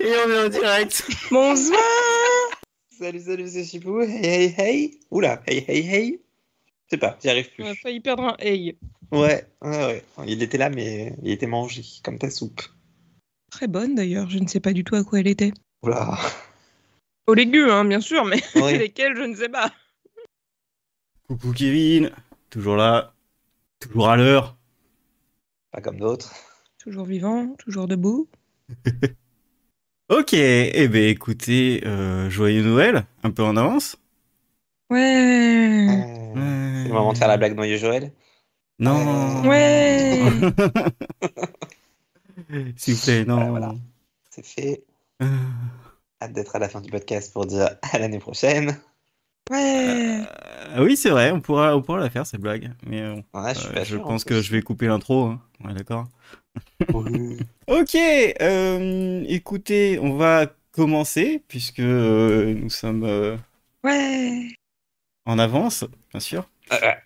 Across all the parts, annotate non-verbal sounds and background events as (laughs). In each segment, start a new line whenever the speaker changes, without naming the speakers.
Et on est en direct.
Bonsoir Salut, salut, c'est Chipou. Hey, hey, hey. Oula, hey, hey, hey. Je sais pas, j'y arrive plus.
On a failli perdre un hey.
Ouais, ouais, ouais. Il était là, mais il était mangé, comme ta soupe.
Très bonne d'ailleurs, je ne sais pas du tout à quoi elle était.
Oula.
Aux légumes, hein, bien sûr, mais (laughs)
Oui.
lesquels, je ne sais pas.
Coucou Kevin, toujours là, toujours à l'heure.
Pas comme d'autres.
Toujours vivant, toujours debout.
Ok, eh ben écoutez, euh, joyeux Noël, un peu en avance.
Ouais.
Euh, C'est le moment de faire la blague noyau Joël.
Non.
Ouais.
(laughs) S'il vous plaît, non. Euh,
Voilà, voilà. C'est fait. Hâte d'être à la fin du podcast pour dire à l'année prochaine.
Ouais.
Euh, oui, c'est vrai, on pourra, on pourra la faire cette blague. Mais euh,
Ouais, je suis
euh,
pas
je
sûr, en
pense
plus.
que je vais couper l'intro. hein. Ouais, d'accord.
Oui. (laughs)
Ok, euh, écoutez, on va commencer puisque euh, nous sommes euh,
Ouais.
en avance, bien sûr.
Ah, ah,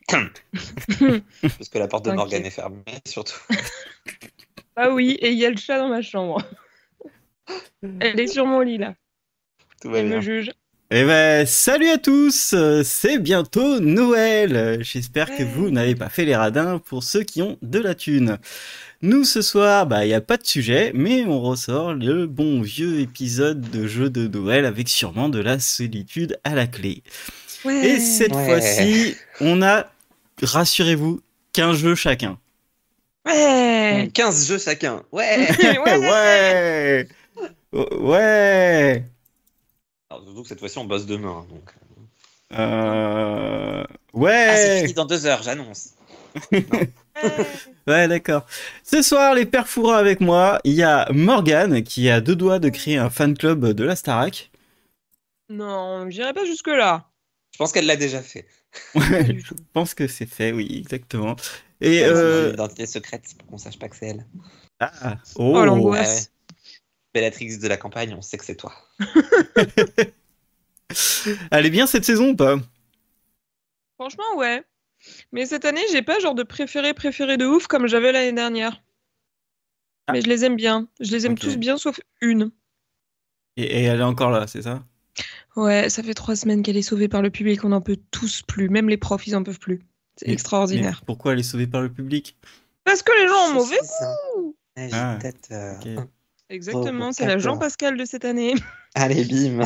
euh, (clears throat) Parce que la porte de
T'inquiète.
Morgane est fermée, (laughs) surtout.
Ah oui, et il y a le chat dans ma (laughs) chambre. Elle est sur mon lit là.
Tout va
Elle me
bien.
juge.
Eh ben, salut à tous, euh, c'est bientôt Noël. Euh, J'espère que
Ouais.
vous n'avez pas fait les radins pour ceux qui ont de la thune. Nous, ce soir, bah, il n'y a pas de sujet, mais on ressort le bon vieux épisode de jeu de Noël avec sûrement de la solitude à la clé.
Ouais.
Et cette
Ouais.
fois-ci, on a, rassurez-vous, qu'un jeu chacun.
Ouais.
15 jeux chacun. Ouais
(laughs) ouais.
Ouais Ouais
Alors, Surtout que cette fois-ci, on bosse demain. hein, Donc.
Euh...
Ah, c'est
Ouais
fini dans deux heures, j'annonce.
Ouais, d'accord. Ce soir, les pères Fouras avec moi, il y a Morgane qui a deux doigts de créer un fan club de la Starac.
Non, j'irai pas
(laughs)
jusque là.
Je pense qu'elle l'a déjà fait.
Pas
Ouais,
du tout.
je pense que c'est fait, oui, exactement. Et
Elle, c'est
euh...
une identité secrète pour qu'on sache pas que c'est elle.
ah,
Oh,
oh,
Ah
l'angoisse.
ouais. Bellatrix de la campagne, on sait que c'est toi.
elle est bien cette saison ou pas
Franchement, ouais. Mais cette année, j'ai pas genre de préféré préféré de ouf comme j'avais l'année dernière.
Ah.
Mais je les aime bien. Je les aime
Ok.
tous bien sauf une.
et, et elle est encore là, c'est ça
Ouais, ça fait trois semaines qu'elle est sauvée par le public. On n'en peut tous plus. Même les profs, ils en peuvent plus. C'est
Mais-
extraordinaire.
Mais pourquoi elle est sauvée par le public
Parce que les gens ont mauvais
C'est ça.
goût.
Agitateur.
Ah, ok.
Exactement,
Oh,
c'est la
d'accord.
Jean-Pascal de cette année.
(laughs)
(laughs)
Allez,
(laughs)
bim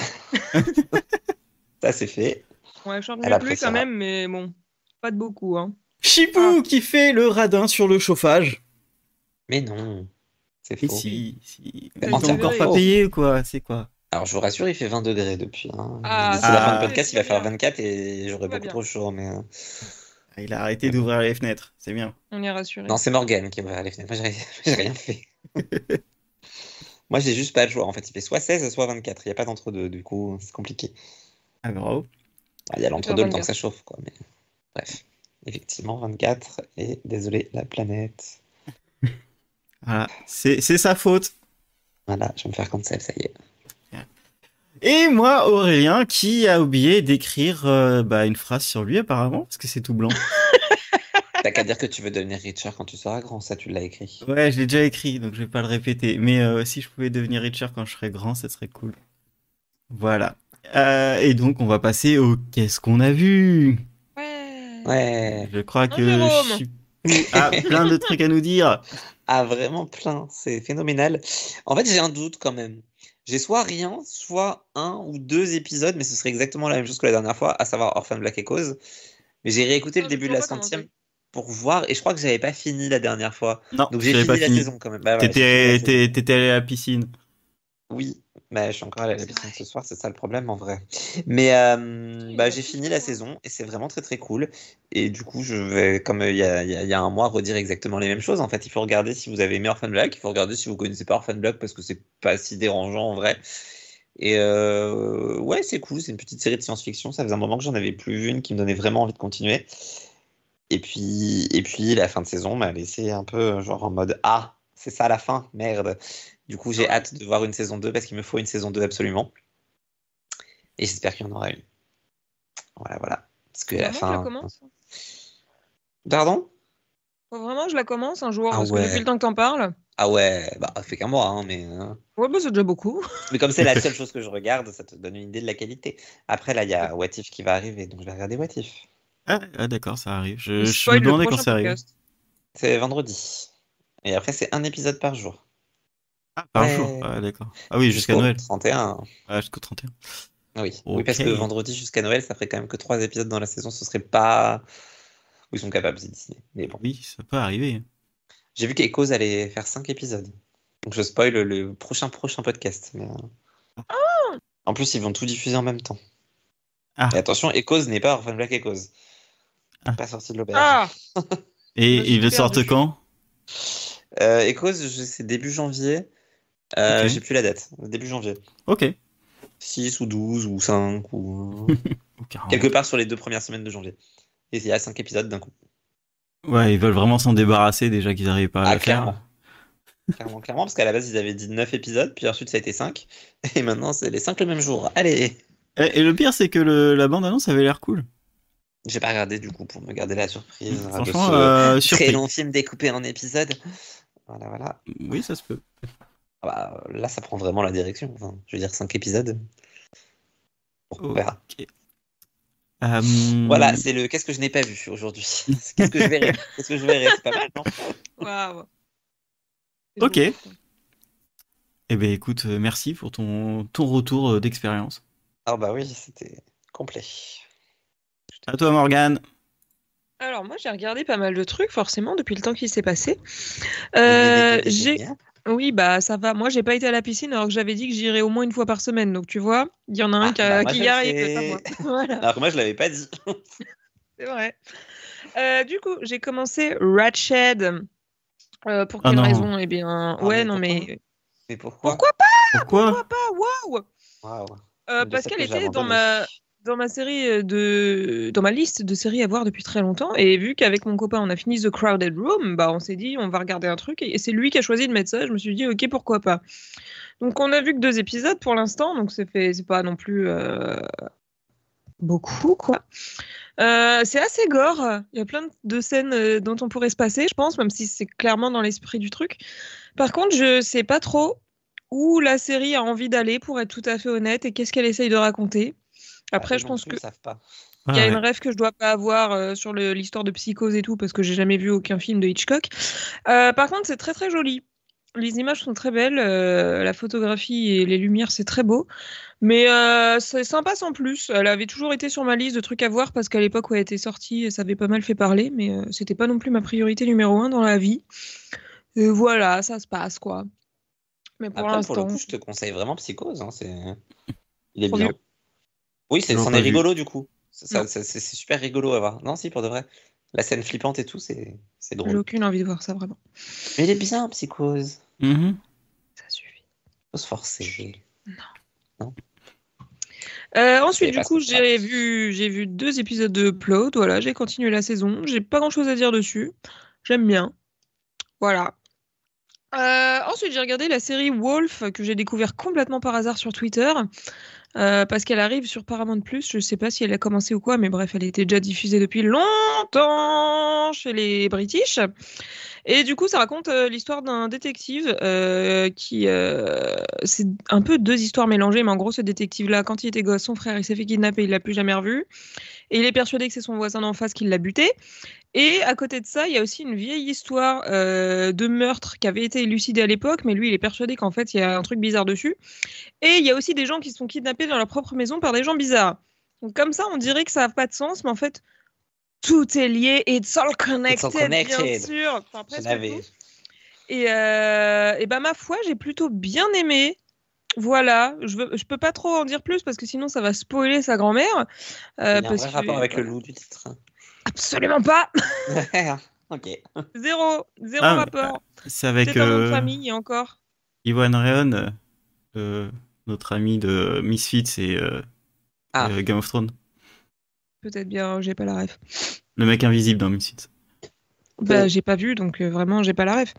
Ça, c'est fait.
Ouais, je
Elle
changerai plus
appréciera.
quand même, mais bon, pas de beaucoup. Hein.
Chipou qui fait le radin sur le chauffage.
Mais non, c'est
Et
Oh.
faux.
si, si.
Elle
Ils ont
est
encore pas
faux.
payé ou quoi C'est quoi
Alors, je vous rassure, il fait 20 degrés depuis. hein.
Ah,
D'ici la
ça
fin
va,
du podcast,
c'est
il va faire
bien.
24 et j'aurai
Tout va
beaucoup
bien.
trop chaud. Mais... euh,
Ah, Il a arrêté d'ouvrir les fenêtres, c'est bien.
On est rassurés.
Non, c'est Morgane qui va aller. Moi, j'ai j'ai
(laughs)
rien (laughs) fait. Moi, j'ai juste pas le choix. En fait, il fait soit 16, soit 24. Il n'y a pas d'entre-deux. Du coup, c'est compliqué.
Ah, bravo.
Ah, Il y a l'entre-deux, le temps
24.
que ça chauffe. Quoi, mais... Bref. Effectivement, 24. Et désolé, la planète.
Voilà, c'est c'est sa faute.
Voilà, je vais me faire cancel, ça y est.
Et moi, Aurélien, qui a oublié d'écrire euh, bah, une phrase sur lui, apparemment, parce que c'est tout blanc.
T'as qu'à dire que tu veux devenir Richard quand tu seras grand, ça tu l'as écrit.
Ouais, je l'ai déjà écrit, donc je vais pas le répéter. Mais euh, si je pouvais devenir Richard quand je serais grand, ça serait cool. Voilà. Euh, et donc, on va passer au Qu'est-ce qu'on a vu
Ouais.
Ouais.
Je crois
Non,
que
Jérôme.
Chipou a plein de trucs à nous dire.
Ah, vraiment plein, c'est phénoménal. En fait, j'ai un doute quand même. J'ai soit rien, soit un ou deux épisodes, mais ce serait exactement la même chose que la dernière fois, à savoir Orphan Black et Cause. Mais j'ai réécouté
Ah,
le
j'ai
début de
toujours
la
pas commencé.
centième pour voir, et je crois que j'avais pas fini la dernière fois.
Non,
Donc
je
j'ai
l'avais
fini
pas
la
fini.
saison quand même. Bah, voilà, j'ai fini la
T'étais
saison.
t'es- t'étais allé à la piscine.
Oui, mais je suis encore allé à la
C'est
piscine
vrai.
ce soir, c'est ça le problème en vrai. Mais euh,
il
bah,
a
j'ai
tout hein.
fini
le
la
temps.
saison et c'est vraiment très très cool. Et du coup, je vais, comme euh, il y a, il y a- il y a un mois, redire exactement les mêmes choses. En fait, il faut regarder si vous avez aimé Orphan Black, il faut regarder si vous connaissez pas Orphan Black parce que c'est pas si dérangeant en vrai. Et euh, ouais, c'est cool, c'est une petite série de science-fiction. Ça faisait un moment que j'en avais plus vu une qui me donnait vraiment envie de continuer. Et puis, et puis la fin de saison m'a laissé un peu euh, genre en mode Ah, c'est ça la fin, merde. Du coup, j'ai hâte de voir une saison 2 parce qu'il me faut une saison 2 absolument. Et j'espère qu'il y en aura une. Voilà, voilà. Parce que la
Vraiment, je la
fin.
commence
Pardon
Faut vraiment que je la commence un jour,
Ah
parce
ouais.
que depuis le temps que t'en parles.
Ah ouais, bah fait qu'un mois, hein, mais. hein.
Ouais, bah c'est déjà beaucoup.
Mais comme c'est la seule chose que je regarde, ça te donne une idée de la qualité. Après, là, il y a What If qui va arriver, donc je vais regarder What If.
Ah, ah, d'accord, ça arrive. Je,
Il
je me
spoil le
demandais quand
prochain
ça arrive.
podcast.
C'est vendredi. Et après, c'est un épisode par jour.
Ah, par
Ouais.
jour. Ah, d'accord. Ah oui, jusqu'à
Jusqu'au
Noël.
31.
Ah, jusqu'au 31.
Ah Oui. oui, parce
Ok.
que vendredi jusqu'à Noël, ça ferait quand même que trois épisodes dans la saison, ce serait pas. Ils sont capables, c'est Disney. Mais bon.
Oui, ça peut arriver.
J'ai vu qu'Echoes allait faire cinq épisodes. Donc je spoil le prochain prochain podcast. mais, euh, en plus, ils vont tout diffuser en même temps.
Ah.
Et attention, Echoes n'est pas Orphan Black Echoes.
Ah.
Pas sorti de l'auberge.
(laughs) Ah
Et
Moi, je
ils le
suis
sortent
perdue.
quand
Euh, Echoes, je- c'est début janvier. Euh,
Ok.
J'ai plus la date. Début janvier.
Ok.
6 ou 12 ou 5
(laughs)
ou. euh,
Ou 40.
Quelque part sur les deux premières semaines de janvier. Et il y a cinq épisodes d'un coup.
Ouais, ils veulent vraiment s'en débarrasser déjà qu'ils n'arrivent pas à
Ah,
le faire.
clairement. Clairement, clairement, parce qu'à la base, ils avaient dit 9 épisodes, puis ensuite, ça a été 5. Et maintenant, c'est les 5 le même jour. Allez
Et, et le pire, c'est que le- la bande-annonce avait l'air cool.
J'ai pas regardé, du coup, pour me garder la surprise. de
Franchement,
ce
euh,
Très
surpris.
long film découpé en épisodes. Voilà, voilà.
Oui, ça se peut.
Ah bah, là, ça prend vraiment la direction. Enfin, je veux dire, 5 épisodes. Bon, on
Oh.
verra.
Euh,
Voilà, c'est le qu'est-ce que je n'ai pas vu aujourd'hui. (laughs) Qu'est-ce que je verrai Qu'est-ce que je verrai C'est pas mal, non
Waouh
Ok. Eh ben écoute, euh, merci pour ton, ton retour euh, d'expérience.
Ah bah oui, c'était complet.
À toi, Morgane.
Alors moi j'ai regardé pas mal de trucs forcément depuis le temps qui s'est passé.
Les
Euh,
vidéos des
j'ai
Géniaux.
oui bah ça va. Moi j'ai pas été à la piscine alors que j'avais dit que j'irais au moins une fois par semaine. Donc tu vois, il y en a un
Ah,
qui, a-
bah, moi,
qui
je
y
le
arrive.
fais.
pas moi.
(laughs)
voilà,
Alors que moi, je l'avais pas dit.
c'est vrai. Euh, du coup j'ai commencé Ratched. Euh, pour
Ah
quelle
non.
raison Eh bien
Ah,
ouais
mais
non
pourquoi
mais
Mais pourquoi
pourquoi
Pourquoi
pas Waouh
Waouh.
Euh,
De
Parce
ça
qu'elle
que j'ai
était dans
abandonné.
ma dans ma série euh, de dans ma liste de séries à voir depuis très longtemps et vu qu'avec mon copain on a fini The Crowded Room bah on s'est dit on va regarder un truc et et c'est lui qui a choisi de mettre ça je me suis dit ok pourquoi pas donc on a vu que deux épisodes pour l'instant donc c'est fait c'est pas non plus euh, beaucoup quoi Euh, c'est assez gore il y a plein de scènes euh, dont on pourrait se passer je pense même si c'est clairement dans l'esprit du truc par contre je sais pas trop où la série a envie d'aller pour être tout à fait honnête et qu'est-ce qu'elle essaye de raconter après
Ah,
je
non
pense
plus,
que
Ils savent pas.
Ah
il y a
ouais.
une rêve que je dois pas avoir euh, sur le- l'histoire de Psychose et tout parce que j'ai jamais vu aucun film de Hitchcock. Euh, par contre, c'est très très joli. Les images sont très belles, euh, la photographie et les lumières, c'est très beau. Mais euh, c'est sympa sans plus. Elle avait toujours été sur ma liste de trucs à voir parce qu'à l'époque où elle était sortie, ça avait pas mal fait parler, mais euh, c'était pas non plus ma priorité numéro un dans la vie. Et voilà, ça se passe quoi. Mais pour
Après, pour le
l'instant,
coup, je te conseille vraiment Psychose.
(laughs)
hein, c'est... Il est
Trop
bien.
bien.
Oui, c'est,
Non,
c'en
pas
est
vu.
rigolo du coup. Ça- ça-
Non.
ça- c'est, c'est super rigolo à voir. Non, si, pour de vrai. La scène flippante et tout, c'est, c'est drôle.
j'ai aucune envie de voir ça vraiment.
Mais il est bien, Psychose.
Mhm.
Ça suffit.
Faut se forcer.
Euh,
Et
ensuite, du
parce
coup,
que-
j'ai vu, j'ai vu deux épisodes de Upload. Voilà, j'ai continué la saison. J'ai pas grand chose à dire dessus. J'aime bien. Voilà. Euh, ensuite, j'ai regardé la série Wolf que j'ai découvert complètement par hasard sur Twitter euh, parce qu'elle arrive sur Paramount Plus. Je sais pas si elle a commencé ou quoi, mais bref, elle était déjà diffusée depuis longtemps chez les British. Et du coup, ça raconte euh, l'histoire d'un détective euh, qui. euh, c'est un peu deux histoires mélangées, mais en gros, ce détective-là, quand il était gosse, son frère, il s'est fait kidnapper, il l'a plus jamais revu. Et il est persuadé que c'est son voisin d'en face qui l'a buté. Et à côté de ça, il y a aussi une vieille histoire euh, de meurtre qui avait été élucidée à l'époque, mais lui, il est persuadé qu'en fait, il y a un truc bizarre dessus. Et il y a aussi des gens qui se sont kidnappés dans leur propre maison par des gens bizarres. Donc, comme ça, on dirait que ça n'a pas de sens, mais en fait, tout est lié. It's all connected,
It's all connected.
bien sûr. Enfin, presque
J'en avais.
tout. Et, euh, et ben ma foi, j'ai plutôt bien aimé. Voilà, je, veux, je peux pas trop en dire plus parce que sinon ça va spoiler sa grand-mère. Euh,
il y a un
parce
vrai
que-
rapport avec le loup du titre. (laughs) hein.
Absolument pas (laughs)
Ouais, hein. ok.
Zéro Zéro
Ah, mais,
rapport
C'est avec
C'est un nom de
euh,
famille et encore.
Iwan Reon, euh, euh, notre ami de Misfits et euh,
Ah.
euh, Game of Thrones.
Peut-être bien, euh, j'ai pas la ref.
Le mec invisible dans Misfits.
Bah, j'ai pas vu donc euh, vraiment j'ai pas la ref.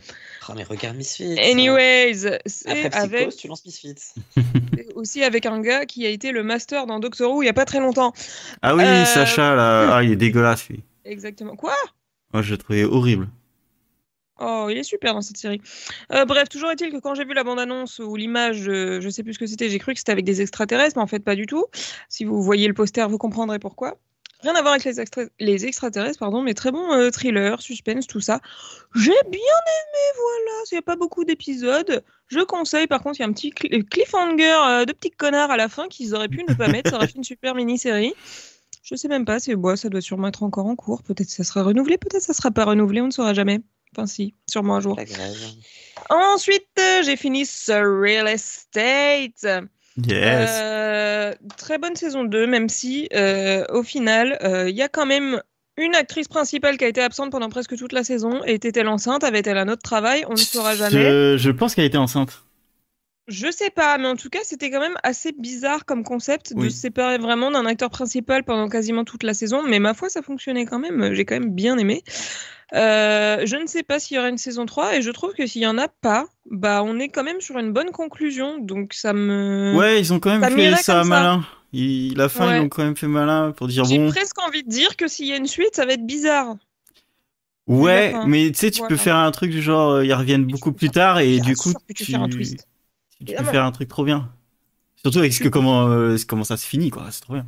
Ah, mais regarde Misfits.
Anyways,
Après
c'est
Psychose,
avec
tu lances Misfits.
aussi avec un gars qui a été le master dans Doctor Who il y a pas très longtemps.
Ah oui,
Euh,
Sacha, là. Ah, il est dégueulasse, lui.
Exactement. Quoi
Moi, je le trouvais horrible.
Oh, il est super dans cette série. Euh, bref, toujours est-il que quand j'ai vu la bande-annonce ou l'image, euh, je sais plus ce que c'était, j'ai cru que c'était avec des extraterrestres, mais en fait pas du tout. Si vous voyez le poster, vous comprendrez pourquoi. Rien à voir avec les, extra- les extraterrestres, pardon, mais très bon euh, thriller, suspense, tout ça. J'ai bien aimé, voilà. Il n'y a pas beaucoup d'épisodes. Je conseille, par contre, il y a un petit cl- cliffhanger euh, de petits connards à la fin qu'ils auraient pu ne pas mettre. Ça aurait fait une super mini-série. Je sais même pas, c'est bois, ça doit sûrement être encore en cours. Peut-être ça sera renouvelé, peut-être ça sera pas renouvelé, on ne saura jamais. Enfin, si, sûrement un jour.
La grève.
Ensuite, euh, j'ai fini Real Estate.
Yes.
Euh, très bonne saison 2, même si euh, au final, euh, il y a quand même une actrice principale qui a été absente pendant presque toute la saison. Était-elle enceinte Avait-elle un autre travail On ne saura jamais.
Je, je pense qu'elle était enceinte.
Je sais pas, mais en tout cas, c'était quand même assez bizarre comme concept de
Oui.
se séparer vraiment d'un acteur principal pendant quasiment toute la saison. Mais ma foi, ça fonctionnait quand même. J'ai quand même bien aimé. Euh, je ne sais pas s'il y aura une saison 3 et je trouve que s'il y en a pas, bah on est quand même sur une bonne conclusion. Donc ça me.
Ouais, ils ont quand même
Mm. Ça
fait
m'irait
ça
comme ça.
malin. Ils- la fin,
Ouais.
ils l'ont quand même fait malin pour dire
J'ai
bon.
presque envie de dire que s'il y a une suite, ça va être bizarre.
Ouais,
la fin.
mais tu sais, tu peux
Voilà.
faire un truc du genre, euh, ils reviennent beaucoup plus tard et
Bien
du coup,
sûr que tu fais un twist.
tu peux
Évidemment.
faire un truc trop bien. Surtout avec ce que
Tu-
comment, euh, comment ça se finit, quoi. C'est trop bien.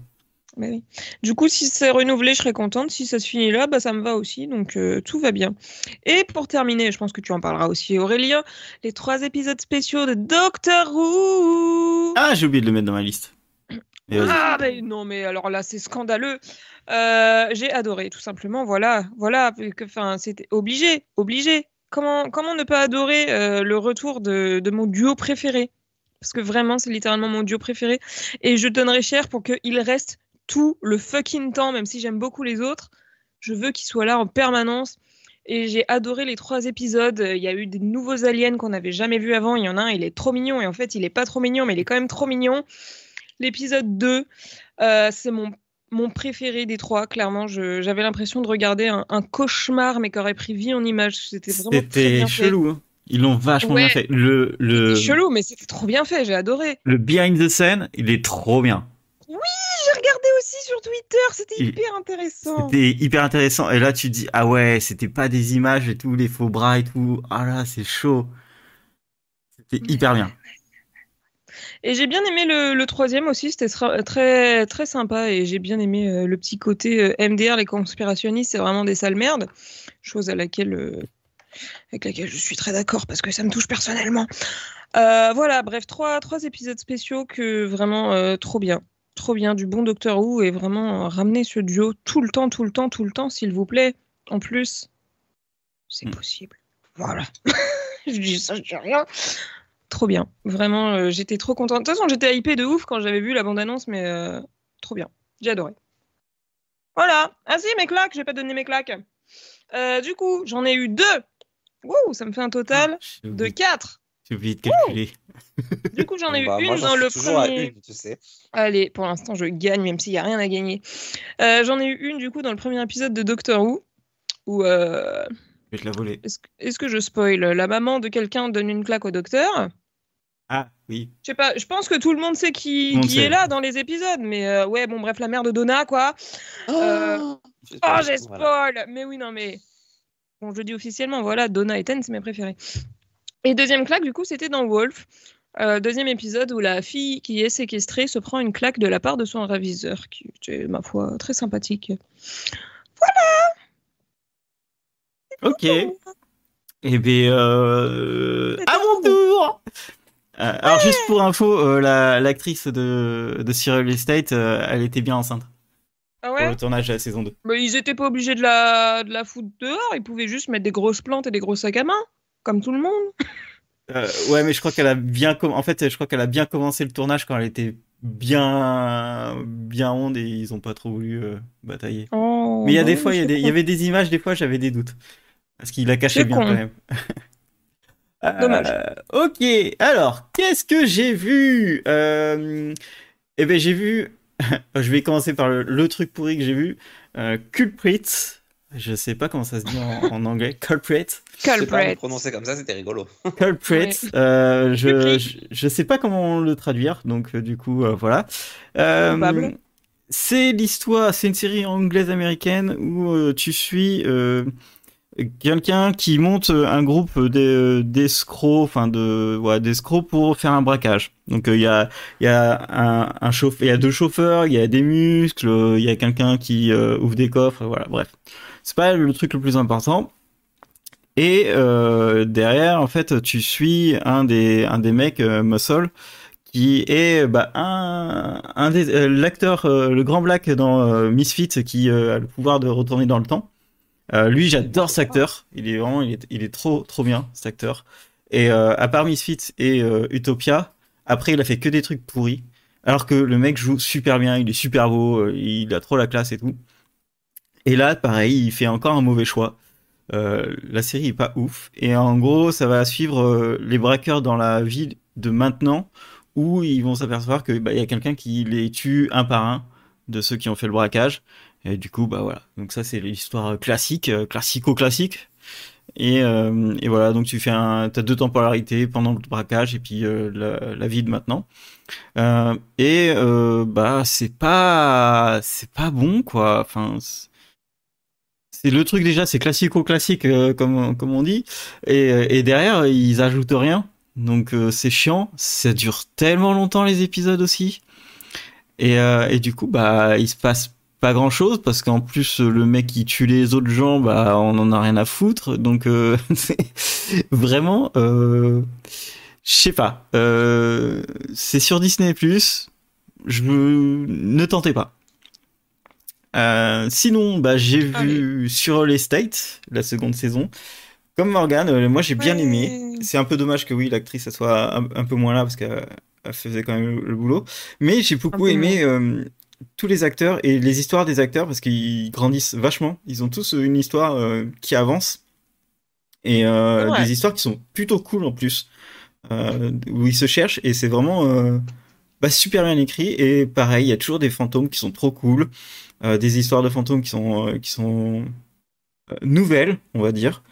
Bah oui. Du coup, si c'est renouvelé, je serais contente. Si ça se finit là, bah, ça me va aussi. Donc, euh, tout va bien. Et pour terminer, je pense que tu en parleras aussi, Aurélien, les trois épisodes spéciaux de Doctor Who.
Ah, j'ai oublié de le mettre dans ma liste. Mais vas-y.
Ah, mais non, mais alors là, c'est scandaleux. Euh, j'ai adoré, tout simplement. Voilà, voilà. que- Enfin, c'était obligé, obligé. Comment, comment ne pas adorer euh, le retour de, de mon duo préféré Parce que vraiment, c'est littéralement mon duo préféré. Et je donnerai cher pour qu'il reste tout le fucking temps, même si j'aime beaucoup les autres. Je veux qu'il soit là en permanence. Et j'ai adoré les trois épisodes. Il y a eu des nouveaux aliens qu'on n'avait jamais vus avant. Il y en a un, il est trop mignon. Et en fait, il est pas trop mignon, mais il est quand même trop mignon. L'épisode 2, euh, c'est mon, mon préféré des trois, clairement. Je- J'avais l'impression de regarder un, un cauchemar, mais qui aurait pris vie en image. C'était vraiment très
C'était
bien
chelou. hein. Ils l'ont vachement
Ouais.
bien fait. Le,
fait.
le,
C'était chelou, mais c'était trop bien fait. J'ai adoré.
le behind the scene, il est trop bien.
J'ai regardé aussi sur Twitter. C'était
Il-
hyper intéressant.
C'était hyper intéressant. Et là, tu te dis, ah ouais, c'était pas des images et tout, les faux bras et tout. Ah là, c'est chaud. C'était hyper bien.
Et j'ai bien aimé le, le troisième aussi, c'était sra- très, très sympa et j'ai bien aimé euh, le petit côté euh, MDR, les conspirationnistes, c'est vraiment des sales merdes, chose à laquelle, euh, avec laquelle je suis très d'accord parce que ça me touche personnellement. Euh, voilà, bref, trois, trois épisodes spéciaux que vraiment euh, trop bien. Trop bien du bon Docteur Who et vraiment euh, ramener ce duo tout le temps, tout le temps, tout le temps, s'il vous plaît. En plus, c'est
Mm.
possible. Voilà. (laughs) je dis ça, je dis rien. Trop bien. Vraiment, euh, j'étais trop contente. De toute façon, j'étais hypée de ouf quand j'avais vu la bande-annonce, mais euh, trop bien. J'ai adoré. Voilà. Ah si, mes claques, j'ai pas donné mes claques. Euh, du coup, j'en ai eu deux. Wouh, ça me fait un total
Ah,
J'ai
de
oublié,
quatre.
j'ai oublié de calculer.
Du coup, j'en ai eu
(laughs) Bah,
une
moi, j'en
dans
suis
le
toujours
premier.
à une, tu sais.
Allez, pour l'instant, je gagne, même s'il n'y a rien à gagner. Euh, j'en ai eu une, du coup, dans le premier épisode de Doctor Who, où euh,
Je vais te la voler.
est-ce que, est-ce que je spoil La maman de quelqu'un donne une claque au docteur.
Ah oui.
Je sais pas, je pense que tout le monde sait
Tout
qui,
le monde
qui
sait.
est là dans les épisodes, mais euh, ouais, bon, bref, la mère de Donna, quoi. Euh, Oh, j'ai spoil
Voilà.
Mais oui, non, mais. Bon, je le dis officiellement, voilà, Donna et Ten, c'est mes préférés. Et deuxième claque, du coup, c'était dans Wolf. Euh, deuxième épisode où la fille qui est séquestrée se prend une claque de la part de son raviseur, qui était, ma foi, très sympathique.
Ok. Eh bien, euh... à mon tour Euh, Alors, juste pour info, euh, la- l'actrice de, de Cyril Estate, euh, elle était bien enceinte
Ah
pour
ouais
le tournage de la saison 2.
Mais ils étaient pas obligés de la, de la foutre dehors, ils pouvaient juste mettre des grosses plantes et des gros sacs à main, comme tout le monde.
Euh, ouais, mais je crois qu'elle a bien comm- en fait, je crois qu'elle a bien commencé le tournage quand elle était bien bien onde et ils ont pas trop voulu euh, batailler.
Oh,
Mais il y a
bah
des
oui,
fois, il y, a
c'est
des- il y
con.
avait des images, des fois j'avais des doutes parce qu'il la cachait
C'est
bien
con.
quand même. Euh,
(laughs) Dommage.
ok, alors qu'est-ce que j'ai vu Euh, Eh ben j'ai vu. (laughs) je vais commencer par le, le truc pourri que j'ai vu. Euh, culprit. Je sais pas comment ça se dit en, en anglais. Culprit.
Je sais pas, mais
Culprit.
prononcé comme ça, c'était rigolo.
Culprit.
Ouais.
Euh, je,
Culprit.
je, je sais pas comment le traduire, donc euh, du coup, euh, voilà. Euh,
Coupable.
c'est l'histoire, c'est une série anglaise-américaine où euh, tu suis euh, quelqu'un qui monte euh, un groupe d'e- euh, d'escrocs, enfin de ouais, d'escrocs pour faire un braquage. Donc euh, il y a il y a un, un chauffe- il y a deux chauffeurs, il y a des muscles, euh, il y a quelqu'un qui euh, ouvre des coffres, voilà. Bref, c'est pas le truc le plus important. Et euh, derrière, en fait, tu suis un des un des mecs euh, Muscle qui est bah, un, un des euh, l'acteur euh, le grand black dans euh, Misfits qui euh, a le pouvoir de retourner dans le temps. Euh, lui, j'adore cet acteur. Il est vraiment, il est, il est trop, trop bien cet acteur. Et euh, à part Misfits et euh, Utopia, après, il a fait que des trucs pourris. Alors que le mec joue super bien, il est super beau, euh, il a trop la classe et tout. Et là, pareil, il fait encore un mauvais choix. Euh, la série est pas ouf. Et en gros, ça va suivre euh, les braqueurs dans la ville de maintenant, où ils vont s'apercevoir que bah, il y a quelqu'un qui les tue un par un de ceux qui ont fait le braquage. Et du coup, bah voilà. Donc ça, c'est l'histoire classique, euh, classico-classique. Et, euh, et voilà, donc tu fais un, t'as deux temporalités pendant le braquage et puis euh, la, la vie de maintenant. Euh, et euh, bah c'est pas, c'est pas bon quoi. Enfin, c'est- c'est le truc déjà, c'est classico-classique euh, comme comme on dit. Et, euh, et derrière, ils ajoutent rien. Donc euh, c'est chiant. Ça dure tellement longtemps les épisodes aussi. Et, euh, et du coup, bah il se passe pas grand chose parce qu'en plus euh, le mec qui tue les autres gens bah on en a rien à foutre donc euh, (laughs) c'est vraiment euh, je sais pas euh, c'est sur Disney Plus je ne tentez pas Euh, sinon bah j'ai vu sur les States la seconde saison comme Morgan moi j'ai bien
Ouais.
aimé c'est un peu dommage que oui l'actrice elle soit un, un peu moins là parce qu'elle elle faisait quand même le, le boulot mais j'ai beaucoup
peu
aimé euh, tous les acteurs et les histoires des acteurs parce qu'ils grandissent vachement. Ils ont tous une histoire euh, qui avance et euh,
C'est vrai.
des histoires qui sont plutôt cool en plus euh, où ils se cherchent et c'est vraiment euh, bah, super bien écrit et pareil il y a toujours des fantômes qui sont trop cool, euh, des histoires de fantômes qui sont euh, qui sont euh, nouvelles on va dire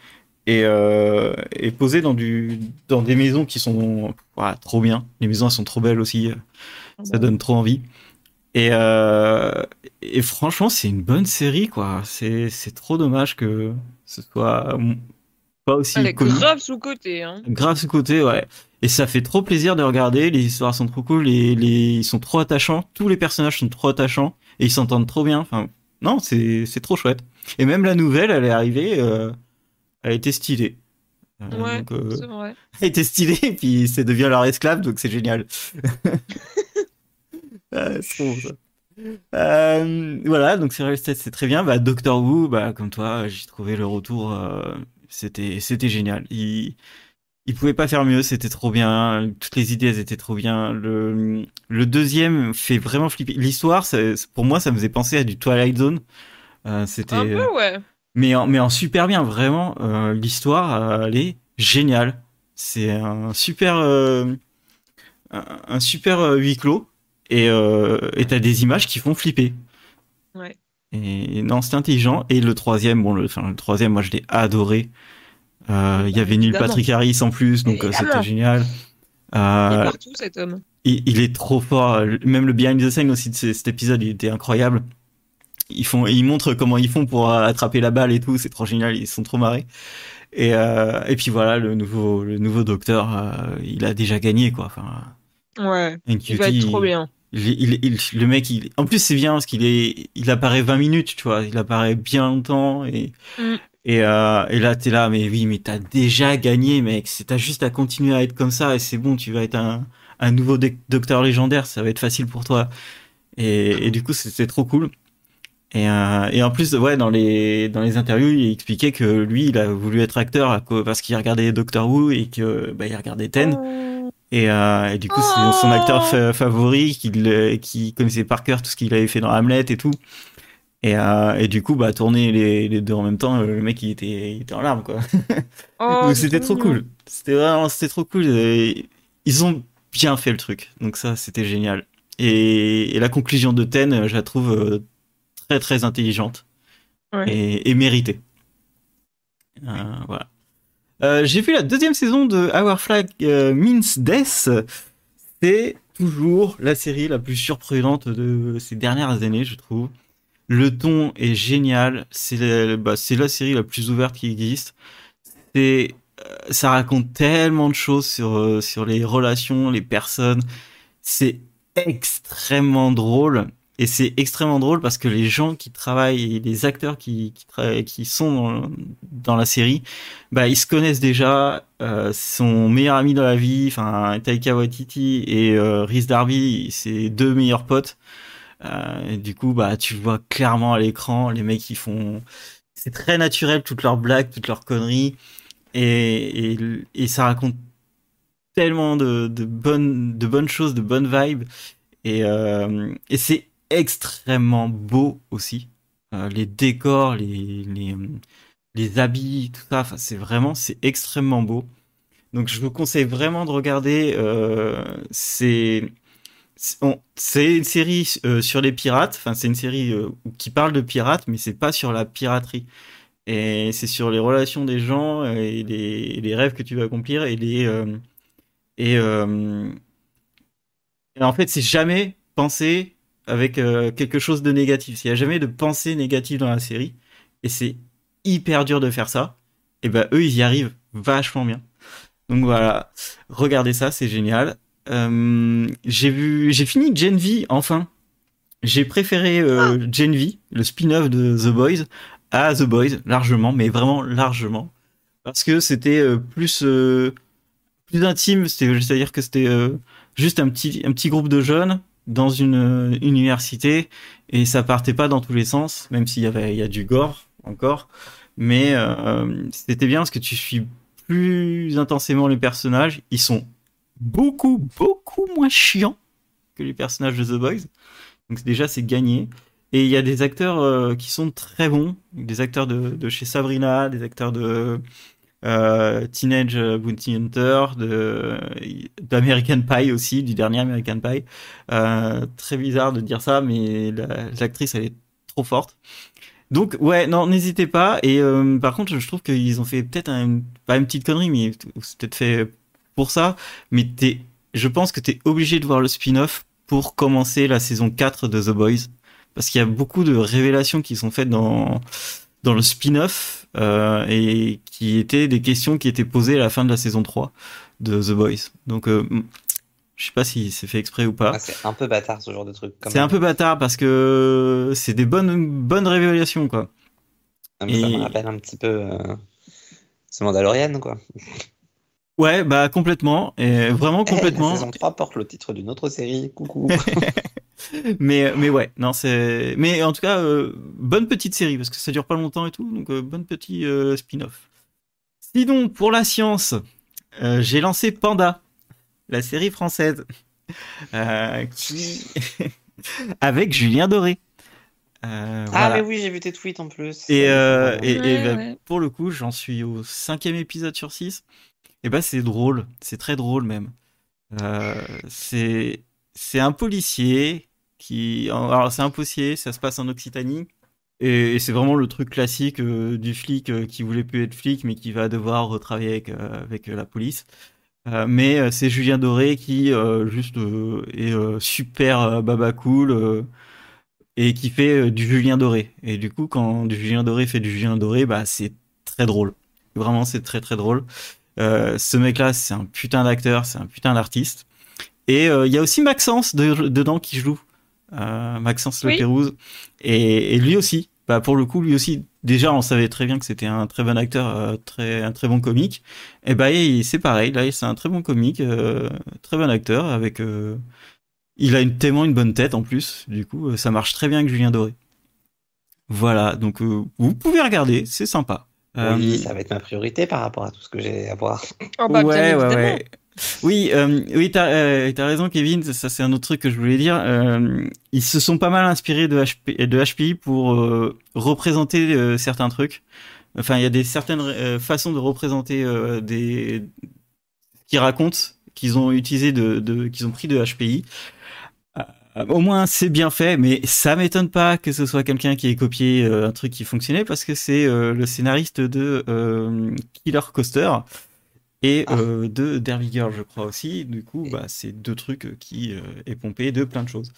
et, euh, et posées dans du dans des maisons qui sont ouah, trop bien. Les maisons elles sont trop belles aussi euh, ça donne trop envie. Et, euh, et franchement, c'est une bonne série, quoi. C'est c'est trop dommage que ce soit euh, pas aussi
Elle est
connu.
grave sous-côté. Hein.
Grave ce côté, ouais. Et ça fait trop plaisir de regarder. Les histoires sont trop cool. Les, les, ils sont trop attachants. Tous les personnages sont trop attachants. Et ils s'entendent trop bien. Enfin, non, c'est c'est trop chouette. Et même la nouvelle, elle est arrivée. euh, elle était stylée. Euh,
Ouais,
donc, euh,
c'est vrai.
(laughs) a été stylé, et puis ça devient leur esclave, donc c'est génial. Ah, c'est trop bon, ça. Euh, voilà, donc Serial State, c'est très bien. Bah, Doctor Who, bah, comme toi, j'ai trouvé le retour, euh, c'était, c'était génial. Il, il pouvait pas faire mieux, c'était trop bien. Toutes les idées, elles étaient trop bien. Le, le deuxième fait vraiment flipper. L'histoire, ça- pour moi, ça me faisait penser à du Twilight Zone. Euh, c'était
Un peu, Ah ouais.
mais en, mais en super bien, vraiment, euh, l'histoire, euh, elle est géniale. C'est un super, euh, un, un super euh, huis clos, et euh, et t'as des images qui font flipper.
Ouais.
Et non, c'est intelligent. Et le troisième, bon, le, enfin, le troisième, moi, je l'ai adoré. Euh, Il y avait Neil
Évidemment.
Patrick Harris en plus, donc euh,
Évidemment.
c'était génial.
Il est
Euh,
partout cet homme.
il, il est trop fort. Même le behind the scene aussi de ce- cet épisode, il était incroyable. Ils font, ils montrent comment ils font pour euh, attraper la balle et tout. C'est trop génial. Ils se sont trop marrés. Et, euh, et puis voilà, le nouveau, le nouveau docteur, euh, il a déjà gagné quoi. Enfin,
Ouais. Il
NQT,
va être trop bien.
il- il- il- le mec, il, en plus c'est bien parce qu'il est, il apparaît 20 minutes, tu vois, il apparaît bien longtemps et
Mm.
et, euh, et là t'es là, mais oui, mais t'as déjà gagné, mec. C'est t'as juste à continuer à être comme ça et c'est bon, tu vas être un un nouveau doc- docteur légendaire, ça va être facile pour toi. Et, et du coup c'était trop cool. Et, euh, et en plus ouais dans les dans les interviews il expliquait que lui il a voulu être acteur à cause- parce qu'il regardait Doctor Who et que bah il regardait Ten
Oh.
et, euh, et du coup, c'est son
Oh.
acteur fa- favori qui, le- qui connaissait par cœur tout ce qu'il avait fait dans Hamlet et tout. Et, euh, et du coup, bah, tourner les, les deux en même temps, euh, le mec, il était, il était en larmes, quoi.
Oh,
Donc,
c'est
c'était trop
mignon.
cool. C'était vraiment, c'était trop cool. Et ils ont bien fait le truc. Donc ça, c'était génial. Et, et la conclusion de Ten, euh, je la trouve euh, très, très intelligente.
Ouais.
Et, et méritée. Euh, voilà. Euh, j'ai vu la deuxième saison de Our Flag euh, Means Death. C'est toujours la série la plus surprenante de ces dernières années, je trouve. Le ton est génial. C'est la, bah, c'est la série la plus ouverte qui existe. C'est, euh, ça raconte tellement de choses sur, euh, sur les relations, les personnes. C'est extrêmement drôle. Et c'est extrêmement drôle parce que les gens qui travaillent, et les acteurs qui, qui, tra- qui sont dans, dans la série, bah, ils se connaissent déjà. euh, son meilleur ami dans la vie, enfin Taika Waititi et euh, Rhys Darby, c'est deux meilleurs potes. Euh, et du coup, bah, tu vois clairement à l'écran les mecs qui font. C'est très naturel toutes leurs blagues, toutes leurs conneries, et, et, et ça raconte tellement de, de bonnes de bonnes choses, de bonnes vibes, et, euh, et c'est extrêmement beau aussi. Euh, les décors, les, les les habits, tout ça, enfin, c'est vraiment c'est extrêmement beau. Donc je vous conseille vraiment de regarder. euh, c'est c'est- on- c'est une série euh, sur les pirates. Enfin, c'est une série euh, qui parle de pirates, mais c'est pas sur la piraterie. Et c'est sur les relations des gens euh, et les, les rêves que tu veux accomplir et les euh, et, euh, et en fait c'est jamais pensé avec euh, quelque chose de négatif. Il n'y a jamais de pensée négative dans la série et c'est hyper dur de faire ça. Et ben eux ils y arrivent vachement bien. Donc voilà, regardez ça, c'est génial. Euh, j'ai vu, j'ai fini Gen V enfin. J'ai préféré euh, Gen V, le spin-off de The Boys, à The Boys largement, mais vraiment largement, parce que c'était euh, plus euh, plus intime. c'était- C'est-à-dire que c'était euh, juste un petit un petit groupe de jeunes dans une euh, université et ça partait pas dans tous les sens, même s'il y avait il y a du gore encore, mais euh, c'était bien parce que tu suis plus intensément les personnages. Ils sont beaucoup, beaucoup moins chiants que les personnages de The Boys. Donc c'est- déjà, c'est gagné. Et il y a des acteurs euh, qui sont très bons. Des acteurs de, de chez Sabrina, des acteurs de euh, Teenage Bounty Hunter, de- d'American Pie aussi, du dernier American Pie. Euh, très bizarre de dire ça, mais la- l'actrice, elle est trop forte. Donc ouais, non, n'hésitez pas. Et euh, par contre, je trouve qu'ils ont fait peut-être un- pas une petite connerie, mais c'est peut-être fait pour ça. Mais t'es, je pense que t'es obligé de voir le spin-off pour commencer la saison 4 de The Boys, parce qu'il y a beaucoup de révélations qui sont faites dans dans le spin-off euh, et qui étaient des questions qui étaient posées à la fin de la saison 3 de The Boys. Donc euh, je sais pas si c'est fait exprès ou pas.
Ah, c'est un peu bâtard ce genre de truc. quand
Hein C'est
même.
un peu bâtard parce que c'est des bonnes bonnes révélations quoi.
Ah, mais Ça
et-
me rappelle un petit peu euh, ce Mandalorian quoi.
Ouais, bah complètement, et vraiment
Eh,
Oh, (laughs) complètement.
(laughs) la saison 3 porte le titre d'une autre série. Coucou. (laughs)
mais mais ouais, non c'est. Mais en tout cas, euh, bonne petite série parce que ça dure pas longtemps et tout, donc euh, bonne petit euh, spin-off. Sinon, pour la science, euh, j'ai lancé Panda, la série française, euh, qui avec Julien Doré. Euh,
Ah,
voilà.
mais oui, j'ai vu tes tweets en plus.
Et, euh,
Ça me fait
et, et
Ouais,
ben,
ouais.
pour le coup, j'en suis au cinquième épisode sur six. Et bah c'est drôle, c'est très drôle même. Euh, c'est c'est un policier qui, alors c'est un policier, ça se passe en Occitanie. Et, et c'est vraiment le truc classique euh, du flic euh, qui voulait plus être flic mais qui va devoir retravailler avec, euh, avec euh, la police. Euh, mais euh, c'est Julien Doré qui euh, juste euh, est euh, super euh, baba cool euh, et qui fait euh, du Julien Doré. Et du coup, quand du Julien Doré fait du Julien Doré, bah c'est très drôle. Vraiment, c'est très très drôle. Euh, ce mec-là, c'est un putain d'acteur, c'est un putain d'artiste. Et euh, il y a aussi Maxence de- dedans qui joue. Euh, Maxence Le
Oui.
Pérouse. Et, et lui aussi, bah pour le coup, lui aussi, déjà, on savait très bien que c'était un très bon acteur, euh, très, un très bon comique. Et bah, il- c'est pareil, là, c'est un très bon comique, euh, très bon acteur, avec. euh, il a une, tellement une bonne tête en plus, du coup, euh, ça marche très bien avec Julien Doré. Voilà, donc euh, vous pouvez regarder, c'est sympa. Euh,
Oui, ça va être ma priorité par rapport à tout ce que j'ai à voir.
Oh, bah, bien évidemment.
Oui, euh, oui, t'as euh, t'as raison, Kevin. Ça, ça, c'est un autre truc que je voulais dire. Euh, ils se sont pas mal inspirés de, HP, de HPI pour euh, représenter euh, certains trucs. Enfin, il y a des certaines euh, façons de représenter euh, des qui racontent qu'ils ont utilisé de, de qu'ils ont pris de HPI. Euh, Au moins, c'est bien fait, mais ça m'étonne pas que ce soit quelqu'un qui ait copié euh, un truc qui fonctionnait parce que c'est euh, le scénariste de euh, Killer Coaster et
Ah.
euh, de Derby Girl, je crois euh, aussi. Du coup, bah, c'est deux trucs qui euh, est pompé de plein de choses.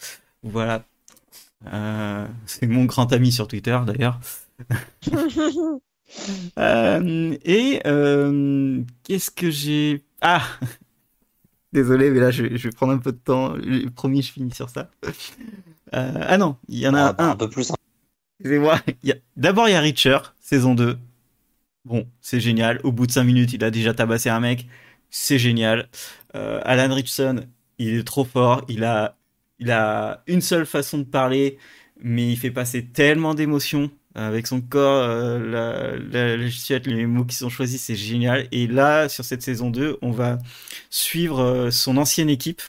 Voilà. Euh, c'est mon grand ami sur Twitter
(laughs)
d'ailleurs. Euh, et euh, qu'est-ce que j'ai. Ah Désolé, mais là je, je vais prendre un peu de temps. J'ai- Promis, je finis sur ça. Euh, ah non, il y en a
Ah, bah,
un.
un peu plus.
Excusez-moi. (laughs) Il y a- D'abord, il y a Reacher, saison 2. Bon, c'est génial. Au bout de 5 minutes, il a déjà tabassé un mec. C'est génial. Euh, Alan Richson, il est trop fort. Il a, il a une seule façon de parler, mais il fait passer tellement d'émotions avec son corps, euh, la, la- la gestuelle, les mots qui sont choisis, c'est génial. Et là, sur cette saison 2, on va suivre euh, son ancienne équipe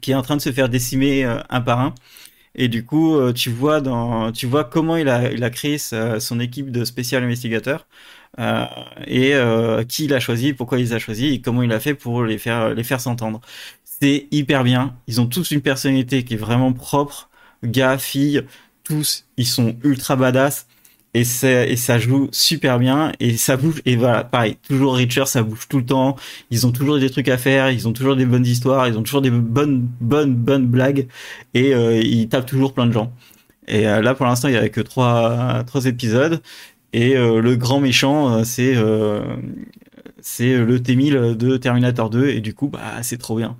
qui est en train de se faire décimer euh, un par un. Et du coup, euh, tu vois dans, tu vois comment il a, il a créé sa- son équipe de spécial investigateurs euh, et euh, qui il a choisi, pourquoi il les a choisis et comment il a fait pour les faire, les faire s'entendre. C'est hyper bien. Ils ont tous une personnalité qui est vraiment propre. Gars, filles, tous, ils sont ultra badass et c'est, et ça joue super bien et ça bouge. Et voilà, pareil, toujours Richard, ça bouge tout le temps. Ils ont toujours des trucs à faire. Ils ont toujours des bonnes histoires. Ils ont toujours des bonnes, bonnes, bonnes blagues et euh, il tape toujours plein de gens. Et euh, là, pour l'instant, il n'y a que trois, trois épisodes. Et euh, le grand méchant, euh, c'est euh, c'est le T-1000 de Terminator 2. Et du coup, bah, c'est trop bien.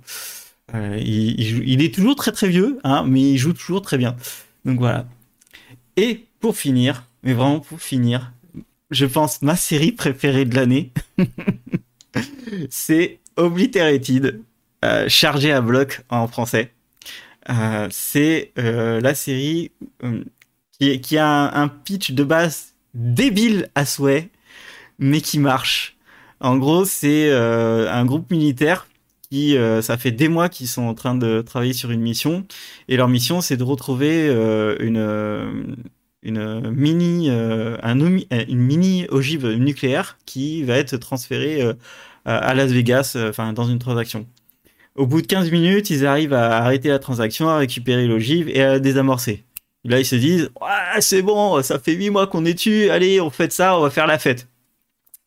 Euh, il, il joue- il est toujours très très vieux, hein, mais il joue toujours très bien. Donc voilà. Et pour finir, mais vraiment pour finir, je pense ma série préférée de l'année, (laughs) c'est Obliterated, euh, chargé à bloc en français. Euh, c'est euh, la série euh, qui, qui a un, un pitch de base débile à souhait, mais qui marche. En gros, c'est euh, un groupe militaire qui, euh, ça fait des mois qu'ils sont en train de travailler sur une mission, et leur mission, c'est de retrouver euh, une euh, une mini euh, un omi- euh, une mini ogive nucléaire qui va être transférée euh, à- à Las Vegas, euh, enfin dans une transaction. Au bout de 15 minutes, ils arrivent à arrêter la transaction, à récupérer l'ogive et à la désamorcer. Là, ils se disent Ouais, c'est bon, ça fait 8 mois qu'on est dessus, allez, on fait ça, on va faire la fête.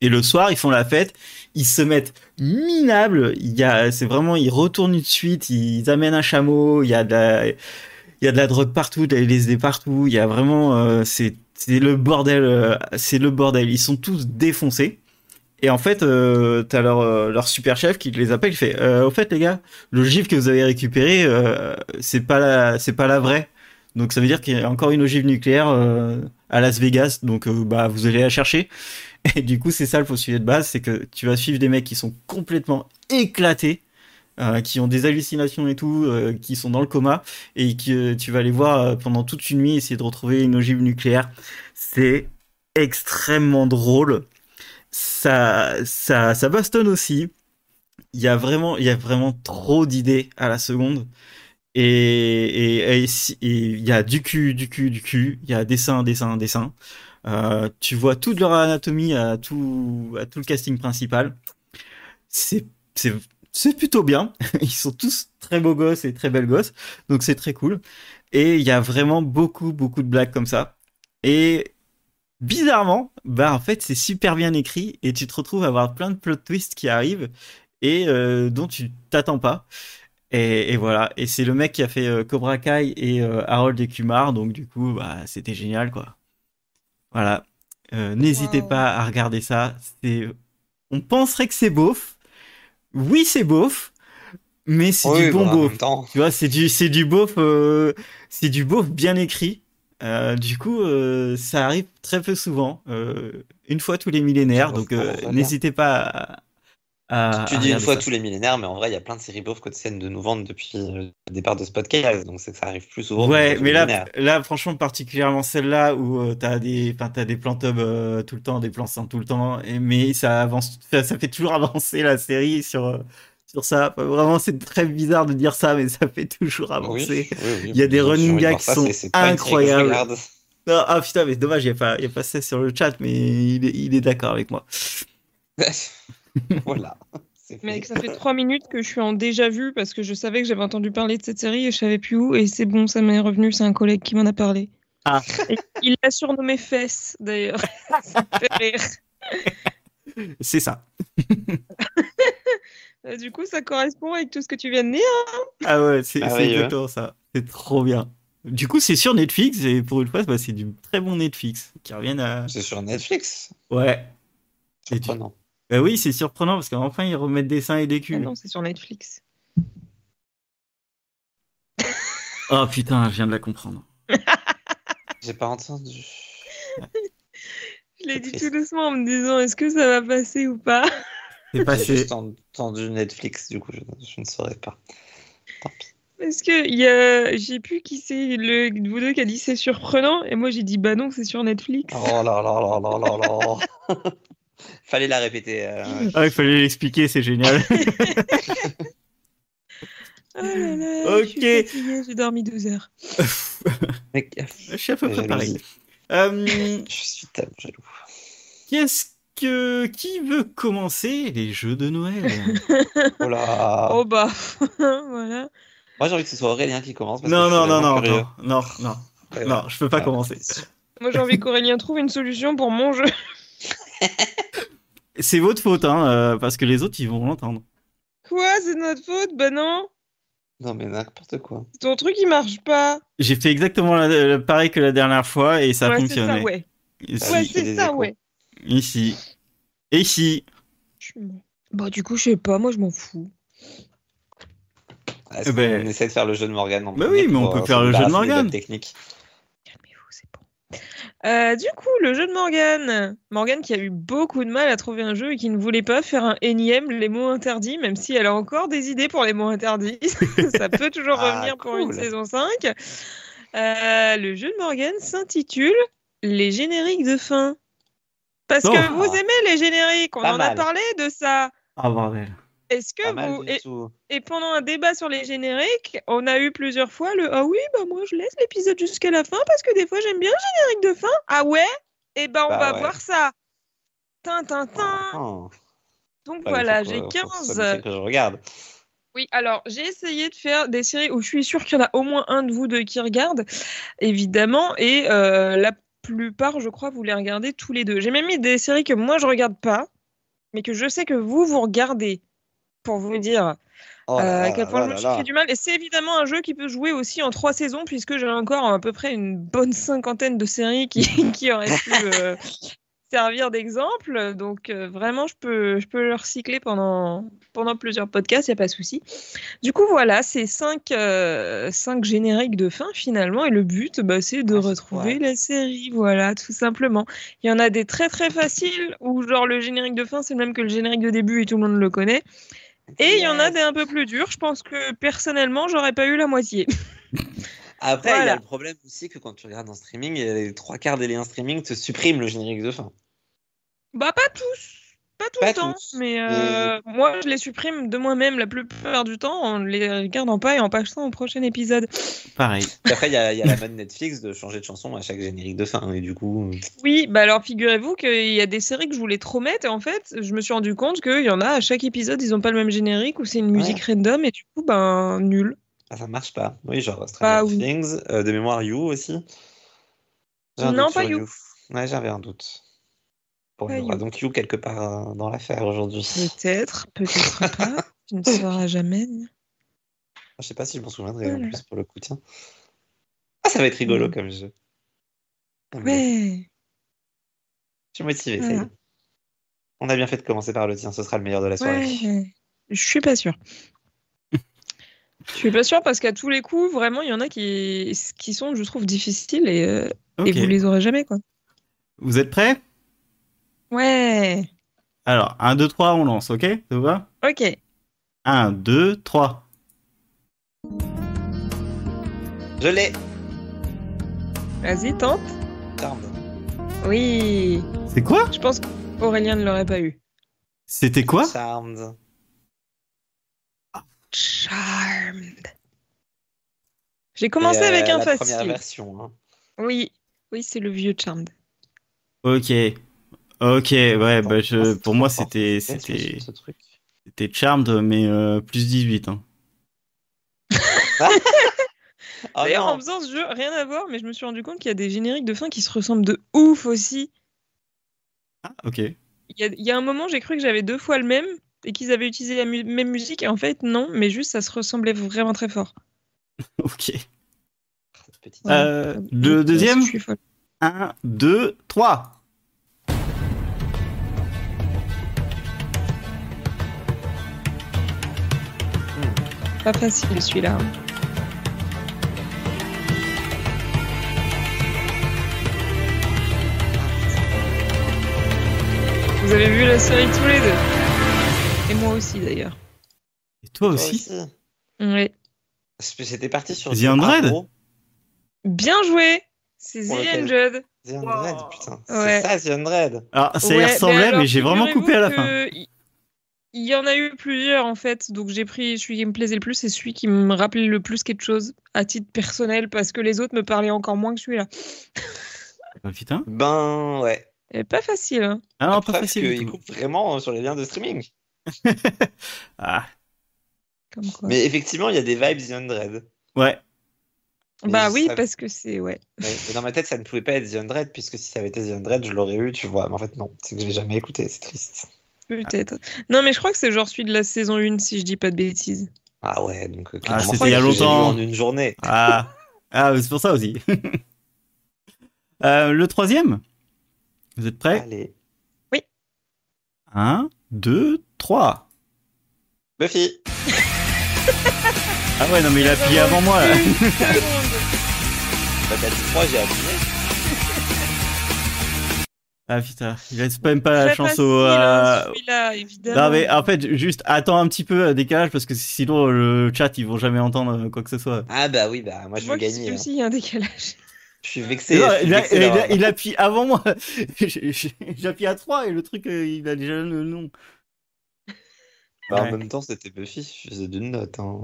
Et le soir, ils font la fête, ils se mettent minables. Il y a, c'est vraiment, ils retournent une suite, ils amènent un chameau, il y a de la, il y a de la drogue partout, de la LSD partout. Il y a vraiment, euh, c'est, c'est le bordel, euh, c'est le bordel. Ils sont tous défoncés. Et en fait, euh, t'as leur, euh, leur super chef qui les appelle, il fait euh, Au fait, les gars, le gif que vous avez récupéré, euh, c'est pas la, c'est pas la vraie. Donc ça veut dire qu'il y a encore une ogive nucléaire euh, à Las Vegas. Donc euh, bah vous allez la chercher. (laughs) Et du coup c'est ça le faux sujet de base, c'est que tu vas suivre des mecs qui sont complètement éclatés, euh, qui ont des hallucinations et tout, euh, qui sont dans le coma et que tu vas les voir euh, pendant toute une nuit essayer de retrouver une ogive nucléaire. C'est extrêmement drôle. Ça, ça, ça bastonne aussi il y a vraiment, il y a vraiment trop d'idées à la seconde. Et, et, et si- et il y a du cul, du cul, du cul. Il y a dessin, dessin, dessin. Euh, tu vois toute leur anatomie à tout, à tout le casting principal. C'est, c'est, c'est plutôt bien. (laughs) Ils sont tous très beaux gosses et très belles gosses. Donc c'est très cool. Et il y a vraiment beaucoup, beaucoup de blagues comme ça. Et bizarrement, bah en fait, c'est super bien écrit et tu te retrouves à avoir plein de plot twists qui arrivent et euh, dont tu t'attends pas. Et, et voilà. Et c'est le mec qui a fait euh, Cobra Kai et euh, Harold et Kumar, donc du coup, bah, c'était génial, quoi. Voilà. Euh, N'hésitez
Wow.
pas à regarder ça. C'est, on penserait que c'est beauf. Oui, c'est beauf, mais c'est
Oui,
du bon
bah, en
beauf.
même temps.
Tu vois, c'est du, c'est du beauf, euh, c'est du beauf bien écrit. Euh, du coup, euh, ça arrive très peu souvent, euh, une fois tous les millénaires.
Beauf
Donc, euh,
pour rien.
n'hésitez pas à, à-
Tu
à
dis une
regarder
fois
Ah, ça.
tous les millénaires, mais en vrai, il y a plein de séries beaufs que de scènes de nous vendre depuis euh, le départ de ce podcast, donc c'est que ça arrive plus souvent.
Ouais,
que
mais
les
là,
millénaires.
là, franchement, particulièrement celle-là où euh, t'as des, enfin, t'as des plans tubs euh, tout le temps, des plans sans tout le temps, et, mais ça avance, ça, ça fait toujours (laughs) avancer la série sur, euh, sur ça. Enfin, vraiment, c'est très bizarre de dire ça, mais ça fait toujours
Oui,
avancer.
oui, oui,
Il y a des
j'ai envie de
running
voir
gags
ça,
qui sont
c'est- c'est pas une série que je
incroyables.
regarde.
Non, ah putain, mais dommage, il n'y a pas, il y a pas ça sur le chat, mais il est, il est d'accord avec moi. (laughs)
(laughs) voilà. C'est fait.
Mec, ça fait trois minutes que je suis en déjà vu parce que je savais que j'avais entendu parler de cette série et je savais plus où. Et c'est bon, ça m'est revenu, c'est un collègue qui m'en a parlé.
Ah.
Et il l'a surnommé Fesse,
(laughs)
d'ailleurs. Ça me fait rire.
C'est ça.
Euh, Du coup, ça correspond avec tout ce que tu viens de dire.
Ah ouais, c'est c'est
Merveilleux.
exactement ça. C'est trop bien. Du coup, c'est sur Netflix et pour une fois, bah, c'est du très bon Netflix qui reviennent à.
C'est sur Netflix.
Ouais. Et du-
Surprenant.
Bah oui, c'est surprenant parce qu'enfin ils remettent des seins et des
Ah
culs.
non, c'est sur Netflix.
Oh putain, je viens de la comprendre.
J'ai pas entendu.
Je l'ai dit
Triste.
tout doucement en me disant est-ce que ça va passer ou pas
(laughs)
C'est
J'ai
passé.
juste entendu Netflix, du coup, je, je ne saurais pas.
Parce que il y a... j'ai plus qui c'est le de vous deux qui a dit c'est surprenant et moi j'ai dit bah non c'est sur Netflix.
Oh là là là là là là. (laughs) Fallait la répéter.
Mm.
euh,
Ah, il fallait l'expliquer, c'est
(laughs)
génial.
Ah là là, je suis
Ok.
fatiguée, j'ai dormi 12 heures.
mec,
je suis à peu
La
près pareil.
jalousie.
Euh,
Je suis tellement jaloux.
Qu'est-ce que qui veut commencer les jeux de
(laughs)
Noël
Oh là.
Oh bah (laughs) voilà.
Moi, j'ai envie que ce soit Aurélien qui commence. Parce
Non,
que je
non,
suis
non,
vraiment
non,
curieux.
non, non, non,
Ouais,
non, je peux pas
Ah.
commencer.
Moi j'ai envie qu'Aurélien trouve une solution pour mon jeu. (laughs)
C'est votre faute, hein, euh, parce que les autres ils vont l'entendre.
Quoi c'est de notre faute Bah non
Non, mais n'importe quoi.
c'est ton truc il marche pas.
J'ai fait exactement la- la- pareil que la dernière fois et ça a
ouais c'est
fonctionné.
ça ouais.
Ici,
Ouais
il fait
c'est
des
ça
échos.
ouais.
ici, et ici.
Je suis mort. Bah du coup je sais pas moi je m'en fous.
Est-ce
Eh ben-
qu'on Ah, essaie de faire le jeu de Morgane en
Bah
premier
oui, mais on
pour,
peut
euh,
faire
se
le jeu de
débarrasser des
Morgane.
bonnes techniques
Calmez-vous, c'est bon. Euh, du coup, le jeu de Morgane. Morgane qui a eu beaucoup de mal à trouver un jeu et qui ne voulait pas faire un énième les mots interdits, même si elle a encore des idées pour les mots
(laughs)
interdits. Ça peut toujours
Ah,
revenir pour une
cool.
saison 5. Euh, le jeu de Morgane s'intitule Les génériques de fin. Parce que
Oh.
vous aimez les génériques, on
Pas
en a
mal.
parlé de ça.
Ah bordel.
Est-ce
Pas
que
mal
vous.
du
Et,
tout.
et pendant un débat sur les génériques, on a eu plusieurs fois le Ah oui, bah moi je laisse l'épisode jusqu'à la fin parce que des fois j'aime bien le générique de fin. Ah ouais Eh ben on
Bah
va
ouais.
voir ça. Tintin, tin.
Ah,
Donc
ah,
voilà,
faut que-
j'ai
faut que ce
15.
soit le truc que je regarde.
Oui, alors j'ai essayé de faire des séries où je suis sûre qu'il y en a au moins un de vous deux qui regarde, évidemment, et euh, la plupart, je crois, vous les regardez tous les deux. J'ai même mis des séries que moi je regarde pas, mais que je sais que vous, vous regardez, pour vous dire.
Oh là
Euh, à
là
quel
là
point je
là
me suis
là.
fait du mal. Et c'est évidemment un jeu qui peut jouer aussi en trois saisons, puisque j'ai encore à peu près une bonne cinquantaine de séries qui, (laughs) qui auraient pu euh, (laughs) servir d'exemple. Donc euh, vraiment, je peux, je peux le recycler pendant, pendant plusieurs podcasts, il n'y a pas de souci. Du coup, voilà, c'est cinq, euh, cinq génériques de fin finalement. Et le but, bah, c'est de
Ah, c'est
retrouver
chouette.
la série, voilà, tout simplement. Il y en a des très très faciles, où genre le générique de fin, c'est le même que le générique de début et tout le monde le connaît. Et il y en a
Yes.
des un peu plus durs. Je pense que personnellement, j'aurais pas eu la moitié. (laughs)
Après, il y
Voilà.
a le problème aussi que quand tu regardes en streaming, les trois quarts des liens streaming te suppriment le générique de fin.
bah, pas tous. Pas tout
Pas
le temps.
tous.
Mais euh, moi, je les supprime de moi-même la plupart du temps en les regardant pas et en passant au prochain épisode.
Pareil.
Puis Après, il y a, il y a la mode Netflix de changer de chanson à chaque générique de fin. Et du coup, euh,
Oui, bah alors figurez-vous qu'il y a des séries que je voulais trop mettre et en fait, je me suis rendu compte qu'il y en a à chaque épisode, ils ont pas le même générique ou c'est une
Ouais.
musique random et du coup, ben, nul.
ah, ça marche pas. Oui, genre Stranger
oui.
Things, euh, de mémoire You aussi. J'ai un
Non,
doute
pas
sur
You.
Ouais, j'avais un doute. Bon,
Pas
il y aura
You.
donc You quelque part euh, dans l'affaire aujourd'hui.
Peut-être, peut-être pas. Tu ne sauras jamais.
(laughs) Je sais pas si je m'en souviendrai en
Voilà.
plus pour le coup, tiens. Ah, ça va être rigolo
Mm.
comme jeu. Ah, mais
Ouais.
Je suis motivé, ça y
Voilà.
est. On a bien fait de commencer par le tien, ce sera le meilleur de la soirée.
Ouais, je suis pas sûre. Je suis pas sûre parce qu'à tous les coups, vraiment, il y en a qui, qui sont, je trouve, difficiles et, euh,
Ok.
et vous les aurez jamais, quoi.
Vous êtes prêts
Ouais.
Alors, 1, 2, 3, on lance, ok Ça vous va
Ok.
1, 2, 3.
Je l'ai
Vas-y, tente.
Charmed.
Oui.
C'est quoi
Je pense qu'Aurélien ne l'aurait pas eu.
C'était quoi
Charmed.
Charmed. J'ai commencé
Et, euh,
avec un
la
facile.
première version. hein.
Oui. Oui, c'est le vieux Charmed.
Ok. Ok, ouais,
Attends,
bah
ah,
je,
c'est
pour moi
trop fort.
c'était
Qu'est-ce que
c'était
c'est ce truc
c'était Charmed mais euh, plus 18 hein.
Oh
D'ailleurs, en
non
faisant ce jeu, rien à voir, mais je me suis rendu compte qu'il y a des génériques de fin qui se ressemblent de ouf aussi.
Ah, ok. (laughs)
Il y, a- il y a un moment, j'ai cru que j'avais deux fois le même et qu'ils avaient utilisé la mu- même musique. Et en fait, non, mais juste ça se ressemblait vraiment très fort.
OK.
petite.
Ouais.
Euh, le deuxième
Je suis folle.
1, 2, 3.
Pas facile celui-là. Vous avez vu la série tous les deux. Et moi aussi d'ailleurs.
Et toi
Toi
aussi
Ouais.
Parce que C'était parti sur
The
du
Hundred
agro.
Bien joué C'est The
Pour lequel-
Hundred.
The Hundred,
Wow.
putain.
Ouais.
C'est ça, The Hundred.
Alors, Ah, ça y
Ouais,
ressemblait,
alors,
mais j'ai vraiment
figurez-vous
coupé à la
que
fin.
Il il y en a eu plusieurs en fait, donc j'ai pris celui qui me plaisait le plus et celui qui me rappelait le plus quelque chose à titre personnel parce que les autres me parlaient encore moins que celui-là.
Ah, putain.
Ben, ouais.
Et pas facile. hein.
Ah non,
La
pas
preuve
facile. du
qu'il
tout.
coupe vraiment euh, sur les liens de streaming.
Ah,
Comme quoi.
Mais effectivement, il y a des vibes The Hundred.
ouais.
mais
bah
je
oui,
savais-
parce que c'est ouais.
Ouais. Et dans ma tête, ça ne pouvait pas être The Hundred, puisque si ça avait été The Hundred, je l'aurais eu, tu vois. Mais en fait, non. C'est que je l'ai jamais écouté, c'est triste.
Peut-être. Non, mais je crois que c'est genre celui de la saison 1, si je dis pas
(laughs)
de bêtises.
Ah ouais, donc. euh,
Ah,
clairement,
c'était il y a
je l'ai lu
longtemps.
En une journée.
Ah, ah mais c'est pour ça aussi. (laughs) Euh, le troisième Vous êtes prêts
Allez.
1, 2, 3.
Buffy.
Ah ouais, non, mais il a appuyé avant moi. là.
Une seconde.
Bah, t'as dit trois, j'ai appuyé.
Ah putain, il laisse même pas la
Très
chance
facile,
au.
hein,
euh,
Celui-là, évidemment.
Non, mais en fait, juste attends un petit peu à décalage parce que sinon le chat ils vont jamais entendre euh, quoi que ce soit.
Ah bah oui, bah moi
je
je
vois
veux
que c'est
gagner. hein.
aussi, il y a un décalage.
Je suis vexé.
Non,
je suis
il, a-
vexé
il a-
d'avoir-
il appuie avant moi. (laughs) J'ai- j'ai- J'appuie à 3 et le truc euh, il a déjà le nom.
Bah,
Ouais.
En même temps, c'était Buffy, je faisais d'une note. hein.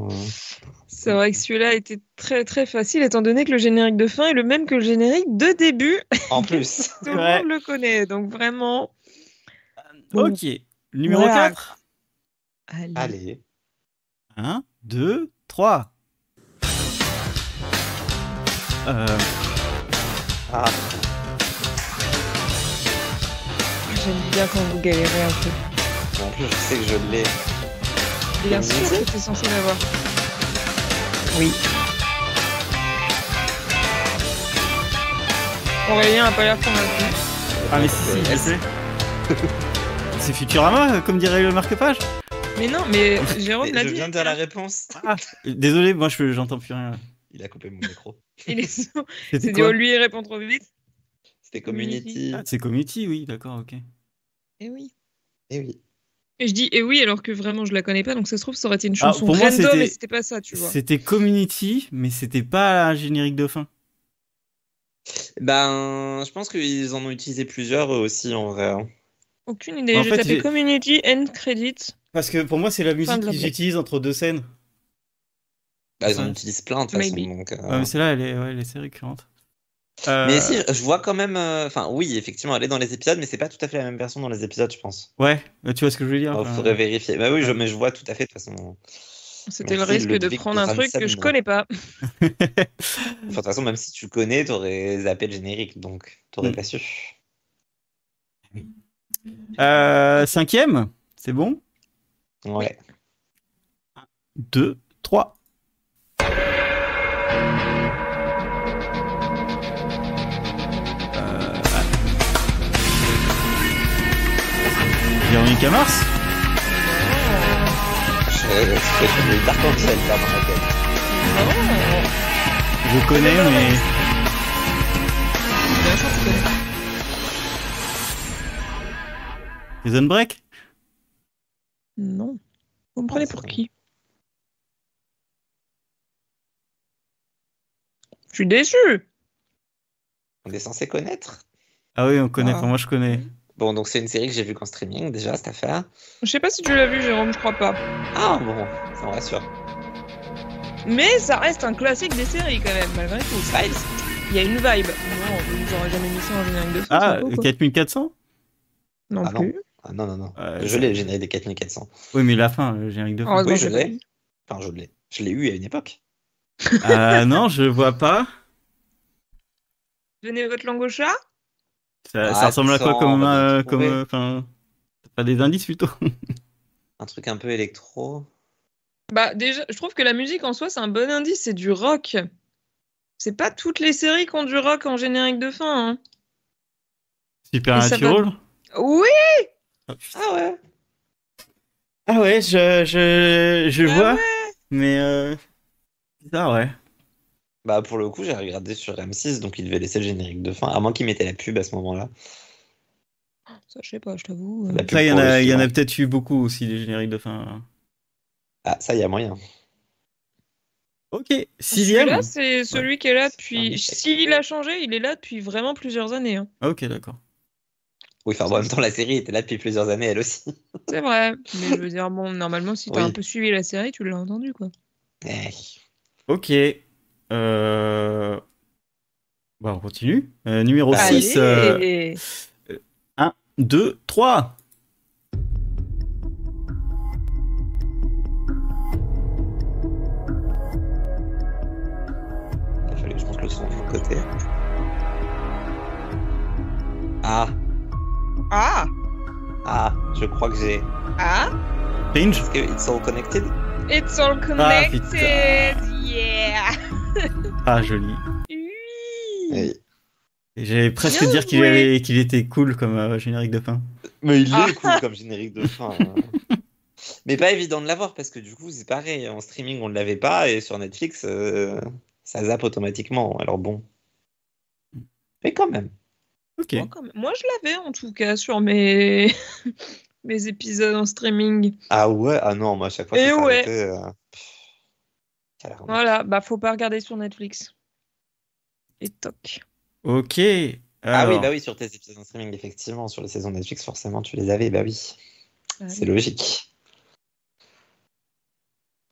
C'est vrai que celui-là était très très facile, étant donné que le générique de fin est le même que le générique de début.
En plus.
Tout le
Ouais.
monde le connaît, donc vraiment. Bon.
Ok, numéro
Voilà.
4.
Allez.
(laughs) Allez.
1, 2, 3. Euh,
Ah,
J'aime bien quand vous galérez un peu.
bon, en plus, je sais que je l'ai.
Bien
Vous
sûr
connaissez
que t'es censé l'avoir.
Oui.
Aurélien a pas l'air convaincu.
ah, mais si, si, je sais. (laughs) C'est Futurama, euh, comme dirait le marque-page.
Mais non, mais
(laughs)
Jérôme
Mais
l'a
je
dit.
viens
(laughs)
de dire la réponse.
Ah, désolé, moi je j'entends plus rien.
Il a coupé mon micro.
Il est sourd.
C'était
C'est dit, oh,
quoi
lui, il répond trop vite.
C'était Community.
Ah, C'est Community, oui, d'accord, ok.
Eh oui.
Eh oui.
Et je dis eh oui alors que vraiment je la connais pas donc ça se trouve ça aurait été une
Ah,
chanson
pour moi,
random
c'était-
et c'était pas ça tu vois.
C'était Community, mais c'était pas un générique de fin.
Ben, je pense qu'ils en ont utilisé plusieurs eux aussi en vrai. hein.
Aucune idée.
Bah, En
J'ai
fait,
tapé
j'ai-
Community End Credit.
Parce que pour moi, c'est la
Fin
musique
de
qu'ils
l'objet.
utilisent entre deux scènes.
Bah, ils en
Ouais.
utilisent plein de toute façon.
Maybe.
donc, euh,
Ah, mais celle-là, elle est, ouais, elle est assez récurrente. Euh,
Mais si, je vois quand même. euh, Enfin, oui, effectivement, elle est dans les épisodes, mais c'est pas tout à fait la même version dans les épisodes, je pense.
Ouais, mais tu vois ce que je veux dire.
Il
enfin,
faudrait vérifier. Bah
Ah.
oui, je, mais je vois tout à fait de toute façon.
C'était le
Merci,
risque de
Ludwig
prendre un truc que je
Göransson.
connais pas.
Enfin, de
Euh.
toute façon, même si tu connais, t'aurais zappé le générique, donc t'aurais
Mm.
pas su.
(laughs) euh, cinquième, c'est bon.
Ouais.
Deux, trois. Euh, ah. Véronique Mars
Je- Je l'ai Euh, Dark Angel là dans ma tête.
Ah,
Je connais, mais.
bien sûr que je connais.
Prison Break
Non. Vous me prenez
Ah, c'est
pour
bon.
qui Je suis déçu.
On est censé connaître.
Ah oui, on connaît.
Ah.
Enfin, moi, je connais.
Bon, donc c'est une série que j'ai vue qu'en streaming déjà, cette affaire.
Je sais pas si tu l'as vu Jérôme, je crois pas.
Ah bon, ça me rassure.
Mais ça reste un classique des séries quand même malgré tout.
Vibes.
Il y a une vibe. Non, vous aurez jamais mis ça en générique de fin.
Ah,
c'est beau, quoi.
4400
non
Ah non.
plus.
Ah non, non, non.
Ouais,
je l'ai, le générique des 4400.
Oui, mais la fin, le générique de fin.
Heureusement,
Oui, je
j'ai pas
l'ai.
vu.
Enfin, je l'ai. Je l'ai eu à une époque.
Ah non, je vois pas.
Donnez votre langue au chat.
Ça,
Ah,
ça ressemble à quoi
ça, on
comme.
va
euh,
bien
comme
trouver.
euh, enfin, t'as pas des indices plutôt (laughs)
Un truc un peu électro.
Bah déjà, je trouve que la musique en soi c'est un bon indice, c'est du rock. C'est pas toutes les séries qui ont du rock en générique de fin. hein.
Supernatural
Oui
Ah, putain.
Ah ouais.
Ah ouais, je, je, je
ah
vois,
ouais.
mais euh... bizarre, ouais.
Bah pour le coup, j'ai regardé sur M6, donc il devait laisser le générique de fin, à moins qu'il mettait la pub à ce moment-là.
Ça, je sais pas, je t'avoue. euh.
La pub
Après, il y en
pour le
a, il y en a
suivant.
peut-être eu beaucoup aussi, des génériques de fin. là.
Ah, ça, il y a moyen.
Ok, sixième
Celui-là, c'est celui qui est là
C'est un
depuis.
échec.
S'il a changé, il est là depuis vraiment plusieurs années. hein.
Ah, Ok, d'accord.
Oui, enfin, bon, en même temps, la série était là depuis plusieurs années, elle aussi.
C'est vrai. Mais je veux dire, bon, normalement, si t'as
Oui.
un peu suivi la série, tu l'as entendu, quoi.
Eh.
Ok. Euh... Bah, on continue. Euh, numéro euh,
Bah,
6,
Allez
2, 3.
Il a fallu que je monte le son de mon côté. Ah,
Ah
ah, je crois que j'ai.
Ah
Cringe
Est-ce que It's All Connected
It's all
Ah,
connected
putain.
Yeah
Ah, joli.
Oui
Eh,
Et J'allais presque
Bien
dire qu'il
joué.
avait- qu'il était cool comme euh, générique de fin.
Mais il est
Ah.
cool comme générique de fin. hein. (laughs) Mais pas évident de l'avoir parce que du coup, c'est pareil. En streaming, on ne l'avait pas et sur Netflix, euh, ça zappe automatiquement. Alors bon. Mais quand même.
Ok.
Moi, quand même- Moi, je l'avais en tout cas sur mes, (laughs) mes épisodes en streaming.
Ah ouais, ah non, moi, à chaque fois
Eh
ça
ouais.
s'arrêtait, euh, pff. Quelle honte.
Voilà, bah faut pas regarder sur Netflix. Et toc.
Ok.
Ah oui,
alors,
bah oui, sur tes épisodes en streaming, effectivement, sur les saisons Netflix, forcément, tu les avais, bah oui, c'est logique.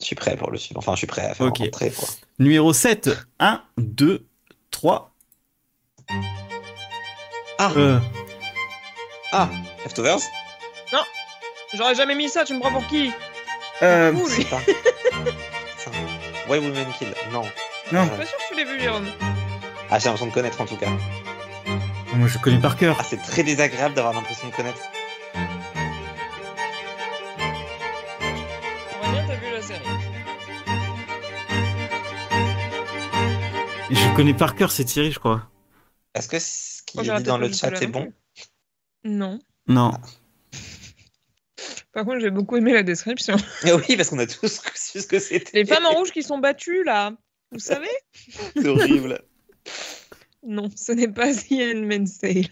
Je suis prêt pour le suivre. Enfin, je suis prêt à faire
Ok.
rentrer, quoi.
Numéro 7, 1, 2, 3.
Ah,
Euh,
ah, Leftovers
J'aurais jamais mis ça, tu me prends pour qui
euh,
Cool.
Je sais pas. Putain. Why Women Kill Non.
Non.
Je suis pas sûre que tu l'aies vu, Jérôme.
Ah, j'ai l'impression de connaître en tout cas.
moi je connais par cœur.
Ah, c'est très désagréable d'avoir l'impression de connaître.
On va dire t'as vu la série.
Je connais par cœur cette série, je crois.
Est-ce que ce qui
Oh, j'ai
est dit
raté
dans le
Nicolas
chat
non
est
plus.
bon
Non.
Non.
Par contre, j'ai beaucoup aimé
(laughs)
la description.
Ah Oui, parce qu'on a tous (laughs) su ce que c'était.
Les femmes en rouge qui sont battues, là. Vous savez
C'est horrible.
Non, ce n'est pas (laughs) The Handmaid's Tale.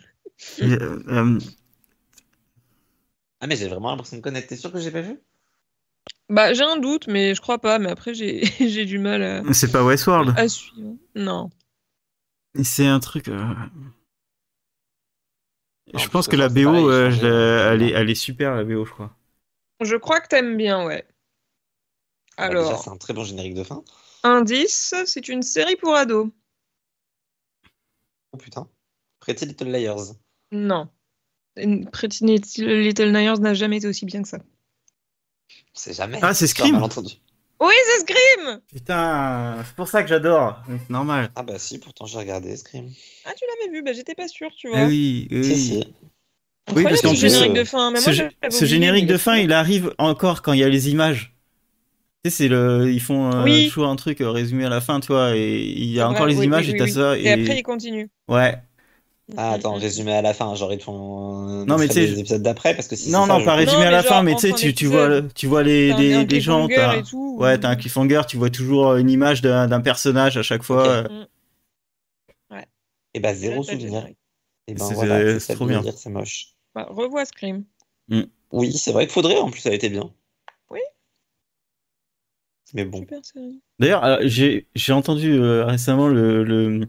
Euh, euh,
Ah, mais j'ai vraiment l'impression de connaître. T'es sûr que j'ai pas vu
Bah, j'ai un doute, mais je crois pas. Mais après, j'ai (laughs) j'ai du mal à,
c'est pas Westworld.
à suivre. Non.
C'est un truc. euh,
Non,
je pense
parce
que
que
la
ça, c'est pareil,
BO, euh,
changer,
je la-
euh,
elle, est, elle est super, la BO, je crois.
Je crois que t'aimes bien, ouais.
Bah,
Alors,
déjà, c'est un très bon générique de fin.
indice, c'est une série pour ados.
Oh putain. Pretty Little Liars.
Non. Une- Pretty Little Little Liars n'a jamais été aussi bien que ça.
C'est jamais.
Ah, c'est
Putain,
Scream
malentendu.
Oui, c'est Scream
Putain, c'est pour ça que j'adore. C'est normal.
Ah bah si, pourtant j'ai regardé Scream.
Ah, tu l'avais vu Bah, j'étais pas sûre, tu vois.
Ah oui, oui.
Si, si.
Oui, parce qu'en
Incroyable,
plus,
ce générique
euh,
de fin. Mais
ce,
moi,
gé-
j'avais
ce
oublié,
générique
mais
de fin, il arrive encore quand il y a les images. Tu sais, c'est le, ils font euh,
Oui.
toujours un truc euh, résumé à la fin, tu vois, et il y a
Ouais,
encore les
oui,
images
oui,
et
oui,
t'as
oui.
ça. Et,
Et après, il continue.
ouais.
Ah attends, résumé à la fin, genre ils font euh,
Non, mais tu sais,
les épisodes d'après parce que si
non,
c'est ça,
non,
je-
pas résumé
Non,
à la
mais
fin,
genre,
mais tu sais,
entre un
tu, tu vois, le- tu vois les,
T'as un-
les,
un
les gens.
cliffhanger
t'as-
et tout.
Ouais, t'as un cliffhanger, tu vois toujours une image d'un d'un personnage à chaque fois.
Ok.
euh,
Eh bah
Là,
zéro
t'as le
souvenir.
générique.
Et ben
C'est-
voilà,
c'est-
c'est
c'est
ça que
trop
je voulais
bien.
dire, c'est moche.
Bah, revois Scream.
Oui, c'est vrai que faudrait, en plus ça a été bien.
Oui.
Mais bon.
Super
(laughs)
série.
D'ailleurs, alors, j'ai j'ai entendu euh, récemment le, le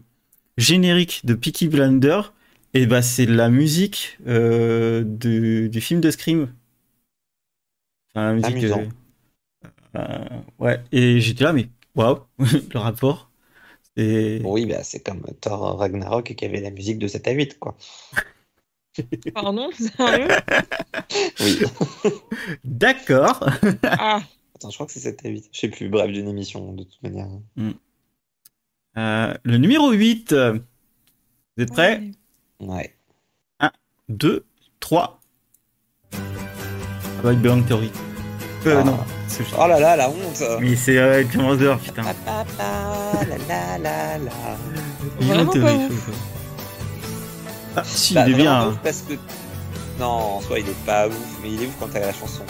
générique de Peaky Blinder, et bah c'est la musique euh, du, du film de Scream. Enfin, la musique.
Amusant.
euh, euh, ouais, et j'étais là, mais waouh, (laughs) le rapport. C'est-
Oui, bah c'est comme Thor Ragnarok qui avait la musique de 7 à 8, quoi.
Pardon,
(laughs)
sérieux
Oui.
D'accord.
Ah,
Attends, je crois que c'est 7 à 8. Je sais plus, bref, d'une émission, de toute manière.
Euh, le numéro 8. Vous êtes prêts
ouais.
Ouais.
2, 3. Big Bang Theory. Euh,
Ah.
non. c'est-
Oh là là, la honte
Mais c'est euh, Jim Ruther, putain.
Pa, pa, pa, la, la, la, la.
Vraiment
Jim
pas
Ruther, il
ouf.
faut- Ah, si,
Bah,
il est
vraiment
bien.
pas ouf Parce que... Non, en soi, il est pas ouf, mais il est ouf quand t'as la chanson.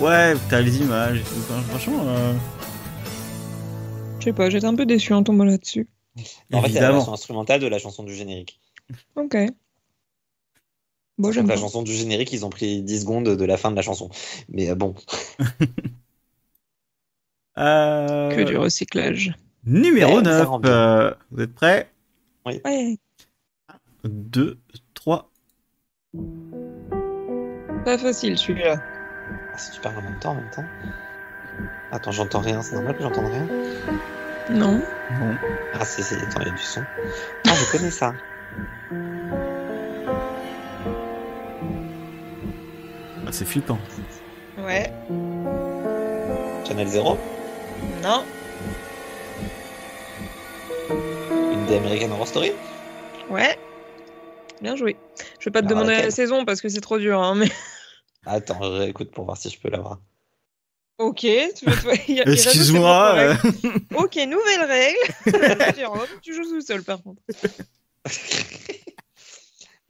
Ouais, t'as les images et tout. Enfin, franchement, euh,
Je sais pas, j'étais un peu déçu en tombant là-dessus.
En fait, c'est la version
évidemment.
instrumentale de la chanson du générique.
Ok. Bon, j'aime
Donc, la
pas.
chanson du générique, ils ont pris 10 secondes de la fin de la chanson. Mais euh, bon.
Euh,
Que du recyclage.
Numéro
Ouais, ça
9.
rend bien.
vous êtes prêts
Ouais.
2, 3.
Pas facile celui-là.
Ah, si tu parles en même temps, en même temps. Attends, j'entends rien, c'est normal que j'entende rien.
Non.
Bon.
Ah, si, si, attends, il y a du son. Ah, je connais ça.
Ah, c'est
(laughs)
flippant.
Ouais.
Channel 0,
Non.
une des American Horror Story.
Ouais. Bien joué. Je vais pas te
Alors,
demander la
laquelle
saison parce que c'est trop dur. Hein, mais... (laughs)
Attends, je réécoute pour voir si je peux l'avoir.
Ok. Tu veux... (laughs) il y a- il reste que
Excuse-moi.
c'est
euh,
pour toi. Ok, nouvelle
(laughs)
règle. (laughs) Jérôme, tu joues tout seul par contre.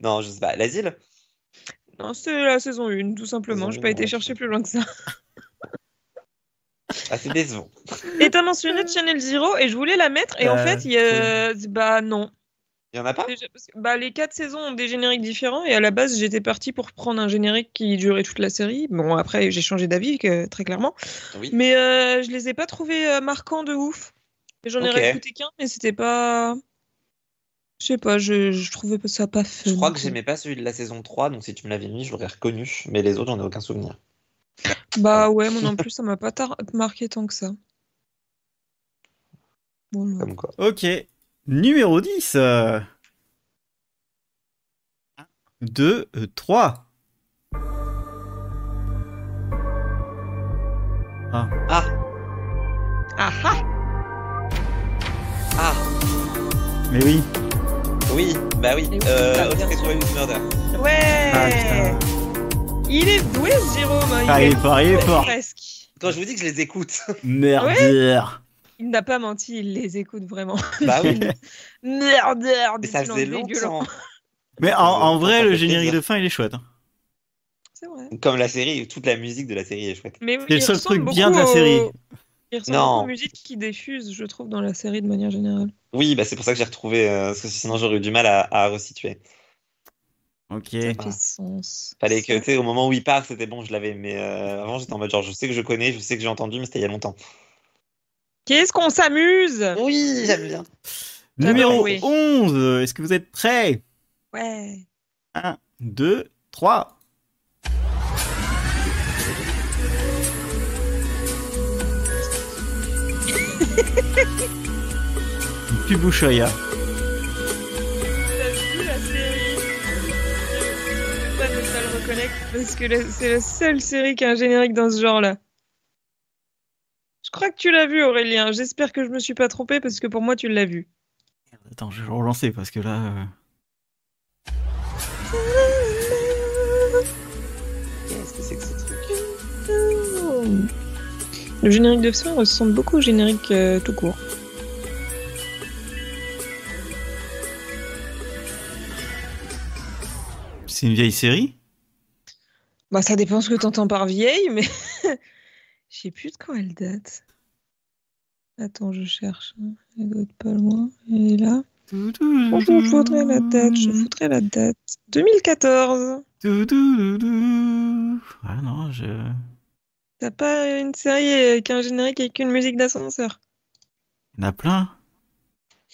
Non, je sais pas. L'asile
Non, c'est la saison 1, tout simplement.
Saison
J'ai
une,
pas été
ouais.
chercher plus loin que ça. (laughs)
Ah, c'est décevant.
Et t'as mentionné Channel Zero et je voulais la mettre et en
Euh,
Bah,
fait, il y a... bah non.
Il y en a pas
Déjà, parce que, bah, les quatre saisons ont des génériques différents et à la base j'étais partie pour prendre un générique qui durait toute la série. Bon après j'ai changé d'avis que- très clairement,
Oui.
mais euh, je les ai pas trouvés euh, marquants de ouf. Et J'en ai
Ok.
réécouté qu'un mais c'était pas, je sais pas, je, je trouvais pas ça pas.
Je crois
fun.
que j'aimais pas celui de la saison 3, donc si tu me l'avais mis, je l'aurais reconnu. Mais les autres, j'en ai aucun souvenir.
Bah ouais moi non plus ça m'a pas tar- marqué tant que ça. Voilà.
Comme quoi.
euh, (laughs) ok. Numéro euh. 10. 2, 3.
Ah
Ah ah
Ah
Mais oui.
Oui Bah oui
Et oui, bah,
euh,
bien
Autre
sûr.
étoile Murder.
ouais.
Ah, putain.
il est doué ce Jérôme. hein,
Ah, il
est
est fort, il est fort.
presque.
Quand je vous dis que je
(laughs)
les écoute.
Merdeur.
Il n'a pas menti, il les écoute vraiment.
Ah
bah oui,
(laughs) Merde, merde,
mais ça
du
faisait
langue dégueulant.
longtemps.
Mais en, en vrai,
Ça
le
fait
générique
plaisir.
de fin, il est chouette. hein.
C'est vrai.
Comme la série, toute la musique de la série est chouette.
Mais
C'est le
il
seul
ressemble
truc bien
beaucoup
de la
au-
série.
Il ressemble
Non.
beaucoup aux musiques qui diffusent, je trouve, dans la série de manière générale.
Oui, bah c'est pour ça que j'ai retrouvé, euh, parce que sinon j'aurais eu du mal à, à resituer.
Ok.
Ça fait sens.
Fallait que, tu sais, au moment où il part, c'était bon, je l'avais, mais euh, avant j'étais en mode genre, je sais que je connais, je sais que j'ai entendu, mais c'était il y a longtemps.
Qu'est-ce qu'on s'amuse
Oui, j'aime bien.
J'avais
Numéro
joué.
11. Est-ce que vous êtes prêts
Ouais.
1, 2, 3. Pubushaya.
T'as vu la série Je peux pas ne pas le reconnaître parce que la- c'est la seule série qui a un générique dans ce genre-là. Je crois que tu l'as vu, Aurélien. J'espère que je me suis pas trompée parce que pour moi, tu l'as vu.
Attends, je vais relancer parce que là. euh,
Qu'est-ce que c'est que ce truc
Oh. Le générique de fin ressemble beaucoup au générique euh, tout court.
C'est une vieille série
Bah, ça dépend ce que t'entends par vieille, mais (laughs) je sais plus de quand elle date. Attends, je cherche. hein. Elle doit être pas loin. Elle est là. Bonjour, je voudrais la date. Je voudrais la date. 2014.
Doudoudoudou. Ah non, je.
T'as pas une série avec un générique avec une musique d'ascenseur
Il y en a plein.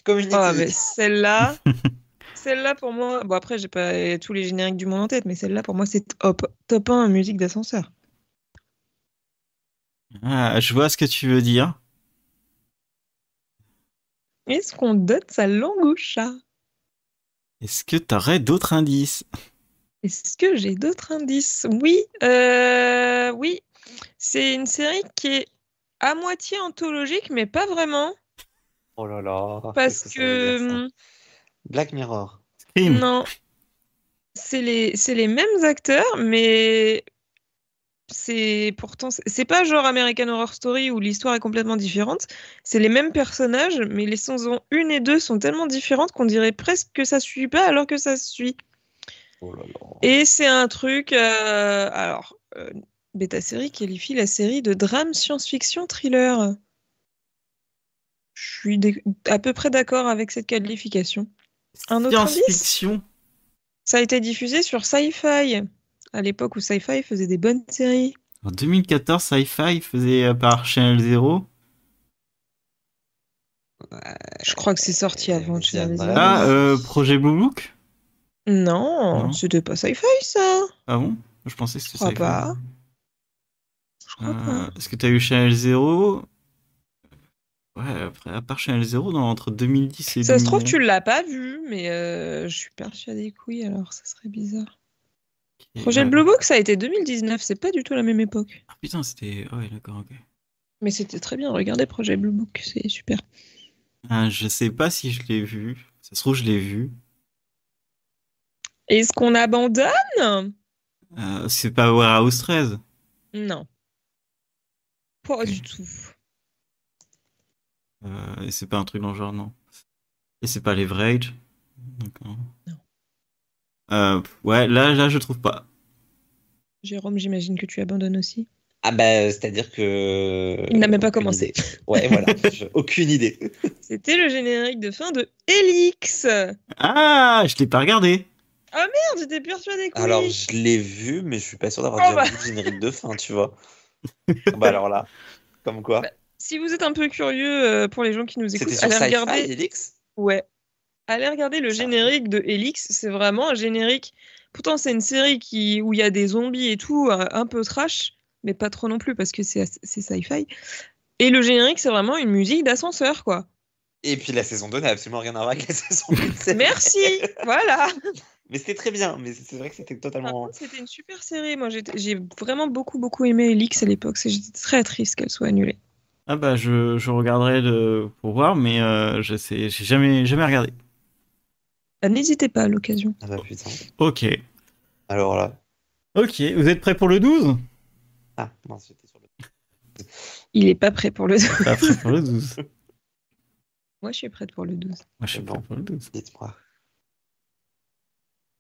Community.
Ah,
(laughs)
mais celle-là. Celle-là pour moi, bon après j'ai pas tous les génériques du monde en tête, mais celle-là pour moi c'est top, top 1 musique d'ascenseur.
Ah, je vois ce que tu veux dire.
Est-ce qu'on donne sa langue au chat
Est-ce que t'aurais d'autres indices
Est-ce que j'ai d'autres indices Oui, euh, oui. C'est une série qui est à moitié anthologique, mais pas vraiment,
Oh là là.
parce
qu'est-ce ça veut dire, ça
que hum.
Black Mirror.
Scream.
non, c'est les, c'est les mêmes acteurs, mais c'est pourtant c'est pas genre American Horror Story où l'histoire est complètement différente. C'est les mêmes personnages, mais les saisons 1 et 2 sont tellement différentes qu'on dirait presque que ça suit pas alors que ça suit.
Oh là là.
Et c'est un truc. euh, alors, euh, Beta Série qualifie la série de drame science-fiction thriller. Je suis dé- à peu près d'accord avec cette qualification. Un autre indice
Science-fiction.
Ça a été diffusé sur Sci-Fi, à l'époque où Sci-Fi faisait des bonnes séries.
En 2014, Sci-Fi faisait euh, par Channel Zero.
Je crois que c'est sorti
Euh,
avant.
je
tu l'avais dit.
viendrai.
Ah, euh, Projet Blue Book
Non,
Non.
c'était pas Sci-Fi ça.
Ah bon Je pensais que c'était
Je crois
Sci-Fi.
pas. Je crois
Euh,
pas.
Est-ce que t'as eu Channel 0 Ouais, après, à part Channel 0, dans, entre 2010 et
Ça se trouve,
2000,
tu l'as pas vu, mais euh, je suis persuadée que oui, alors ça serait bizarre.
et-
Projet
ouais.
Blue Book, ça a été 2019, c'est pas du tout la même époque.
Ah putain, c'était. Ouais, d'accord, ok.
Mais c'était très bien, regardez Projet Blue Book, c'est super.
Ah, je sais pas si je l'ai vu. Ça se trouve, je l'ai vu.
Est-ce qu'on abandonne
Euh, c'est pas Warehouse 13.
Non. Pas
Ok.
du tout.
Euh, et c'est pas un truc dans le genre, non. Et c'est pas Leverage. Donc, non.
Non.
Euh, pff, ouais, là, là, je trouve pas.
Jérôme, j'imagine que tu abandonnes aussi.
Ah bah, c'est-à-dire que...
Il n'a même pas
Aucune
commencé.
idée. Ouais, voilà.
(laughs)
Je- Aucune idée.
C'était le générique de fin de Helix Merde,
Ah, je l'ai pas regardé.
j'étais persuadée que oui
Alors, je l'ai vu, mais je suis pas sûr d'avoir
Oh
déjà
bah.
vu le générique de fin, tu vois. bah alors là, comme
Bah,
quoi.
Si vous êtes un peu curieux, euh, pour les gens qui nous
C'était
écoutent,
sur
allez
Sci-Fi,
regarder...
Helix
Ouais. Allez regarder le
Ça.
générique de Helix, c'est vraiment un générique. Pourtant, c'est une série qui... où il y a des zombies et tout, euh, un peu trash, mais pas trop non plus parce que c'est c'est sci-fi. Et le générique, c'est vraiment une musique d'ascenseur, quoi.
Et puis la saison 2 n'a absolument rien à voir avec
(laughs)
la saison 1.
Merci
(laughs)
Voilà
Mais c'était très bien, mais c'est vrai que c'était
Par
totalement...
contre, C'était une super série. Moi, j'étais- j'ai vraiment beaucoup, beaucoup aimé Helix à l'époque. C'est- J'étais très triste qu'elle soit annulée.
Ah bah, je, je regarderai le- pour voir, mais euh, je sais, j'ai jamais, jamais regardé.
Ah, N'hésitez pas à l'occasion.
Ah bah putain.
Ok.
Alors là...
Ok, vous êtes prêts pour le 12
Ah, mince, j'étais sur le...
Il est pas prêt pour le 12.
Pas prêt pour le 12.
(laughs) Moi, je suis prête pour le 12.
Moi, je suis
C'est bon.
prêt pour le 12.
Dites-moi.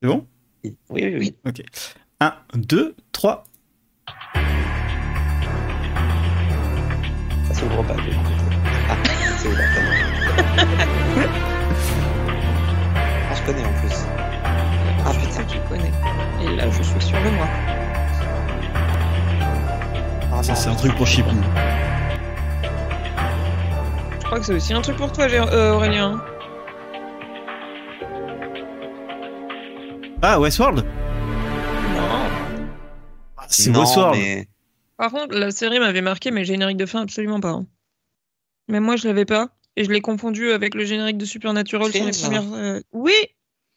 C'est bon
Oui, oui, oui. oui.
1, 2, 3.
Ça s'ouvre pas. de l'autre côté. Ah, c'est ouvert. ça va. Ah, je connais en plus. Ah putain.
Tu connais. Et là, je suis sûre de moi.
Ah,
Ça,
non.
c'est un truc pour Shipping.
Je crois que c'est aussi un truc pour toi, Gé- euh, Aurélien.
Ah, Westworld
Non.
C'est
Non,
Westworld.
mais-
Par contre, la série m'avait marqué, mais le générique de fin, absolument pas. hein. Mais moi, je l'avais pas. Et je l'ai confondu avec le générique de Supernatural sur les
Fringe, hein.
premières. euh, Oui,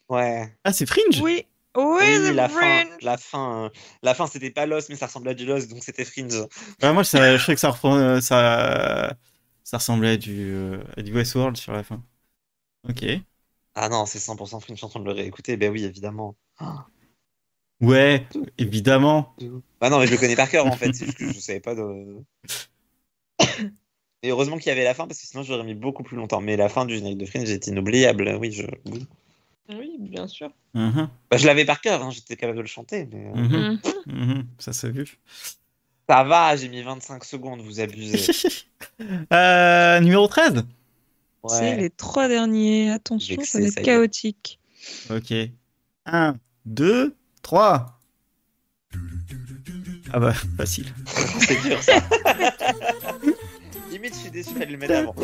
Ouais.
Ah, c'est Fringe
oui, oui,
Oui,
The
la fin,
Fringe.
la fin, euh, la fin, c'était pas Lost, mais ça ressemblait à du Lost, donc c'était Fringe.
Ah, Moi, ça- je crois que ça, reprend, euh, ça, ça ressemblait à du, euh, à du Westworld sur la fin. Ok.
Ah non, c'est 100% Fringe, je suis en train de le réécouter. Ben oui, évidemment.
Ouais, évidemment.
Bah non, mais je le connais par cœur en fait, c'est juste que je savais pas
(laughs)
de. Et heureusement qu'il y avait la fin, parce que sinon j'aurais mis beaucoup plus longtemps. Mais la fin du générique de Fringe est inoubliable, oui. Je, oui.
Oui, bien sûr.
Mhm,
Bah, je l'avais par cœur, hein, j'étais capable de le chanter. Mais... euh,
mhm,
Mhm.
mhm, Ça, ça vu.
Ça va, j'ai mis 25 secondes,
(laughs)
vous abusez.
(laughs) Euh, numéro 13
C'est
Ouais.
les trois derniers. Attention,
Vexé,
ça va être
ça y est.
chaotique.
Ok. 1, 2, 3. Ah bah, facile.
(laughs) C'est dur ça. (laughs) Limite, je suis déçu, fallait le mettre avant.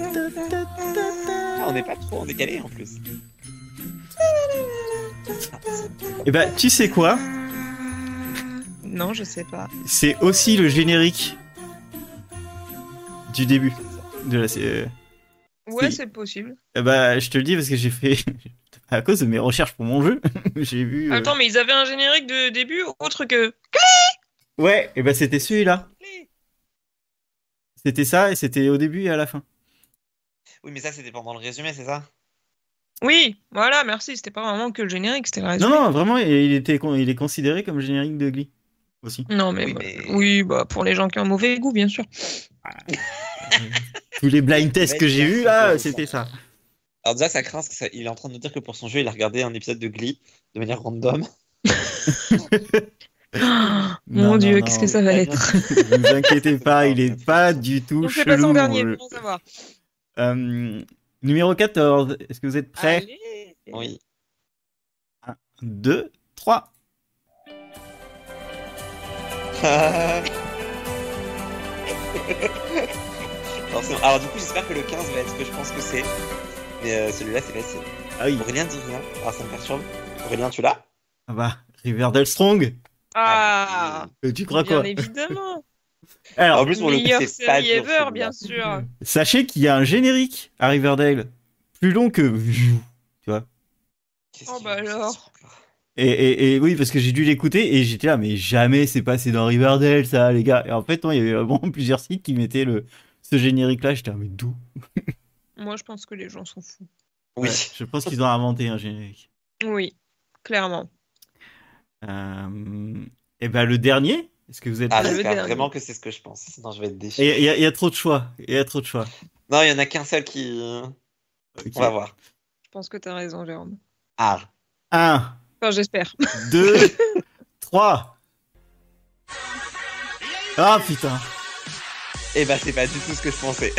Ah, on n'est pas trop en décalé en plus.
Et bah, tu sais
Ah.
quoi
Non, je sais pas.
C'est aussi le générique du début de la série.
Ouais,
Si.
c'est possible.
Eh Bah, je te le dis parce que j'ai fait. (laughs) À cause de mes recherches pour mon jeu, (laughs) j'ai vu. euh,
Attends, mais ils avaient un générique de début autre que.
Ouais, et bah c'était celui-là. C'était ça, et c'était au début et à la fin.
Oui, mais ça, c'était pendant le résumé, c'est ça
Oui, voilà, merci. C'était pas vraiment que le générique, c'était le reste.
Non, non, vraiment, il, était, con- il est considéré comme générique de Glee. Aussi.
Non, mais,
Oui,
bah,
mais-
oui, bah, pour les gens qui ont un mauvais goût, bien sûr.
Tous les blind tests que j'ai eu là,
Ouais,
c'était ça.
Alors déjà, ça craint, parce que ça- il est en train de nous dire que pour son jeu, il a regardé un épisode de Glee de manière random.
Non,
Mon
non,
Dieu,
non,
qu'est-ce que ça va
Très
être
(laughs) Ne
bien.
vous inquiétez pas, il est pas du tout
On fait
chelou,
pas son
mon
dernier,
jeu.
pour savoir.
Euh, numéro 14, est-ce que vous êtes prêts
Allez.
Oui. (laughs)
2, 3.
Alors, c'est- alors, du coup, j'espère que le 15 va être ce que je pense que c'est. Mais euh, celui-là, c'est facile.
Ah oui,
Aurélien dit rien. Ah, ça me perturbe. Aurélien, tu l'as
ah bah, Riverdale Strong
Ah,
Euh, Tu crois
bien
quoi
évidemment.
En
Alors,
(laughs) plus, pour le
Meilleure
coup, c'est pas
série
dur,
ever,
celui-là.
bien sûr.
sachez qu'il y a un générique à Riverdale, plus long que...
Qu'est-ce
Oh,
qu'il
bah
y a dans ce
alors.
truc-là
Et, et- et oui, parce que j'ai dû l'écouter et j'étais là, mais jamais c'est passé dans Riverdale, ça, les gars. Et en fait, non, il y avait vraiment (laughs) plusieurs sites qui mettaient le, ce générique-là. J'étais, ah, mais d'où
Moi, je pense que les gens sont fous.
Oui.
Ouais, Je pense qu'ils ont inventé un générique.
Oui, clairement.
Euh, et ben, le dernier, est-ce que vous êtes
Ah,
prêts
le
j'espère
dernier.
vraiment que c'est ce que je pense. Sinon, je vais être déçu.
Il y, a- il y a- il y a trop de choix. Il y a trop de choix.
Non, il y en a qu'un seul qui.
Ok.
On va voir.
Je pense que t'as raison, Jérôme.
Ah.
Un, (laughs)
Enfin, j'espère.
(laughs)
deux, trois. Ah putain,
Eh bah, c'est pas du tout ce que je pensais.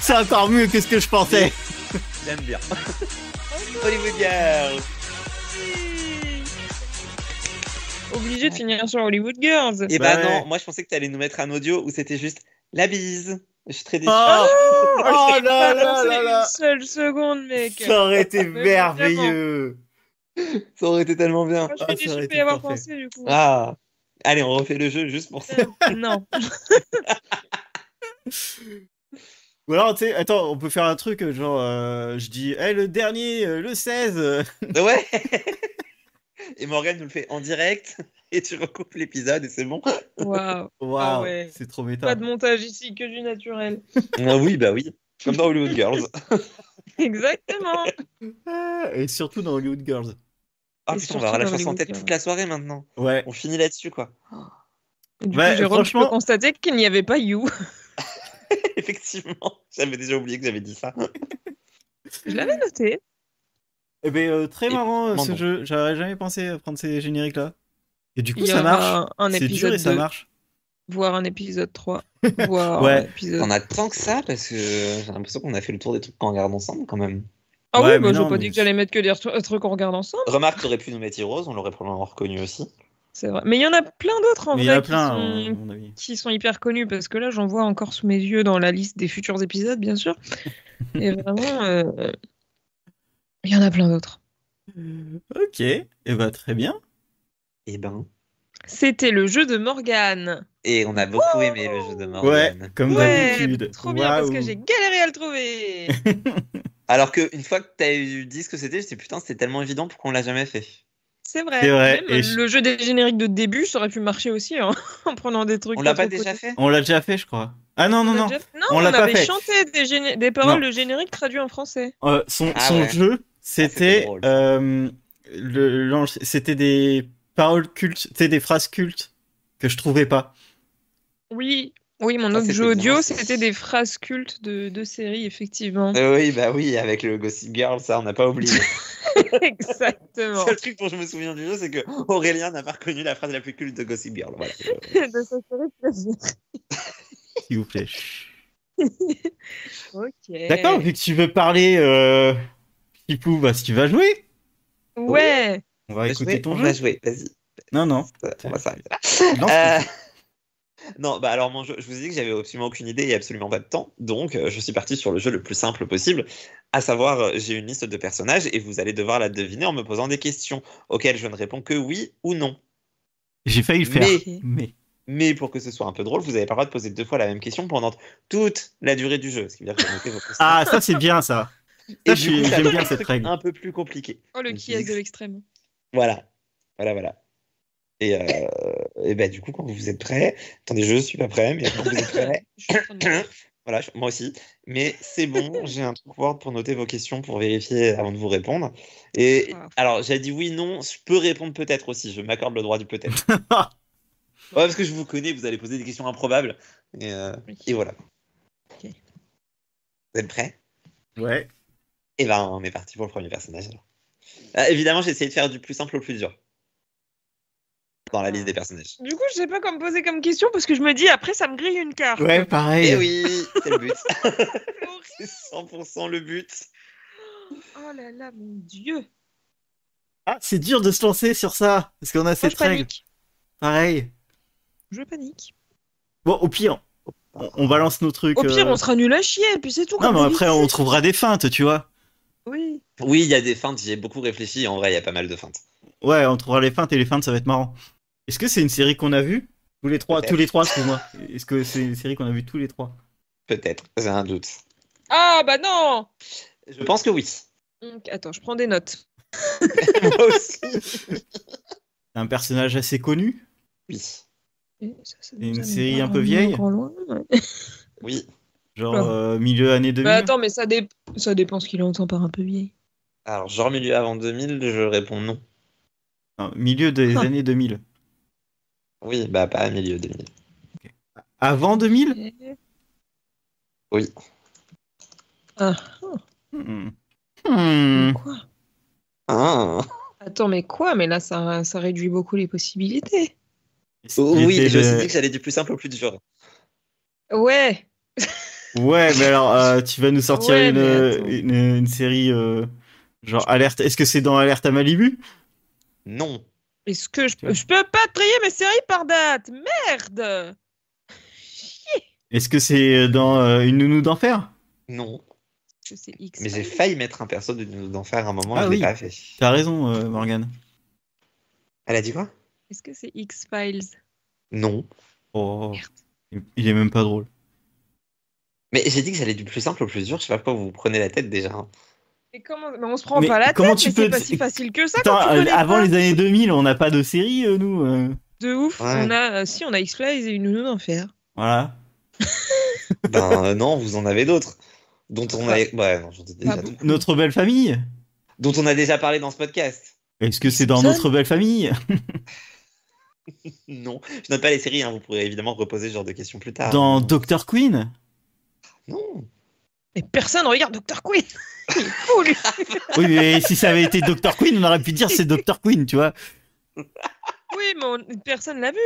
c'est encore mieux que ce que je (laughs) pensais.
(laughs) J'aime bien. Hollywood Girls.
Obligé de finir sur Hollywood Girls.
Eh bah
Ouais.
non, moi je pensais que t'allais nous mettre un audio où c'était juste la bise. Je suis très déçu.
Oh, oh là
J'ai pas
là
pensé
là là.
Ah, Une seule seconde, mec.
Ça aurait été
Mais
merveilleux.
Ça aurait été tellement bien.
Moi, je
Ah,
suis
ça aurait
déçue de pas
été
y avoir
parfait.
pensé, du coup.
Ah. Allez, on refait le jeu juste pour ça.
(laughs) Non.
Ou alors, tu sais, attends, on peut faire un truc, euh, genre, euh, je dis, Eh, le dernier, euh, le 16. euh.
ouais. (laughs) Et Morgane nous le fait en direct et tu recoupes l'épisode et c'est bon.
Waouh.
(laughs) Waouh,
Ah ouais.
c'est trop
Pas
méta.
de montage ici, que du naturel. (laughs)
Ah oui, bah oui. Comme dans Hollywood (laughs) Girls.
Exactement.
Ah, Et surtout dans Hollywood Girls.
Ah
Et
putain, on va avoir
surtout
la
dans
chanson en
Hollywood
tête
Girls.
toute la soirée maintenant.
Ouais.
On finit là-dessus quoi. (laughs)
Et Du
Ouais,
coup, Jérôme, je
franchement-
peux constater qu'il n'y avait pas You.
Effectivement, j'avais déjà oublié que j'avais dit ça.
(laughs) Je l'avais noté.
Eh ben, euh, très
Et
marrant euh, ce
Mandon.
jeu. J'aurais jamais pensé à prendre ces génériques-là. Et du coup,
Il y
ça
aura
marche.
Un,
C'est dur
épisode
et ça
2,
marche.
voire un
(laughs)
épisode 3, voire
Ouais.
un épisode...
On a tant que ça parce que j'ai l'impression qu'on a fait le tour des trucs qu'on regarde ensemble quand même.
Ah
Ouais,
oui,
mais
moi, j'ai
non,
pas
mais-
dit que j'allais mettre que des retru- trucs qu'on regarde ensemble,
Remarque, t'aurais pu nous mettre Heroes, on l'aurait probablement reconnu aussi.
c'est vrai. Mais il y en a plein d'autres, en
Mais il y
vrai,
en a
qui
plein, hein. à
sont...
mon- à mon avis.
qui sont hyper connus parce que là j'en vois encore sous mes yeux dans la liste des futurs épisodes bien sûr et vraiment euh, il y en a plein d'autres
Ok, et bah très bien.
Et ben.
c'était le jeu de Morgane
Et on a beaucoup aimé le jeu de
Ouais,
Morgane.
comme
ouais
d'habitude.
trop bien parce que
Waouh.
j'ai galéré à
(laughs)
le trouver
Alors que une fois que t'as eu dit ce que c'était, j'étais putain, c'était tellement évident pourquoi on l'a jamais fait.
c'est vrai,
C'est vrai,
Même
et je-
le jeu des génériques de début ça aurait pu marcher aussi hein, (laughs) en prenant des trucs
On l'a
trop
pas déjà
connus.
fait
On l'a déjà fait, je crois. Ah non, non,
On a
non.
déjà-
on
on,
l'a pas
avait
fait.
chanté des, géné- des paroles
Non.
de générique traduit en français
Euh, son
Ah
son
ouais.
jeu,
c'était
c'était
drôle.
euh, le- l'ange- c'était des paroles cultes, c'était des phrases cultes que je trouvais pas.
oui oui, mon
Ça,
autre
Ah, c'était
jeu audio,
bien.
c'était des phrases cultes de, de séries, effectivement.
Euh, Oui, bah oui, avec le Gossip Girl, ça, on n'a pas (laughs) oublié.
(laughs) Exactement.
Le seul truc dont je me souviens du jeu, c'est que Aurélien n'a pas reconnu la phrase la plus culte de Gossip Girl. Voilà.
(laughs) de sa série préférée.
S'il vous
(laughs)
plaît.
Ok.
D'accord, vu que tu veux parler, euh, Pipou, bah, si tu vas jouer,
Ouais.
on va
On va
écouter
jouer,
Bah, ton
on
jeu.
va jouer, vas-y. euh,
Non, non.
On va s'arrêter là.
lance
Euh, Non, bah alors mon jeu, je vous ai dit que j'avais absolument aucune idée et absolument pas de temps, donc euh, je suis parti sur le jeu le plus simple possible, à savoir euh, j'ai une liste de personnages et vous allez devoir la deviner en me posant des questions auxquelles je ne réponds que oui ou non.
J'ai failli le faire.
Mais-
Mais.
Mais pour que ce soit un peu drôle, vous n'avez pas le droit de poser deux fois la même question pendant toute la durée du jeu, ce qui veut dire que
(laughs)
vous notez vos questions.
Ah, ça, c'est bien, ça.
Et
ça,
du
je-
coup, ça
j'aime
donne
bien
un
cette
truc
règle.
Un peu plus compliqué.
Oh, le
Donc,
qui est
Phoenix.
de l'extrême.
Voilà, voilà, voilà. Et, euh, et bah, du coup, quand vous êtes prêts, (coughs) attendez, je suis pas prêt, mais quand vous êtes prêts,
Je suis en train de-
Voilà, je- moi aussi. Mais c'est (laughs) bon, j'ai un truc Word pour noter vos questions, pour vérifier avant de vous répondre. Et
Wow.
alors, j'ai dit oui, non, je peux répondre peut-être aussi. Je m'accorde le droit du (laughs) peut-être. ouais, parce que je vous connais, vous allez poser des questions improbables. Et, euh,
Oui.
et voilà.
Ok.
Vous êtes prêts Ah.
Ouais.
Eh ben, on est parti pour le premier personnage. alors. Ah, évidemment, j'ai essayé de faire du plus simple au plus dur. Dans la liste des personnages.
Du coup, je sais pas quoi me poser comme question parce que je me dis après ça me grille une carte.
Ouais, pareil.
Eh oui, c'est le (laughs) but.
C'est (laughs) horrible.
c'est 100% le but.
Oh là là, mon dieu.
Ah, c'est dur de se lancer sur ça, parce qu'on a
Moi,
cette
je
règle.
panique.
Pareil.
Je panique.
Bon, au pire, on, on balance nos trucs.
Au pire,
euh,
on sera nul à chier, puis c'est tout.
Non,
comme
mais après, on
d'habitude.
trouvera des feintes, tu vois.
Oui.
Oui, il y a des feintes, j'y ai beaucoup réfléchi. En vrai, il y a pas mal de feintes.
Ouais, on trouvera les feintes et les feintes, ça va être marrant. Est-ce que c'est une série qu'on a vue Tous les trois,
Peut-être.
tous les trois, excuse-moi. Est-ce que c'est une série qu'on a vue tous les trois
Peut-être, j'ai un doute.
Ah bah non.
Je pense que oui.
Donc, attends, je prends des notes.
(laughs) Moi aussi.
C'est un personnage assez connu
Oui.
Et ça, ça
Et une
nous amène
série
pas
un peu
vraiment
vieille
grand loin, ouais.
Oui.
Genre
Ah.
euh, milieu années 2000
Bah, attends, mais ça, dé- ça dépend ce qu'il entend par un peu vieille.
Alors, genre milieu avant 2000, je réponds non.
Non, Milieu des
Ah.
années 2000.
Oui, bah pas milieu 2000.
Avant 2000
Oui.
Hmm. Hmm.
Ah, Quoi
Ah.
Attends, mais quoi Mais là, ça, ça réduit beaucoup les possibilités.
Il
Oui,
était
je me suis
le-
dit que j'allais du plus simple au plus dur.
Ouais.
Ouais, mais alors, euh, tu vas nous sortir
Ouais,
une, euh,
mais attends.
une, une série euh, genre alerte. Est-ce que c'est dans Alerte à Malibu
Non.
Est-ce que je
Tu vois.
peux... Je peux pas trier mes séries par date Merde
Est-ce que c'est dans euh, Une nounou d'enfer
Non.
Je sais X.
Mais j'ai failli mettre un perso de Nounou d'enfer à un moment,
Ah
je
oui.
l'ai pas fait.
T'as raison, euh, Morgane.
Elle a dit quoi
Est-ce que c'est X-Files
Non.
Oh, il est même pas drôle.
Mais j'ai dit que j'allais du plus simple au plus dur, je sais pas pourquoi vous vous prenez la tête déjà. hein.
mais comment mais on se prend
Mais
pas la
comment
tête,
tu
mais
peux
c'est pas
te-
si facile que ça
Putain,
quand tu
euh,
connais
avant
pas.
les années 2000, on n'a pas de série, euh, nous. euh.
De ouf,
Ouais.
on a euh, si on a X-Files et une nounou d'enfer.
Voilà.
ben (laughs) euh, non, vous en avez d'autres. Dont on a. Ouais, non, j'en ai déjà
Ah bon
d'autres.
Notre belle famille
Dont on a déjà parlé dans ce podcast.
Est-ce que c'est dans
Simpson
Notre belle famille
Non. Je note pas les séries, hein, vous pourrez évidemment reposer ce genre de questions plus tard.
Dans Doctor Queen
Non.
Mais personne regarde Dr. (laughs) Queen Il est fou, lui
Oui, mais si ça avait été Doctor Queen, on aurait pu dire c'est Doctor Queen, tu vois.
(laughs) Oui, mais on- personne l'a vu.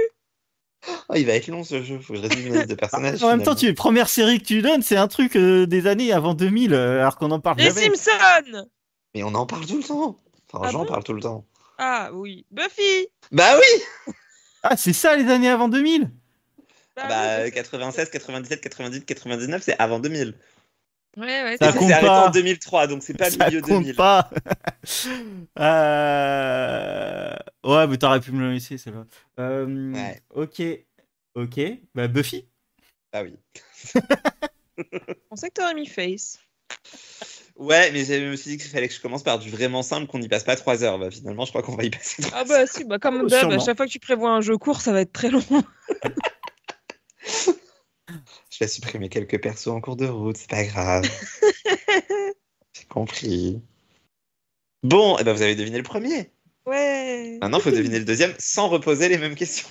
Oh, il va être long ce jeu, faut que je réduise ma liste de personnages.
Ah, En même temps,
Ah, finalement.
tu première série que tu donnes, c'est un truc euh, des années avant 2000, euh, alors qu'on en parle
Les
jamais.
Simpsons
Mais on en parle tout le temps. Enfin,
Ah
j'en
bon
parle tout le temps.
Ah oui. Buffy
Bah oui
Ah, c'est ça les années avant 2000
Ah oui,
Bah
c'est-
96, 97, 98, 99, c'est avant 2000.
Ouais, ouais,
Ça
Ça
c'est-
compte
s'est arrêté
pas.
en 2003, donc c'est pas
Ça
milieu
compte
2000.
pas. (laughs) Euh, Ouais, mais t'aurais pu me le laisser, celle-là. Euh,
Ouais.
Ok. Ok. Bah, Buffy
Ah oui.
Je pensais que t'aurais mis Face.
Ouais, mais je me suis dit qu'il fallait que je commence par du vraiment simple, qu'on n'y passe pas 3 heures. Bah finalement, je crois qu'on va y passer 3
Ah bah si,
(laughs)
bah comme
Oh,
d'hab, à
sûrement.
chaque fois que tu prévois un jeu court, ça va être très long.
Je vais supprimer quelques persos en cours de route, c'est pas
(laughs)
grave. J'ai compris. Bon, et ben vous avez deviné le premier.
Ouais.
Maintenant, il faut deviner le deuxième sans reposer les mêmes questions.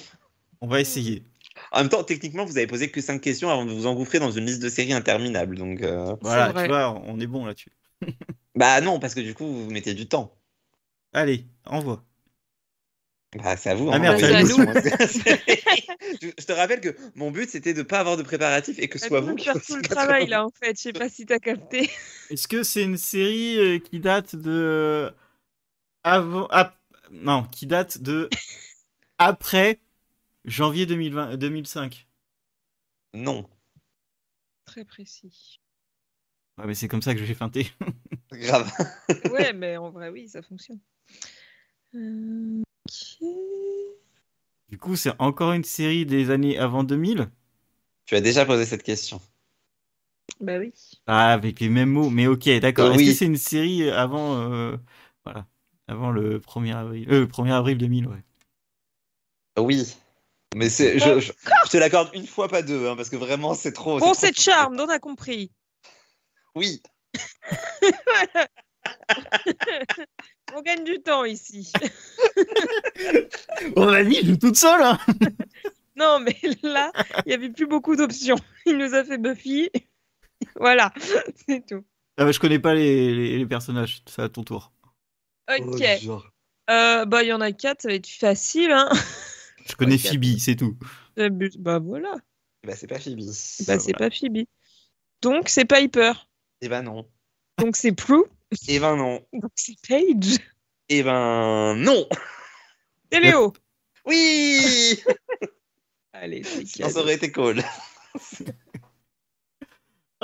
On va essayer.
En même temps, techniquement, vous avez posé que 5 questions avant de vous engouffrer dans une liste de séries interminable. Donc, euh,
Voilà,
vrai.
tu vois, on est bon là-dessus.
bah non, parce que du coup, vous mettez du temps.
Allez, envoie.
Bah, c'est à vous.
Ah merde,
envoyez
c'est à
les
nous.
questions. je, (laughs) je te rappelle que mon but, c'était de pas avoir de préparatif et que ce
T'as
soit
pu
vous.
me
qui
Bah, faire
fassiez
tout le
80.
travail là en fait, je sais pas si t'as capté.
Est-ce que c'est une série euh, qui date de. euh, Avant. ap- Non, qui date (laughs) de. Après janvier 2020... 2005
Non,
(laughs) Très précis.
Ouais, mais c'est comme ça que j'ai feinté.
grave. (laughs)
Ouais, mais en vrai, oui, ça fonctionne. Euh, ok.
Du coup, c'est encore une série des années avant 2000
Tu as déjà posé cette question.
Bah oui.
Ah, avec les mêmes mots, mais ok, d'accord.
Euh,
Est-ce
oui.
que c'est une série avant, euh, voilà, avant le 1er avril, euh, 1er avril 2000, ouais.
Oui, Mais c'est, je, je- je te l'accorde une fois, pas deux, hein, parce que vraiment, c'est trop.
Bon,
c'est
c'est
trop-
charme, on a compris.
Oui.
On gagne du temps ici. (laughs)
On a dit, je joue toute seule, hein
Non, mais là, il n'y avait plus beaucoup d'options. (laughs) Il nous a fait Buffy. (laughs) Voilà, (laughs) c'est tout.
Ah bah, Je connais pas les, les- les personnages, c'est à ton tour.
Ok.
Oh, genre.
Euh, bah, il y en a quatre, ça va être facile. Hein. (laughs)
Je connais
Ok.
Phoebe, c'est tout.
J'abuse. Bah voilà,
Bah, c'est pas Phoebe.
bah, c'est pas Phoebe. Donc, c'est Piper.
Eh ben non.
Donc, c'est Prue.
Eh ben non.
Donc, c'est Paige.
Eh ben non.
C'est Léo.
Oui
Allez,
Non, Ça
c'est
aurait été cool.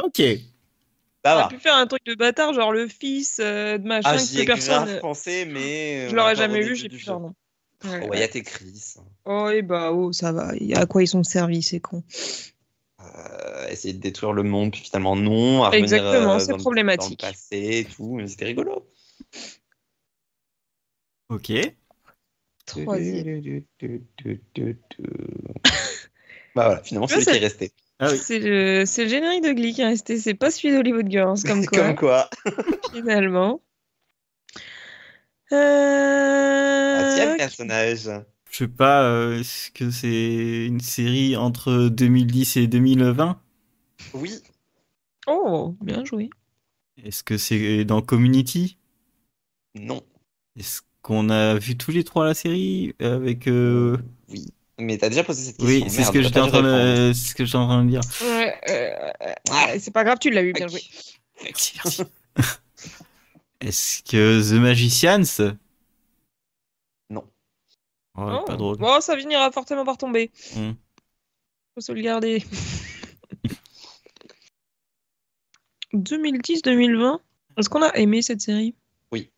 Ok.
Ça
J'aurais
va.
pu faire un truc de bâtard, genre le fils euh, de machin
Ah,
que
j'y ai
personne.
grave pensé, mais.
Je
euh,
l'aurais
encore au
jamais
début
eu, j'ai
du
plus
jeu.
leur nom. Ouais,
Oh,
ouais.
il y a tes Chris.
Oh, et bah, oh, ça va. y a- À quoi ils sont servis, c'est con.
Euh, essayer de détruire le monde, puis finalement non. à revenir,
Exactement,
euh,
c'est
dans le-
problématique.
Dans le passé et tout, mais c'était rigolo.
Ok.
Troisième.
(laughs) bah voilà, finalement,
Tu
celui
vois, ça-
qui est resté.
Ah oui.
C'est le, c'est le générique de Glee qui est resté, c'est pas celui d'Hollywood
(laughs)
Girls, comme quoi,
Comme quoi.
finalement. Euh,
Ah, tiens, le
ok.
personnage.
Je sais pas, euh, est-ce que c'est une série entre 2010 et 2020
Oui.
Oh, bien joué.
Est-ce que c'est dans Community
Non.
Est-ce qu'on a vu tous les trois la série avec euh,
Oui. Mais t'as déjà posé cette question.
Oui, c'est ce
Merde,
que
t'as
j'étais
pas
en train
dû répondre.
de, c'est ce que j'étais en train de
(laughs)
dire.
Ouais, euh,
Ah.
euh, c'est pas grave, tu l'as eu, bien joué.
Merci, merci. Est-ce que The Magicians
Non.
Oh, elle est Pas
Oh.
drôle.
Bon, ça finira fortement par tomber.
Hmm.
Faut se le garder. (laughs) 2010-2020 Est-ce qu'on a aimé cette série
Oui.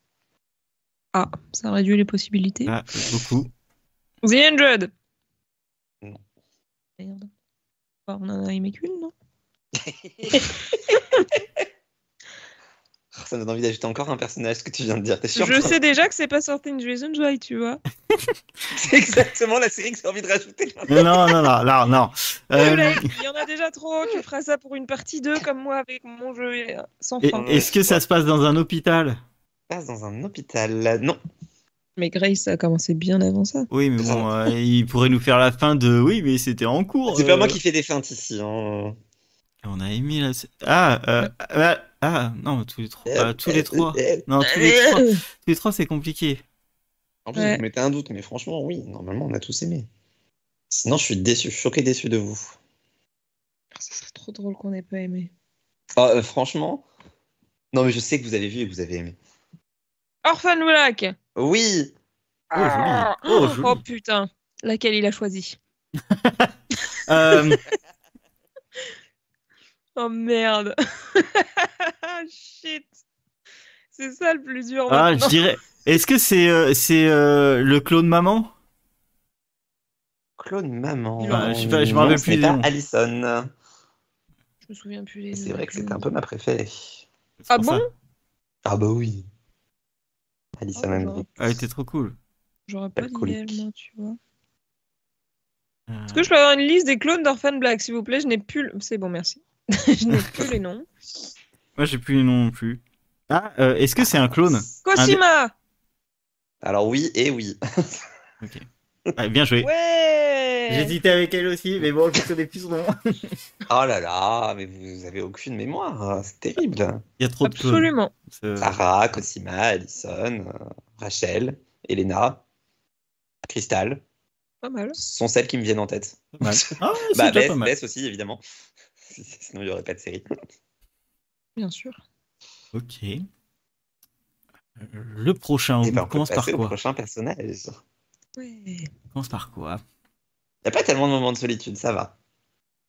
Ah, ça réduit les possibilités.
Ah, beaucoup.
The Hundred
Non.
Merde. Bah, on en a aimé qu'une, non
Ah, Ça me donne envie d'ajouter encore un personnage, ce que tu viens de dire. T'es sûr
Je sais déjà que c'est pas sorti une Jason Joy, tu vois.
C'est exactement la série que j'ai envie de rajouter.
Non, non, non, non, non. non.
(laughs)
Euh,
Oulala, Il y en a déjà trop, tu feras ça pour une partie 2 comme moi avec mon jeu euh, sans
et-
fin.
Est-ce que ça se passe dans un hôpital
Passe dans un hôpital. Non.
Mais Grace, ça a commencé bien avant ça.
Oui, mais
(laughs)
bon, euh, il pourrait nous faire la fin de. Oui, mais c'était en cours.
C'est pas
euh.
moi qui fais des feintes ici. hein.
On a aimé la. sé- Ah, euh, ah, ah, non, tous les trois. ah, tous les trois.
Euh, euh,
Non, tous les trois.
(laughs)
Tous les trois, c'est compliqué.
En plus,
Ouais.
vous mettez un doute, mais franchement, oui, normalement, on a tous aimé. Sinon, je suis déçu, choqué, déçu de vous.
Ça serait trop drôle qu'on n'ait pas aimé.
Ah, euh, franchement, non, mais je sais que vous avez vu et que vous avez aimé.
Orphan Black Ah.
Oui,
Oh, joli. Oh, joli.
putain, laquelle il a choisi (laughs)
Euh,
Oh merde (laughs) Shit C'est ça le plus dur
ah, je
maintenant.
dirais. Est-ce que c'est euh, c'est euh, le clone maman
Claude Maman.
Bah, je sais pas, je me rappelle
Non, ce
plus
n'est
des
pas
noms.
Allison.
Je me souviens plus les
C'est
noms.
vrai que c'était un peu ma préférée.
C'est
Ah
pour
bon
ça.
Ah bah oui. Allison
Oh,
and
bah.
Grace.
Elle était Ah, trop cool.
J'aurais pas dit
Alcoolique.
elle, moi, tu vois.
Euh,
Est-ce que je peux avoir une liste des clones d'Orphan Black, s'il vous plaît Je n'ai plus... le- C'est bon, merci. (laughs) je n'ai plus les noms.
Moi, j'ai plus les noms non plus. Ah, euh, est-ce que c'est un
(laughs)
clone
Cosima
Alors oui et oui.
Ah, Bien joué.
Ouais
J'hésitais avec elle aussi, mais bon, je connais plus son nom. (laughs)
Oh là là, mais vous avez aucune mémoire, hein. c'est terrible.
Il y a trop de clones.
Absolument.
C'est- euh,
Sarah, Cosima, Allison, euh, Rachel, Elena, Crystal
Pas mal.
sont celles qui me viennent en tête.
pas
(laughs)
mal. Ah, ouais, c'est
Bah,
déjà
Bess,
pas mal.
Bess aussi, évidemment. (laughs) Sinon, il n'y aurait pas de série.
Bien sûr.
Ok. Le prochain, on
Eh ben, on peut
commence par
passer au
quoi
prochain personnage. Il
Ouais.
On commence par quoi
n'y a pas tellement de moments de solitude, ça va.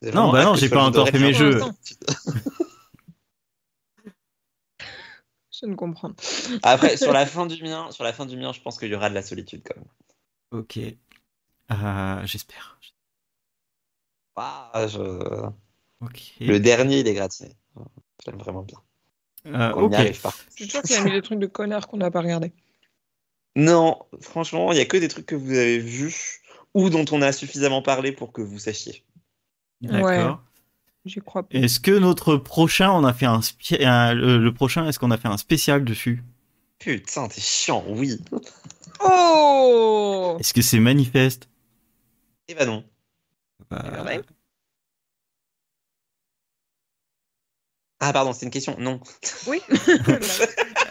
J'ai
Non,
vraiment
bah
hâte
non,
que
j'ai
je
pas
sois
encore
le
fait mes
Doré
jeux.
Jean.
Je ne comprends pas.
Après, sur la fin du mien, sur la fin du mien, je pense qu'il y aura de la solitude quand même.
Ok. Euh, J'espère.
Ah, je-
Ok.
Le dernier, il est gratiné. Je l'aime vraiment bien.
Euh,
On n'y
ok.
arrive pas.
Je (laughs) suis sûre qu'il y a mis des trucs de connards qu'on n'a pas regardé.
Non, franchement, il n'y a que des trucs que vous avez vus ou dont on a suffisamment parlé pour que vous sachiez.
D'accord.
J'y crois pas.
Est-ce que notre prochain, on a fait un, spé- un- le, le prochain, est-ce qu'on a fait un spécial dessus
Putain, t'es chiant, oui. (laughs)
Oh
Est-ce que c'est manifeste
Eh ben non.
Bah,
Eh ben ouais. Ah pardon, c'est une question. Non.
Oui.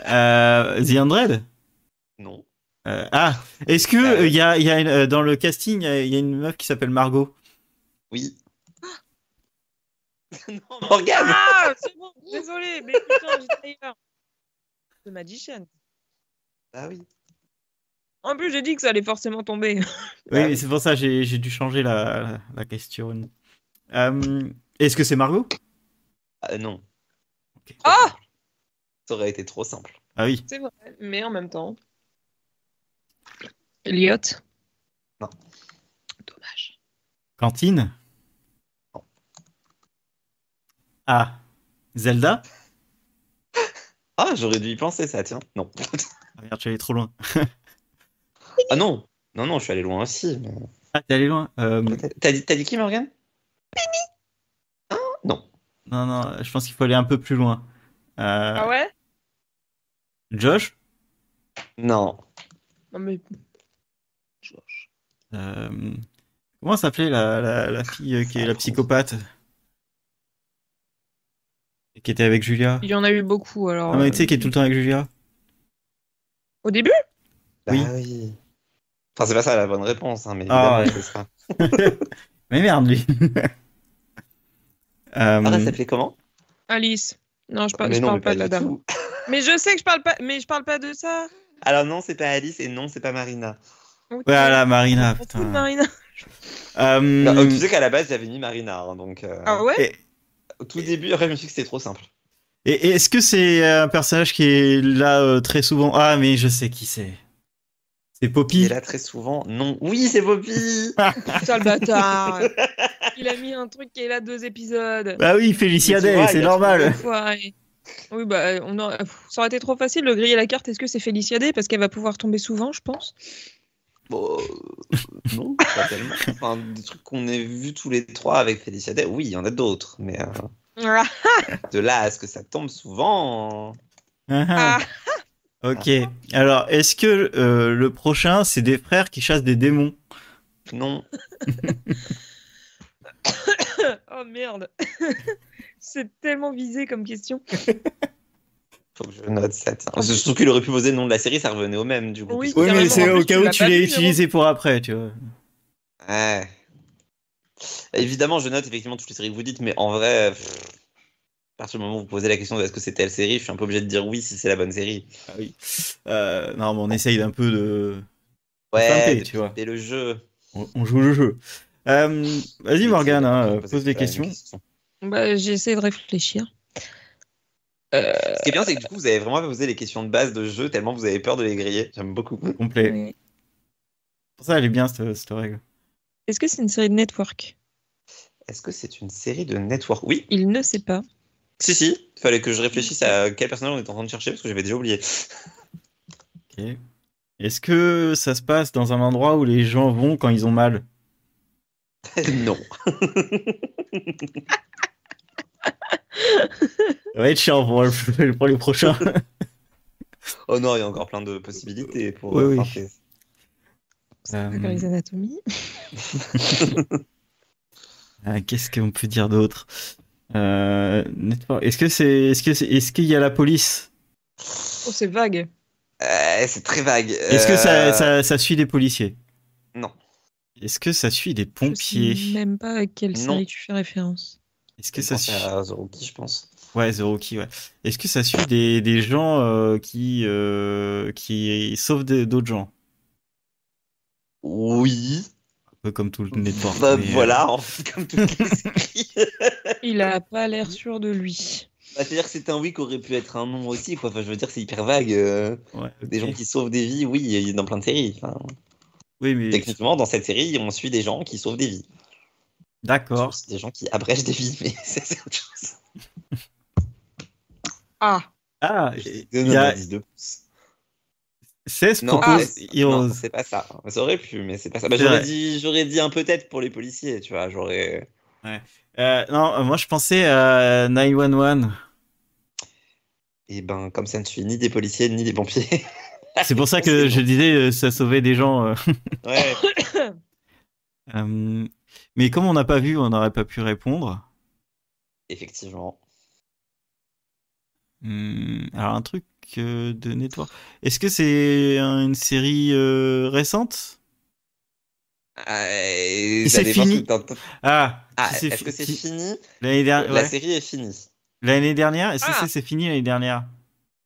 euh, The Andred
Non.
Euh, Ah, est-ce que
Euh,
euh, y a, y a une- euh, dans le casting, il y, a- y a une meuf qui s'appelle Margot
Oui. (laughs) non, Morgane
ah, c'est bon, désolé, mais putain, j'étais ailleurs. The Magician.
Ah oui.
En plus, j'ai dit que ça allait forcément tomber.
Oui,
Ah
mais c'est pour ça j'ai j'ai dû changer la, la, la question. Euh, est-ce que c'est Margot
Ah, non.
Ah
Ça aurait été trop simple.
Ah oui.
C'est vrai, mais en même temps. Elliot
Non.
Dommage.
Cantine
Non.
Ah, Zelda
Ah, j'aurais dû y penser ça, tiens. Non.
Ah merde, j'allais trop loin.
ah non. Non, non, je suis allé loin aussi. mais-
Ah, t'es allé loin. Euh,
T'as- T'as dit, t'as dit qui, Morgane Penny Non.
non, non, je pense qu'il faut aller un peu plus loin. Euh,
Ah ouais
Josh
Non.
Non, mais.
Euh, Comment s'appelait la, la, la fille euh, qui est la psychopathe Et Qui était avec Julia
Il y en a eu beaucoup alors.
Ah, mais
euh,
tu sais, qui est tout le temps avec Julia
Au début
Oui.
Ah oui. Enfin, c'est pas ça la bonne réponse, hein, mais
Ah,
évidemment, c'est ça.
Mais merde, lui (laughs) Euh,
Ah, elle s'appelait comment
Alice. Non, je, par-
Ah, Mais
je
non,
parle
mais
pas, de la
du
dame.
tout.
Mais je sais que je parle pas, mais je parle pas de ça.
Alors non, c'est pas Alice et non, c'est pas Marina.
Ok.
Voilà, Marina,
On s'en fout de
putain.
Marina.
Euh,
Non, euh, tu sais qu'à la base, j'avais mis Marina, hein, donc euh,
(laughs)
Ah ouais
et-
au tout début, après, je me suis dit que c'était trop simple.
Et et est-ce que c'est un personnage qui est là euh, très souvent Ah, mais je sais qui c'est. C'est
Il est
Poppy.
là très souvent. Non, oui, c'est Poppy.
Putain, le bâtard. Il a mis un truc qui est là deux épisodes.
Bah oui, Félicia
Mais tu
Day,
vois, il
c'est
y a
normal.
Enfoiré. Oui, bah, euh, on aurait- pff, ça aurait été trop facile de griller la carte. Est-ce que c'est Félicia Day Parce qu'elle va pouvoir tomber souvent, je pense.
Bon, euh, non, pas tellement. Enfin, des trucs qu'on ait vus tous les trois avec Félicia Day, oui, il y en a d'autres, mais euh,
Ah,
de là à ce que ça tombe souvent.
(laughs) Ah, ah. ok. Alors, est-ce que euh, le prochain, c'est des frères qui chassent des démons
Non,
oh merde. (laughs) c'est tellement visé comme question.
faut que je note ça. tiens. Je trouve qu'il aurait pu poser le nom de la série, ça revenait au même du coup.
Oui,
puisque-
Oui, mais
Carrément,
c'est
en
au
plus,
cas
tu
où
l'as
tu
pas
l'as
vu,
utilisé pour après, tu vois.
Ouais. Évidemment, je note effectivement toutes les séries que vous dites, mais en vrai, pff, à partir du moment où vous posez la question de est-ce que c'est telle série, je suis un peu obligé de dire oui si c'est la bonne série.
Ah oui. Euh, non, mais on essaye d'un peu de.
Ouais,
Tenter,
de
tu vois.
pimper le jeu.
On, on joue le jeu. Euh, Vas-y, Morgane, hein,
Je vais
pose
poser
des
une
questions.
question.
Bah, j'essaie de réfléchir. Euh,
Ce qui est bien, c'est que du coup, vous avez vraiment pas posé les questions de base de jeu tellement vous avez peur de les griller. J'aime beaucoup.
Complet. Pour ça, elle est bien, cette, cette règle.
Est-ce que c'est une série de network
Est-ce que c'est une série de network Oui.
Il ne sait pas.
Si, si. Fallait que je réfléchisse à quel personnage on est en train de chercher parce que j'avais déjà oublié. (laughs)
Ok. Est-ce que ça se passe dans un endroit où les gens vont quand ils ont mal
non.
Ça va être chiant pour le, (laughs) pour les
(laughs)
prochains.
Oh non, il y a encore plein de possibilités pour.
Oui, oui.
enfin, c'est-
Euh,
Grey's Anatomy.
euh, Qu'est-ce qu'on peut dire d'autre Euh, network- Est-ce que c'est, est-ce que c'est, est-ce qu'il y a la police
Oh, c'est vague.
Euh, c'est très vague.
Est-ce que ça,
Euh,
ça, ça suit des policiers
Non.
Est-ce que ça suit des
Je sais
pompiers
même pas à quelle
Non.
série tu fais référence.
Est-ce que
Je
ça
pense
suit
à Zorroki, je pense.
Ouais, The Rookie, ouais. Est-ce que ça suit des, des gens euh, qui euh, qui sauvent des- d'autres gens
Oui.
Un peu comme tout le network.
Bah,
mais, euh,
voilà, en fait, comme toutes les séries.
Il a pas l'air sûr de lui.
(laughs) Bah, C'est-à-dire que c'est un oui qui aurait pu être un nom aussi, quoi. Enfin, je veux dire, c'est hyper vague. euh,
ouais,
Des
ok.
gens qui sauvent des vies, oui, il y a dans plein de séries. Enfin,
Oui, mais
techniquement, dans cette série, on suit des gens qui sauvent des vies.
d'accord.
C'est des gens qui abrègent des vies, (laughs) mais ça, c'est autre chose.
Ah,
Ah,
Je
il
donne
y
un
a-
indice de plus.
CS
Non, ah,
propose
c'est-
Heroes.
non, c'est pas ça. Ça aurait pu, mais c'est pas ça. Bah,
C'est
j'aurais
vrai.
dit, j'aurais dit un peut-être pour les policiers, tu vois. J'aurais.
Euh, non, euh, moi je pensais à 911.
Et ben, comme ça ne suit ni des policiers ni des pompiers. (laughs)
C'est pour ça
Ah, C'est
que
bon.
je disais euh, ça sauvait des gens. euh.
Ouais.
Euh, mais comme on n'a pas vu, on n'aurait pas pu répondre.
Effectivement.
Hum, alors un truc euh, de network. Est-ce que c'est un- une série euh, récente
Euh,
c'est
ça dépend
fini.
si t'as- t'as-
Ah,
Ah,
si
est-ce
fi-
que c'est
si-
fini
L'année dernière.
La
ouais.
série est finie.
L'année dernière Est-ce que
Ah.
c'est- c'est fini l'année dernière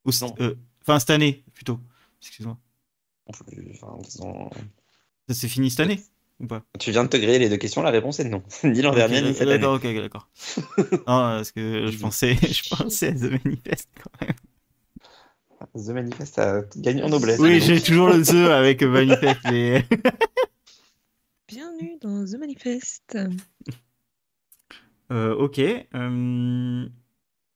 Ou c't-
Non.
euh, Enfin, cette année, plutôt. Excuse-moi.
Enfin, disons-
Ça s'est fini cette année Ou pas
Tu viens de te griller les deux questions, la réponse est non. (laughs) ni l'an
Ah, Ok,
dernier, ni
d'ac-
cette année.
D'accord, ok, ok, (laughs) d'accord. non, parce que je pensais, (laughs) je pensais à The Manifest quand même.
The Manifest a gagné en noblesse.
Oui,
Donc,
j'ai toujours le The avec Manifest, mais.
Bienvenue dans The Manifest.
Euh, ok. euh,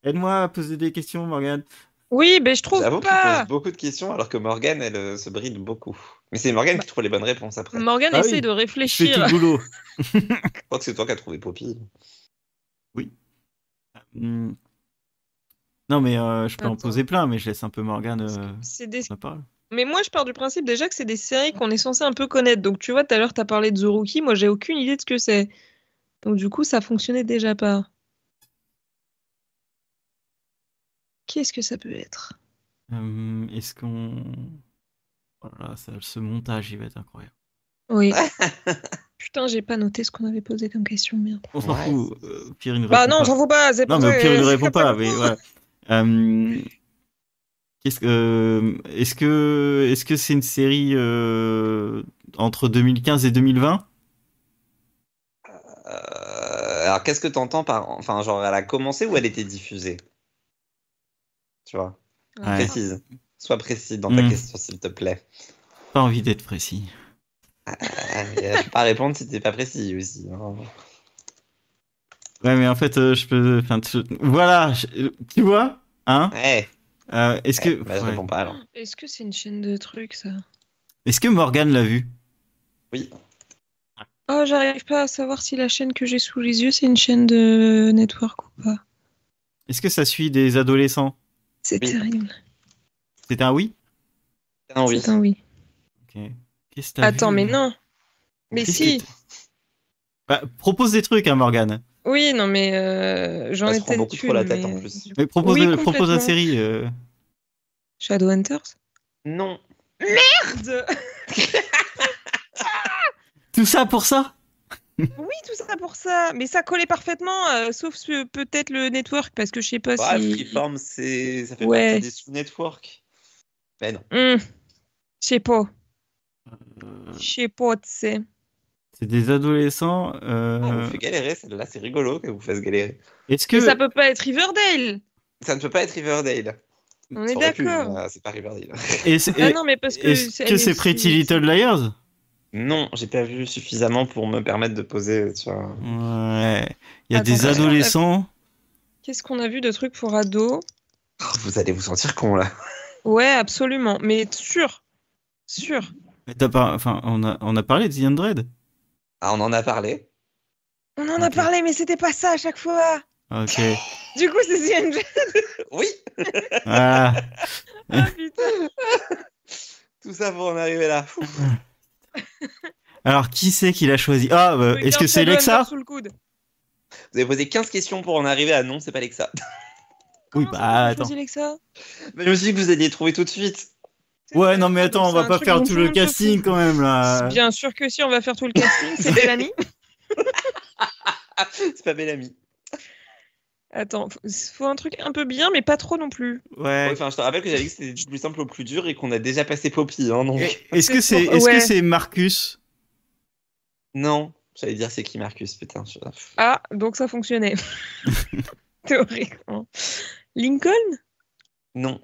Aide-moi à poser des questions, Morgane.
Oui, mais je trouve
J'avoue qu'il
pas.
pose beaucoup de questions alors que Morgane, elle euh, se bride beaucoup. Mais c'est Morgane
Bah,
qui trouve les bonnes réponses après.
Morgan
Ah oui,
essaie
Je fais
de
tout
réfléchir.
le
(laughs)
boulot.
Je crois que c'est toi qui as trouvé Poppy.
Hum. Non, mais euh, je peux en
Attends.
poser plein, mais je laisse un peu Morgane
(laughs)
euh,
C'est des-
la parole.
Mais moi, je pars du principe déjà que c'est des séries qu'on est censé un peu connaître. Donc, tu vois, tout à l'heure, t'as parlé de The Rookie. Moi, j'ai aucune idée de ce que c'est. Donc, du coup, ça fonctionnait déjà pas. Qu'est-ce que ça peut être
Hum, Est-ce qu'on. Oh là là, ça- ce montage, il va être incroyable.
Oui. Putain, j'ai pas noté ce qu'on avait posé comme question. Merde.
On s'en
Ouais.
fout. euh, au pire, il ne
Bah,
répond
non,
pas.
j'en faut pas. C'est pas
Non, mais au pire, il ne
c'est
répond
pas-
pas. Mais voilà. Hum, qu'est-ce que- euh, Est-ce que est-ce que c'est une série euh, entre 2015 et 2020
Euh, alors qu'est-ce que t'entends par. Enfin, genre, elle a commencé ou elle était diffusée Tu vois
Ouais.
Précise. Sois précise dans ta
Mm.
question, s'il te plaît.
Pas envie d'être précis.
Euh, je peux pas répondre si t'es pas précis aussi. hein.
Ouais, mais en fait, euh, je peux. Enfin, tu- voilà, je- tu vois, hein
Ouais,
Euh, Est-ce que
bah, je
ouais.
réponds pas alors.
Ah, Est-ce que c'est une chaîne de trucs, ça
est-ce que Morgan l'a vu
Oui.
Oh, j'arrive pas à savoir si la chaîne que j'ai sous les yeux, c'est une chaîne de network ou pas.
Est-ce que ça suit des adolescents
C'est
Oui.
terrible.
C'est un oui.
Non, oui.
C'est un oui.
Ok. Qu'est-ce que t'as
Attends,
vu
mais non. Mais
Qu'est-ce
si.
que t'as- Bah, propose des trucs, hein, Morgan.
Oui, non, mais euh, j'en
Elle
ai
se prend
peut-être
beaucoup trop la
une,
tête,
mais-
en plus.
Mais propose,
Oui,
propose la
complètement.
série. euh.
Shadowhunters
Non.
Merde
Tout ça pour ça
(laughs) Oui, tout ça pour ça. Mais ça collait parfaitement, euh, sauf ce- peut-être le network, parce que je sais pas
Bah,
si.
Freeform, c'est... ça fait
Ouais.
partie des sous-networks. Mais non.
Hmm. Je sais pas.
Euh.
Je sais pas, tu sais.
C'est des adolescents.
Ah, on
euh,
vous fait galérer celle-là, c'est rigolo que vous fasse galérer.
Est-ce que
Mais ça peut pas être Riverdale
Ça ne peut pas être Riverdale.
On
Ça
est
aurait pu,
d'accord.
mais, euh, c'est pas Riverdale.
est-ce
Ah non, mais parce que.
est-ce
elle
que
est
c'est
aussi-
Pretty Little Liars
Non, j'ai pas vu suffisamment pour me permettre de poser. Tu vois.
Ouais. Il y a
Attends,
des
attends, attends.
adolescents.
Qu'est-ce qu'on a vu de trucs pour ados
Oh, vous allez vous sentir con là.
Ouais, absolument. Mais sûr. Sûr.
Mais t'as pas- Enfin, on a on a parlé de The Undread.
Ah, on en a parlé.
On en a
Ok.
parlé, mais c'était pas ça à chaque fois. (laughs)
Ok.
Du coup, c'est
(laughs)
The Angel.
Oui,
Ah.
Ah, putain.
Euh,
tout ça pour en arriver là. Fou.
Alors qui c'est qui l'a choisi Ah, bah, est-ce que
Regarde
c'est Lexa
Shadowhunters sous le coude.
Vous avez posé 15 questions pour en arriver à non, c'est pas Lexa.
Oui,
Comment ça,
bah
t'as
attends.
choisi Lexa
Mais je me suis dit que vous alliez trouver tout de suite.
Ouais, non mais attends, on
C'est
va
un
pas
truc
faire
dont
tout le
monde se
casting
fout.
quand même là.
Bien sûr que si, on va faire tout le casting,
(laughs)
c'est Bellamy.
Ah, c'est pas Bellamy.
Attends, faut- faut un truc un peu bien, mais pas trop non plus.
Ouais,
Ouais.
Enfin, je te rappelle que j'avais dit que c'était du plus simple au plus dur et qu'on a déjà passé Poppy. Hein, donc...
Est-ce que c'est est-ce
Ouais.
que c'est Marcus
Non, j'allais dire c'est qui Marcus, putain. je-
Ah, donc
(laughs)
ça fonctionnait. Théoriquement. Lincoln
Non,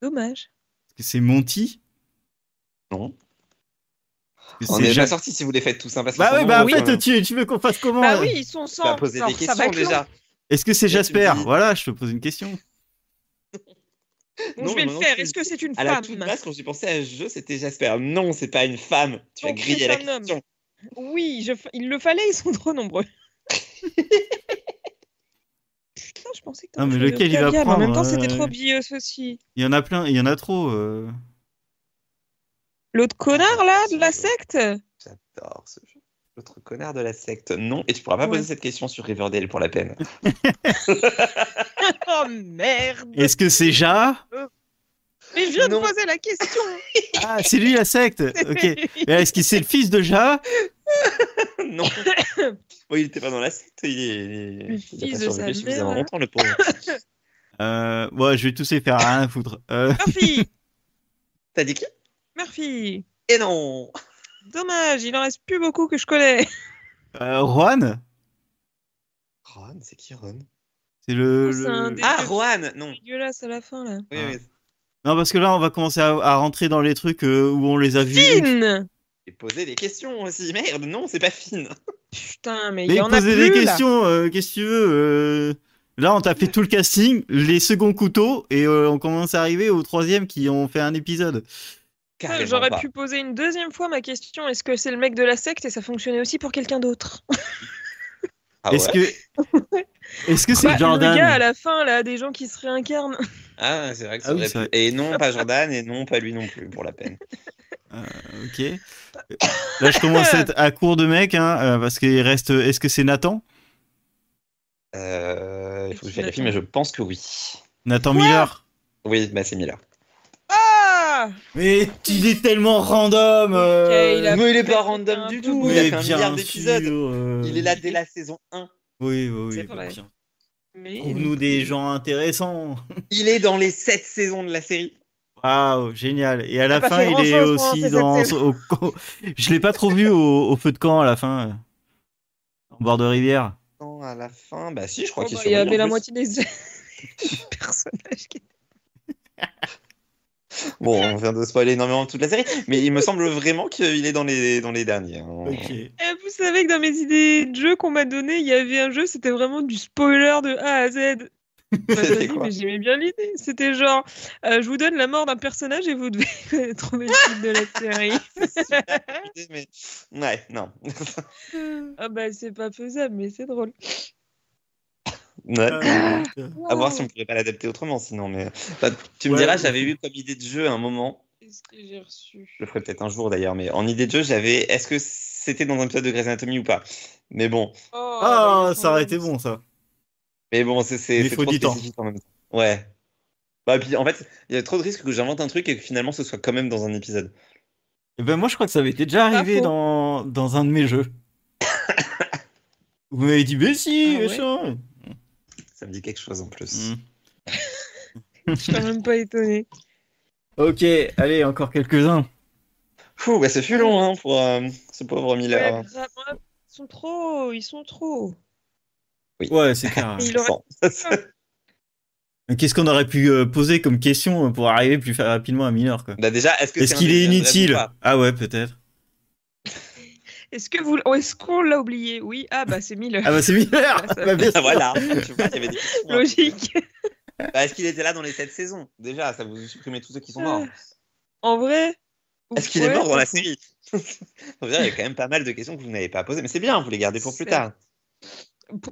Dommage.
Est-ce que c'est Monty
non.
Est-ce que
On
c'est
n'est
Jacques-
pas sorti si vous les faites tous hein, parce que
Bah
sinon,
ouais, bah en
euh,
fait tu, tu veux qu'on fasse comment
Bah
euh
oui, ils sont sans.
tu vas poser
Alors,
des
ça va
questions
être long.
déjà.
Est-ce que c'est
Et tu me
Jasper
dis-
Voilà, je te pose une question.
Bon,
Non,
je vais le
maintenant,
faire.
c'est-
Est-ce que c'est une
À
femme
la toute base, quand j'ai pensé à ce jeu, c'était Jasper. Non, c'est pas une femme. Tu as
Donc,
grillé
Oh, c'est
la
un homme.
question.
Oui, je f- il le fallait, ils sont trop nombreux. Putain, je pensais que t'avais
Non, mais
choisi
lequel il va
Octavia, mais En même temps,
prendre,
c'était
euh,
trop obvious aussi.
Il y en a plein, il y en a trop. euh.
L'autre connard, là, de
c'est-
la secte
J'adore ce jeu. L'autre connard de la secte. Non, et tu pourras pas
Ouais.
poser cette question sur Riverdale pour la peine.
(laughs) Oh merde
Est-ce
(laughs)
que c'est Ja
Mais je viens
Non.
de poser la question
Ah, c'est lui la
(laughs)
secte. (laughs) Ok. Mais Est-ce que c'est le fils de Ja
(laughs)
non. Bon, il était pas dans la secte. Il est. il est-
Le
il a
fils
pas
de sa
survécu suffisamment
mère.
longtemps, le pauvre.
(laughs)
euh, Ouais, je vais tous les faire rien à foutre. Euh,
Murphy
T'as dit qui
Murphy
Et non
Dommage, il en reste plus beaucoup que je connais.
euh, Juan
Ron, c'est qui Ron
C'est le.
Oh, C'est un
le-
des-
Ah, Juan Non
Dégueulasse à la fin, là.
Oui,
Ah.
oui.
Non, parce que là, on va commencer à, à rentrer dans les trucs euh, où on les a vus.
Fine
Et poser des questions aussi. Merde, non, c'est pas fine.
Ah, Putain, mais il
Mais
y en a
poser
plus,
des
là.
questions, euh, qu'est-ce que tu veux euh, Là, on t'a fait tout le casting, les seconds couteaux, et euh, on commence à arriver aux troisièmes qui ont fait un épisode.
Putain,
Carrément
J'aurais
pas.
pu poser une deuxième fois ma question, est-ce que c'est le mec de la secte et ça fonctionnait aussi pour quelqu'un d'autre
Ah, ouais
Est-ce que est-ce que c'est
Bah, Le gars à
Jordan
la fin, là, des gens qui se réincarnent.
Ah, c'est vrai que ça
Ah oui,
aurait
c'est
pu.
vrai.
Et non,
(laughs)
pas Jordan, et non, pas lui non plus, pour la peine.
Ok. Euh, Là, je commence à être à court de mecs, hein, euh, parce qu'il reste. Est-ce que c'est Nathan
Euh, il faut que je
Nathan.
vérifie, mais je pense que oui.
Nathan Miller
Oui, bah c'est Miller.
Ah
Mais il est tellement random. euh,
Ok, il a-
mais il est
fait
pas
un
random du
peu
tout,
beaucoup.
il a
mais
fait un
bien
milliard
sûr,
d'épisodes.
euh,
Il est là dès la saison 1.
Oui, oui,
C'est
oui. bah,
vrai.
tiens.
Mais...
Trouve-nous des gens intéressants.
Il est dans les 7 saisons de la série.
Waouh, génial. Et à la
pas
fin,
fait
il est
grand-chose pendant
aussi
ces
dans.
sept
Au... au- Je l'ai pas trop vu au... au feu de camp à la fin, euh, en bord de rivière.
Non, à la fin, bah si, je
Oh,
crois qu'il
bah,
qu'il
il y
survit,
avait
en
la
plus.
moitié des (laughs) personnages qui
Bon, on vient de spoiler énormément toute la série, mais il me semble vraiment qu'il est dans les, dans les derniers. hein.
Eh, vous savez que dans mes idées de jeux qu'on m'a donné, il y avait un jeu, c'était vraiment du spoiler de A à Z. Bah,
(laughs)
On m'a
C'était
pas dit,
quoi
mais J'aimais bien l'idée. C'était genre, euh, je vous donne la mort d'un personnage et vous devez (laughs) trouver le titre de la (laughs) série.
C'est super compliqué, mais... Ouais, non.
Euh,
ah bah c'est pas faisable, mais c'est drôle. Oh,
Ouais.
Euh,
À voir si on pourrait pas l'adapter autrement, sinon. Mais Enfin, tu me
Ouais.
diras, j'avais eu comme idée de jeu à un moment.
Qu'est-ce que j'ai reçu
Je le ferai peut-être un jour d'ailleurs, mais en idée de jeu, j'avais. Est-ce que c'était dans un épisode de Grey's Anatomy ou pas Mais bon,
Oh,
Ah,
bah,
ça aurait
ils
été
sont-
bon, ça.
mais bon, c'est c'est-
Mais
c'est
faut
trop
du temps.
spécifique en même temps. Ouais. Bah puis en fait, il y a trop de risques que j'invente un truc et que finalement ce soit quand même dans un épisode.
Eh ben, moi, je crois que ça avait été déjà
Pas
arrivé
faux.
dans... dans un de mes jeux. Vous m'avez dit, mais si,
Ah ouais.
machin.
Ça me dit quelque chose en plus.
Mm.
(laughs) Je suis quand même pas étonnée.
Ok, allez, encore quelques-uns.
Fou, bah c'est fut long hein, pour euh, ce pauvre
Ouais,
Miller.
grave, ouais, ils sont trop, ils sont trop.
Ouais, Ah, c'est clair.
(laughs) Il aurait-
Bon. (laughs)
Qu'est-ce qu'on aurait pu euh, poser comme question euh, pour arriver plus fa- rapidement à Miller, quoi
Bah déjà, est-ce que
Est-ce
c'est un
qu'il est
épisode réel ou
inutile
pas
Ah ouais, peut-être.
Est-ce que vous, est-ce qu'on l'a oublié Oui. Ah bah c'est Miller.
Ah bah, c'est Miller
Ah, ça-
Bah, bien sûr.
(laughs) Voilà. Tu vois, il y avait des
Ah,
(laughs)
questions.
Logique.
Bah, est-ce qu'il était là dans les 7 saisons Déjà, ça vous supprimez tous ceux qui sont morts.
En vrai.
Est-ce qu'il est
ouais,
mort dans la série Faut dire, Il y a quand même pas mal de questions que vous n'avez pas posées, mais c'est bien, vous les gardez pour plus
C'est- (laughs)
tard.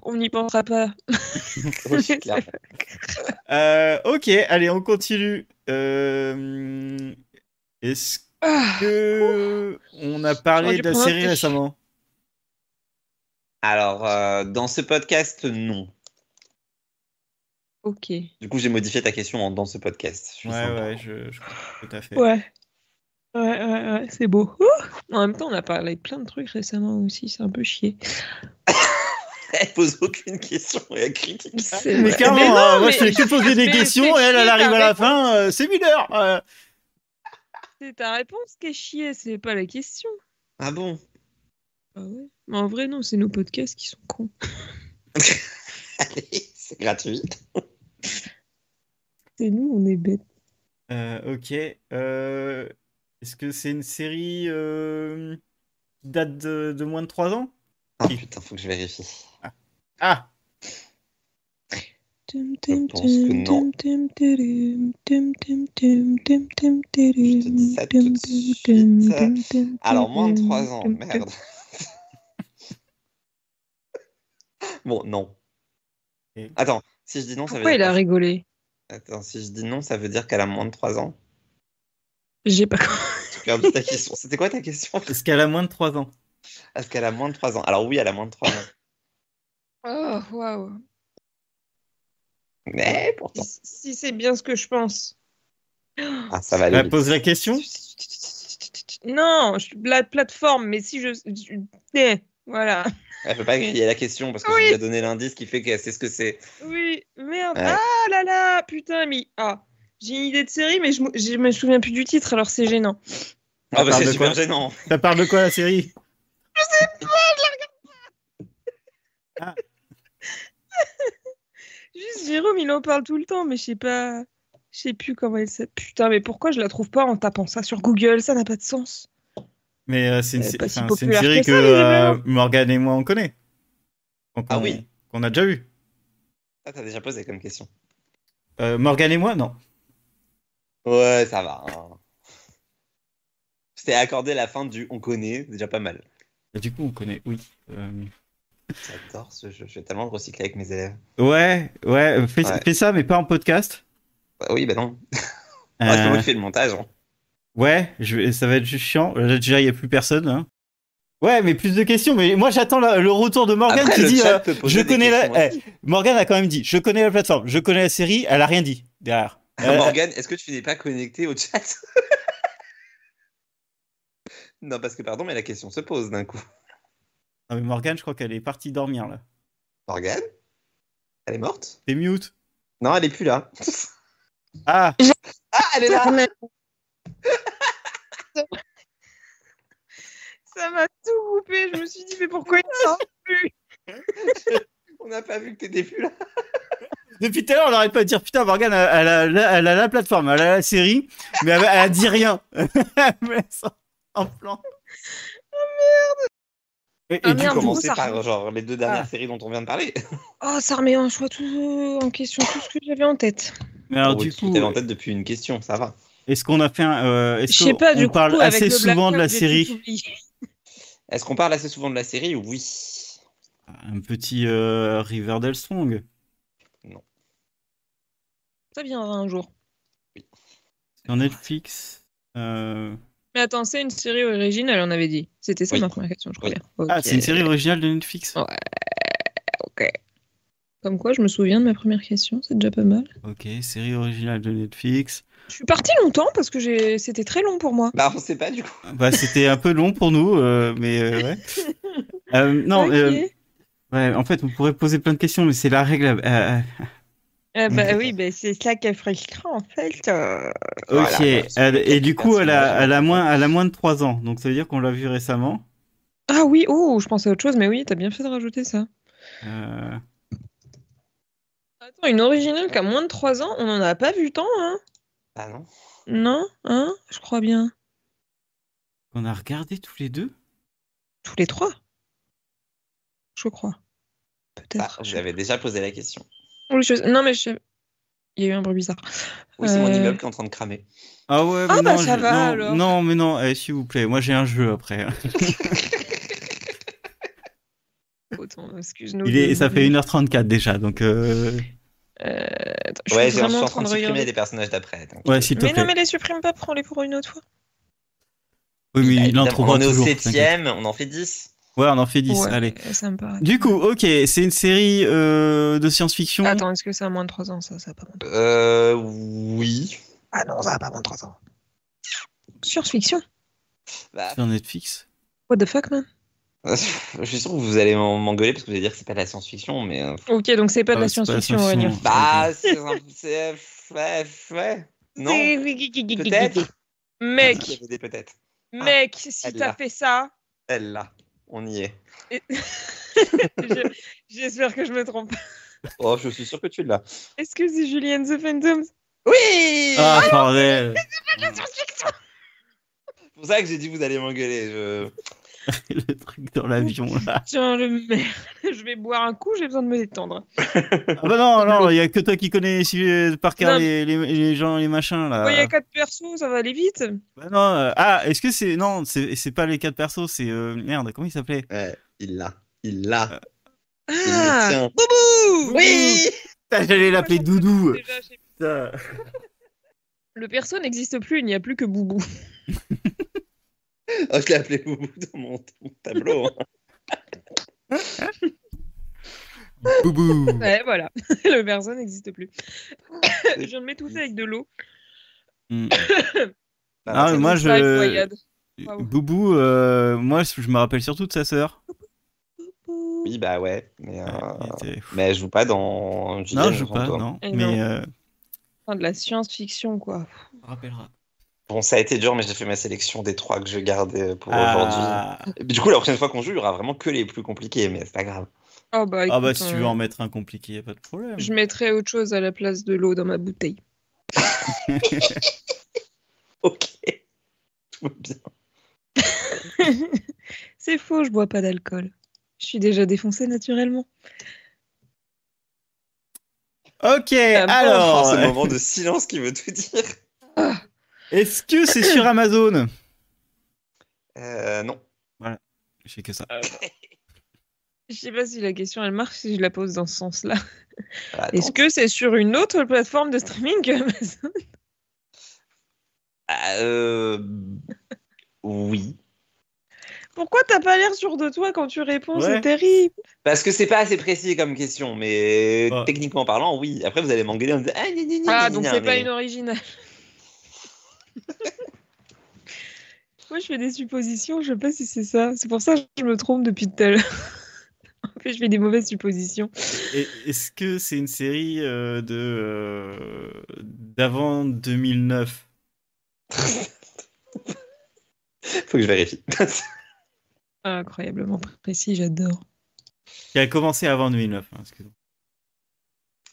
On n'y pensera pas.
Oui, c'est clair.
Euh, ok, allez, on continue. Euh, Est-ce
Ah,
que on a
J'aurais
parlé
dû
de la
prendre un
série
peu.
récemment
Alors, euh, dans ce podcast, non.
ok.
Du coup, j'ai modifié ta question en dans ce podcast. Je suis
Ouais,
sympa.
ouais, je, je comprends tout à fait.
Ouais. Ouais, ouais, ouais, c'est beau. Ouh en même temps, on a parlé de plein de trucs récemment aussi, c'est un peu chier.
Elle pose aucune question et elle critique ça.
C'est
Mais
vrai.
clairement,
Mais non,
euh,
hein, moi
mais
je fais que poser des
mais
questions
c'est
et elle, elle
chier,
arrive à la
t'as
fin, euh, c'est Miller euh.
c'est ta réponse qui est chier, c'est pas la question.
Ah bon
Ah ouais. Mais en vrai, non, c'est nos podcasts qui sont cons.
Allez, c'est gratuit.
C'est nous, on est bêtes.
Euh, Ok. euh, Est-ce que c'est une série euh, qui date de, de moins de 3 ans
Oh, Ah putain, faut que je vérifie.
Ah
Je pense que non. Je te dis ça tout de suite. Alors, moins de 3 ans,
Hum,
merde. (laughs) bon, non.
Et-
Attends, si je dis non, ça veut
Pourquoi
dire.
il a
quoi
rigolé
Attends, si je dis non, ça veut dire qu'elle a moins de 3 ans.
J'ai pas compris.
J'ai perdu ta question. C'était quoi ta question
Est-ce qu'elle a moins de 3 ans
Est-ce qu'elle a moins de 3 ans Alors, oui, elle a moins de 3 ans.
Oh, waouh.
Mais pourtant.
Si- Si c'est bien ce que je pense.
Ah, ça va aller.
Elle
vite.
Bah, pose la question
Non, je suis la plateforme, mais si je. je- eh, voilà.
Elle peut pas griller la question parce que
Oui.
je lui ai donné l'indice qui fait qu'elle sait ce que c'est.
Oui, merde.
Ouais.
Ah là là, putain, mais. Ah, j'ai une idée de série, mais je, mou- je me souviens plus du titre, alors c'est gênant.
Ah, bah,
parle
c'est
de
super
quoi
gênant.
Ça parle de quoi la série
Juste, Jérôme, il en parle tout le temps, mais je sais pas. Je sais plus comment elle s'appelle. Putain, mais pourquoi je la trouve pas en tapant ça sur Google Ça n'a pas de sens.
Mais euh, c'est une,
Elle est
sé-
pas si
enfin, c'est une
populaire
série
que
que,
ça, visiblement.
euh, Morgane et moi on connaît. Donc,
Ah
on-
oui.
Qu'on a déjà vu.
Ça, Ah, t'as déjà posé comme question.
Euh, Morgane et moi, non.
Ouais, ça va. hein. Je t'ai accordé la fin du on connaît, déjà pas mal.
Et Bah, Du coup, on connaît, oui. Euh,
J'adore ce jeu, je vais tellement le recycler avec mes élèves.
Ouais, ouais, euh, fais,
Ouais.
fais ça, mais pas en podcast.
Bah oui, bah non. Ah, c'est
Euh,
moi qui fais le montage. hein.
Ouais, je vais- ça va être juste chiant. Là, déjà, il n'y a plus personne. hein. Ouais, mais plus de questions. Mais moi, j'attends la- le retour de Morgane
Après,
qui
le
dit
chat
euh,
peut poser
Je
des
connais
questions
la.
aussi.
Eh, Morgane a quand même dit Je connais la plateforme, je connais la série. Elle a rien dit derrière.
Ah,
Euh,
Morgane, est-ce que tu n'es pas connecté au chat (laughs) Non, parce que pardon, mais la question se pose d'un coup.
non, ah, mais Morgane, je crois qu'elle est partie dormir là.
Morgane Elle est morte
T'es mute.
Non, elle est plus là.
Ah,
Ah, elle est là
Ça m'a tout coupé. Je me suis dit, mais pourquoi il sort plus
On n'a pas vu que t'étais plus là.
depuis tout à l'heure, on n'arrête pas de dire Putain, Morgane, elle a, elle a- elle a la plateforme, elle a la série, mais elle, elle dit rien. (laughs) elle me laisse en- en plan. Et, et du
Ah, merde,
coup,
du coup,
commencer
ça
par
remonte.
genre les deux dernières
Ah.
séries dont on vient de parler.
Oh, ça remet en choix tout euh, en question tout ce que j'avais en tête.
mais alors,
Oh,
du
tu
coup, euh,
t'avais en tête depuis une question, ça va.
est-ce qu'on a fait un. euh,
Je
est-ce
sais pas, du
qu'on
coup,
parle
avec
assez
le Black
souvent de la
Flag, j'ai
série
tout oublié.
Est-ce qu'on parle assez souvent de la série Oui.
Un petit euh, Riverdale Strong.
Ça viendra un jour.
Sur Netflix. euh,
Mais attends, c'est une série originale, on avait dit. C'était ça
Oui.
ma première question, je crois.
Oui.
bien. Ok.
Ah, c'est une série originale de Netflix.
Ouais. Comme quoi, je me souviens de ma première question, c'est déjà pas mal.
Ok, série originale de Netflix.
Je suis partie longtemps parce que j'ai- c'était très long pour moi.
Bah, on sait pas du coup.
Bah, c'était un peu long pour nous, euh, mais euh,
(laughs)
ouais. Euh, non,
Ok.
euh, ouais, en fait, on pourrait poser plein de questions, mais c'est la règle. euh, euh,
Ah bah oui, bah c'est ça qui est frustrant en fait. euh.
ok,
Voilà.
elle- et du coup, elle a, elle, a
Personnage.
moins, elle a moins de 3 ans, donc ça veut dire qu'on l'a vu récemment.
Ah oui, oh, je pensais à autre chose, mais oui, t'as bien fait de rajouter ça.
Euh,
Attends, une originale qui a moins de 3 ans, on en a pas vu tant, hein
Ah non
Non Hein Je crois bien.
qu'on a regardé tous les deux
Tous les trois Je crois.
Ah,
Peut-être.
J'avais déjà posé la question.
Oui, je- Non, mais je... il y a eu un bruit bizarre.
Oui, c'est mon
Euh.
immeuble qui est en train de cramer.
Ah ouais, mais
Ah, bah,
non,
ça
je-
va,
non,
alors.
non, mais non, eh, s'il vous plaît, moi j'ai un jeu
(laughs)
après.
Autant, excuse-nous.
Il est, ça fait 1h34 déjà, donc euh,
Euh, attends, je suis
Ouais, j'ai- je suis
vraiment
en train de supprimer
regarder.
les personnages d'après. t'inquiète.
ouais, s'il te
Mais
plaît.
non, mais les supprime pas, prends-les pour une autre fois.
Oui, mais il en
Évidemment,
trouvera
Eh, on est au
toujours. t'inquiète.
septième, on en fait 10.
Ouais, on en fait 10,
Ouais,
allez.
Ça me paraît.
Du coup, ok, c'est une série euh, de science-fiction.
Attends, est-ce que ça a moins de 3 ans Ça, ça a pas moins de
Euh. Oui.
Ah non, ça a pas moins de 3 ans. Science-fiction
Bah,
Sur Netflix.
What the fuck, man
je suis sûr que vous allez m'en- m'engueuler parce que vous allez dire que c'est pas de la science-fiction, mais. euh,
Ok, donc c'est pas de
Ah,
la
c'est pas la
science-fiction, on va dire.
science-fiction.
(laughs) Bah, c'est. un- c'est- Ouais, ouais. Non, peut-être.
Mec,
Il y avait des peut-être.
mec, si
elle
t'as
l'a.
fait ça.
Elle là, on y est.
et- Je- J'espère que je me trompe. pas.
Oh, je suis sûr que tu l'as.
Est-ce que c'est Julian the Phantoms
Oui
Ah, bordel (laughs)
Science-fiction
C'est pour ça que j'ai dit vous allez m'engueuler. Je...
le truc dans l'avion là.
Tiens, le merde, je vais boire un coup, j'ai besoin de me détendre.
Ah bah non, non, il y a que toi qui connais si, euh, par cœur les, les, les gens, les machins là.
Ouais, Il y a quatre persos, ça va aller vite.
Bah non, euh, ah, est-ce que c'est non, c'est c'est pas les quatre persos, c'est euh, merde, comment il s'appelait
Ouais, il l'a. Il l'a. Ah. Il le
Ah
tient.
Boubou
Oui
Putain, Ah, J'allais l'appeler Doudou.
Déjà, j'ai-
Putain.
Le perso n'existe plus, il n'y a plus que Boubou.
Oh, je l'ai appelé Boubou dans mon, dans mon tableau. hein.
Boubou.
Ouais, voilà. (laughs) Le perso
(coughs)
n'existe plus. je viens de m'étouffer avec de l'eau.
(laughs) Mm.
Ah,
Ah, mais moi
Ça, une
je
noyade. Waouh.
Boubou, euh, moi je me rappelle surtout de sa sœur.
Oui, bah ouais. Mais, euh,
Il était-
mais elle joue pas dans.
Non,
Gillian,
je joue pas,
fantôme.
non.
Et
Mais
Eh non.
euh,
Enfin, de la science-fiction, quoi.
rappellera.
Bon, ça a été dur, mais j'ai fait ma sélection des trois que je gardais euh, pour aujourd'hui.
Ah,
Bah,
Du coup, la prochaine fois qu'on joue, il y aura vraiment que les plus compliqués, mais c'est pas grave. (laughs)
Ah bah,
ah bah
écoute,
si tu
euh,
veux en mettre un compliqué, y a pas de problème.
Je mettrais autre chose à la place de l'eau dans ma bouteille.
Ok. Tout va bien.
C'est faux, je bois pas d'alcool. Je suis déjà défoncée naturellement.
Ok,
Ah, bon,
Oh, ce
alors,
moment de silence qui veut tout dire.
euh, est-ce que c'est sur (laughs) Amazon
Euh, non.
Je sais que ça.
Ah,
Je sais pas si la question elle marche si je la pose dans ce sens-là.
Attends.
Est-ce que c'est sur une autre plateforme de streaming que Amazon
Ah, euh, Oui.
Pourquoi t'as pas l'air sûr de toi quand tu réponds
Ouais.
C'est terrible.
Parce que c'est pas assez précis comme question, mais
Ah.
techniquement parlant, oui. Après, vous allez m'engueuler en me disant Ah, gna, gna, gna,
Ah,
gna,
donc
gna,
c'est pas
mais-
une originale. (laughs) Moi, je fais des suppositions, je sais pas si c'est ça. C'est pour ça que je me trompe depuis tout à l'heure. (laughs) En fait, je fais des mauvaises suppositions.
Et Est-ce que c'est une série euh, de euh, d'avant 2009
Faut que je vérifie. (laughs)
Incroyablement précis, j'adore.
qui a commencé avant 2009 hein, excusez-moi.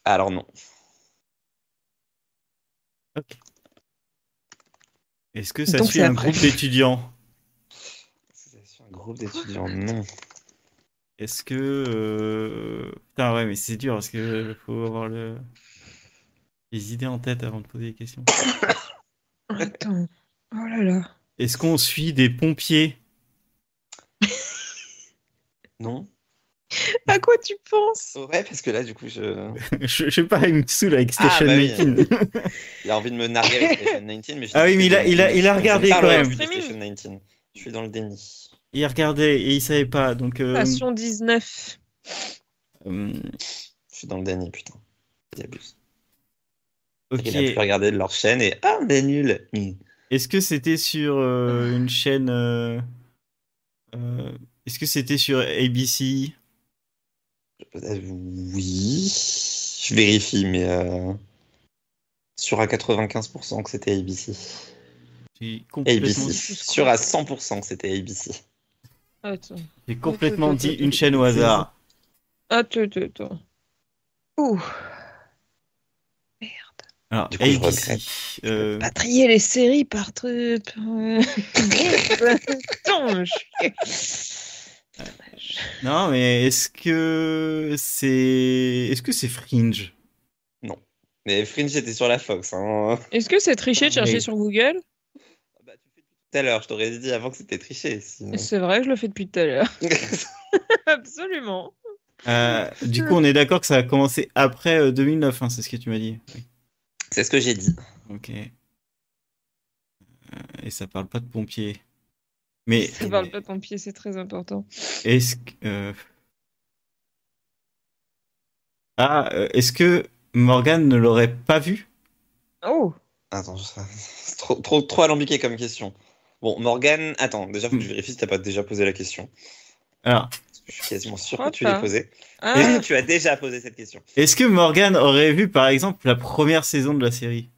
Alors, non.
Est-ce que ça
Donc,
suit
c'est
un
après.
groupe d'étudiants
Association, Groupe d'étudiants, non.
Est-ce que euh, putain ouais mais c'est dur parce que faut avoir le les idées en tête avant de poser des questions.
Attends. Oh là là.
Est-ce qu'on suit des pompiers (laughs)
(laughs)
Non.
À quoi tu penses
Ouais, parce que là, du coup, je...
je, je sais pas, il me saoule avec
Ah,
Station
bah oui.
19.
il a envie de me narguer avec Station 19, mais je
Ah oui, mais il a- il a- il a regardé
Je ne
quand
parle
même.
plus de Station 19. Je suis dans le déni.
(laughs) il regardait et il savait pas donc. euh,
Station 19.
euh,
Je suis dans le déni, putain. Ils abusent. Il a pu
ok.
regarder de leur chaîne et ah, on est nul. Hmm.
Est-ce que c'était sur euh, une chaîne euh, euh, Est-ce que c'était sur ABC
Euh, Oui, je vérifie, mais euh, sur à 95% que c'était ABC.
J'ai complètement,
ABC.
je crois.
Sur à 100% que c'était ABC.
Attends.
j'ai complètement dit une chaîne au hasard.
Attends, attends, attends. Ouh. Merde.
Alors,
Du coup, je
ABC. euh,
Pas trier les séries par truc. euh, Attends, je- Dommage.
non, mais est-ce que c'est est-ce que c'est Fringe
Mais Fringe était sur la Fox. Hein.
Est-ce que c'est triché de chercher
Oui.
sur Google
Bah, tu fais depuis tout à l'heure, je t'aurais dit avant que c'était
(laughs)
triché. sinon.
C'est vrai, je le fais depuis tout à l'heure. (laughs) Absolument. (laughs)
Euh, Du coup, on est d'accord que ça a commencé après euh, 2009, hein, c'est ce que tu m'as dit. Oui.
C'est ce que j'ai dit.
Ok. Euh, Et ça parle pas de pompiers. Mais
Tu parles pas de ton pied, c'est très important.
Est-ce que. euh, Ah, euh, est-ce que Morgane ne l'aurait pas vu
Oh
Attends, je- (laughs) c'est trop, trop, trop alambiqué comme question. Bon, Morgane, attends, déjà, faut que je
Hmm.
vérifie si t'as pas déjà posé la question.
Alors,
Je suis quasiment
Je
sûr que
crois
tu l'as
pas.
posée.
Ah,
(laughs) tu as déjà posé cette question.
est-ce que Morgane aurait vu, par exemple, la première saison de la série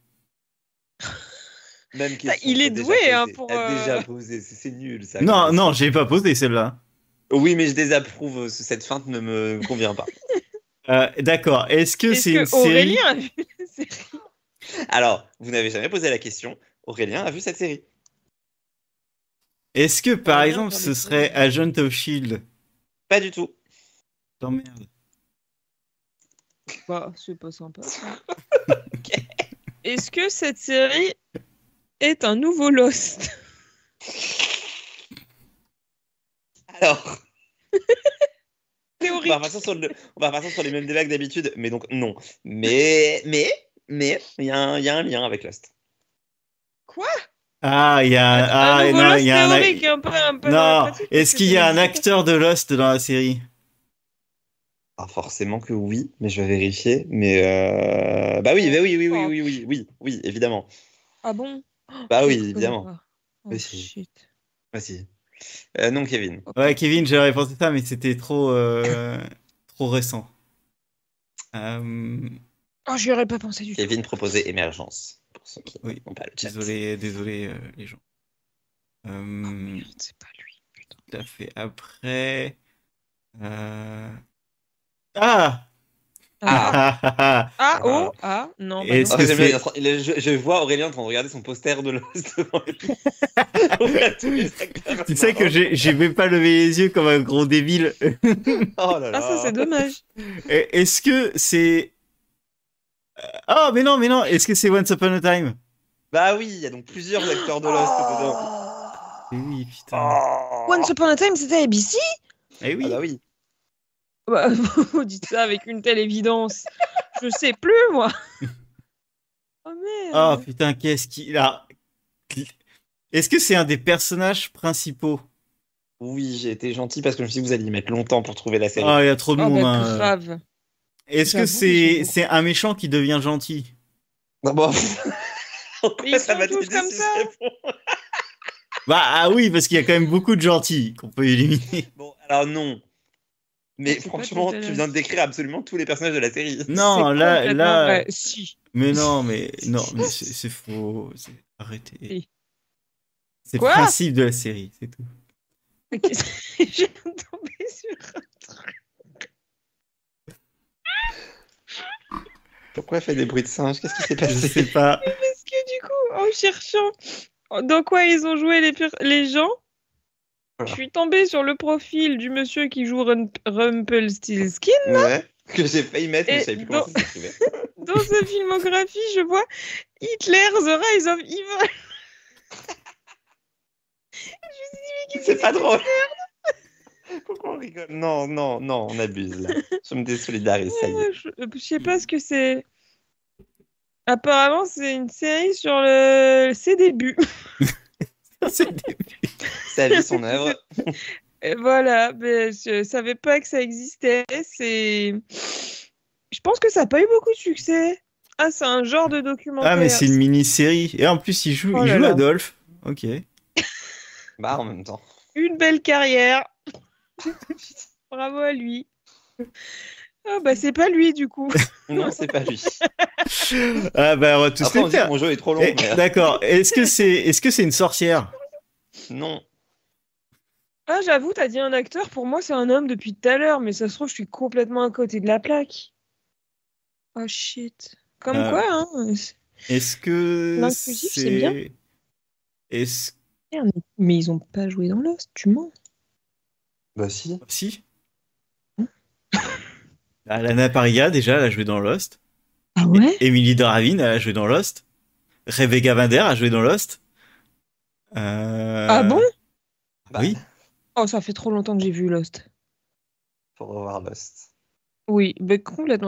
Même question.
Bah, il
t'as
est
déjà
doué, hein,
posée,
pour,
t'as
euh,
déjà posé, c'est c'est nul ça.
Non,
comme
non, j'ai pas posé celle-là.
Oui, mais je désapprouve. ce- Cette feinte ne me convient pas. (laughs)
Euh, D'accord. Est-ce que
est-ce
c'est une
que
série
Aurélien a vu la série
Alors, vous n'avez jamais posé la question. Aurélien a vu cette série.
Est-ce que par
Ah, merde,
exemple
j'en ai
ce
plus.
serait Agent of Shield
Pas du tout.
E T'emmerdes.
Bah, c'est pas (laughs) sympa. ça. Est-ce que cette série est un nouveau Lost
Alors, on
Théorie.
va partir sur, le- on va partir sur les mêmes débats que d'habitude, mais donc non. Mais, mais, mais, il y, a un- il y a un lien avec Lost.
Ah, il y a
un
ah,
nouveau
non,
Lost
il y a un-
théorique, un peu, un peu dans la
Non,
pratique, parce
est-ce
que
qu'il y a
c'est-
un acteur de Lost dans la série
Ah, forcément que oui, mais je vais vérifier. Mais euh, bah oui, bah oui, oui, oui, oui, oui, oui, oui, évidemment.
Ah bon
Bah oui,
Je le connais
évidemment.
pas. Oh,
Oui, si.
shit.
Ah, si. Euh, non, Kevin.
Ouais, Kevin, j'aurais pensé ça, mais c'était trop, euh,
(coughs)
trop récent. Euh,
Oh, j'y aurais pas pensé du tout.
Kevin proposait émergence pour ceux qui
Oui,
n'ont pas le chat.
désolé, désolé euh, les gens. Euh,
Merde, C'est pas lui. putain.
tout à fait. Après, euh, ah,
Ah,
Ah, ah, ah.
ah, oh, ah, non. bah
Et
non.
ça-
Ah, j'aime bien,
c'est-
il est en train- il est- je, je vois Aurélien en train de regarder son poster de Lost devant
(laughs)
lui. On voit tous les
(laughs)
acteurs.
Tu sais que j'ai j'ai même pas levé les yeux comme un gros débile.
Oh là là.
Ah, ça, c'est dommage.
Euh, Est-ce que c'est. Euh, Ah, mais non, mais non, est-ce que c'est Once Upon a Time
Bah oui, il y a donc plusieurs acteurs
Oh.
de Lost
Oh.
dedans.
Eh oui, putain.
Oh.
Once
Ah.
Upon a Time, c'était ABC
Eh
Ah
oui.
bah oui.
Bah, (laughs) vous dites ça avec une telle évidence. Je sais plus,
(laughs)
moi.
Oh
Oh merde.
putain, qu'est-ce qu'il a. Est-ce que c'est un des personnages principaux
Oui, j'ai été gentil parce que je me suis dit que vous alliez mettre longtemps pour trouver la série.
Ah, il y a trop de
Oh,
monde.
bah,
hein.
grave.
Est-ce que
J'avoue,
c'est
ils sont
c'est un méchant qui devient gentil
Non, Ah (laughs) bon. En quoi
Ils
ça
sont
m'a
tous
tilté
comme
si
ça.
c'est bon
Bah ah oui, parce qu'il y a quand même beaucoup de gentils qu'on peut éliminer.
Bon, alors non. Mais
C'est pas
franchement,
tout à
tu
l'heure.
viens de décrire absolument tous les personnages de la série.
Non,
(laughs) C'est
là,
complètement
là,
vrai. Si.
mais non, mais non, mais c'est c'est faux. C'est- Arrêtez.
Si.
C'est le
Quoi
principe de la série, c'est tout.
Mais qu'est-ce que- (laughs) J'ai tombé sur un truc.
Pourquoi elle fait des bruits de singe Qu'est-ce qui s'est
Je sais
(laughs)
pas.
Parce que du coup, en cherchant dans quoi ils ont joué les, pur- les gens,
Voilà.
je suis tombée sur le profil du monsieur qui joue Rump Rumpelstiltskin.
Ouais. Que j'ai failli mettre, mais
Et
je savais plus comment
dans-
ça s'écrivait.
(laughs)
Dans sa filmographie, je vois Hitler, The Rise of Evil.
C'est pas drôle. (laughs) Pourquoi on rigole Non, non, non, on abuse là. Je me désolidarise, ça y est.
Ouais, Je, euh, je sais pas ce que c'est. Apparemment, c'est une série sur le... ses débuts.
C'est des-
Sa vie, son œuvre.
Et voilà, mais je savais pas que ça existait. C'est. Je pense que ça n'a pas eu beaucoup de succès. Ah, c'est un genre de documentaire.
Ah mais c'est une mini-série. Et en plus, il joue,
Oh
il
là
joue
là.
Bah,
(laughs) Ah, bah,
Ah, bah, Eh,
Ah, hein.
Bah, Ah, Euh,
Ah
Bah,
Oh,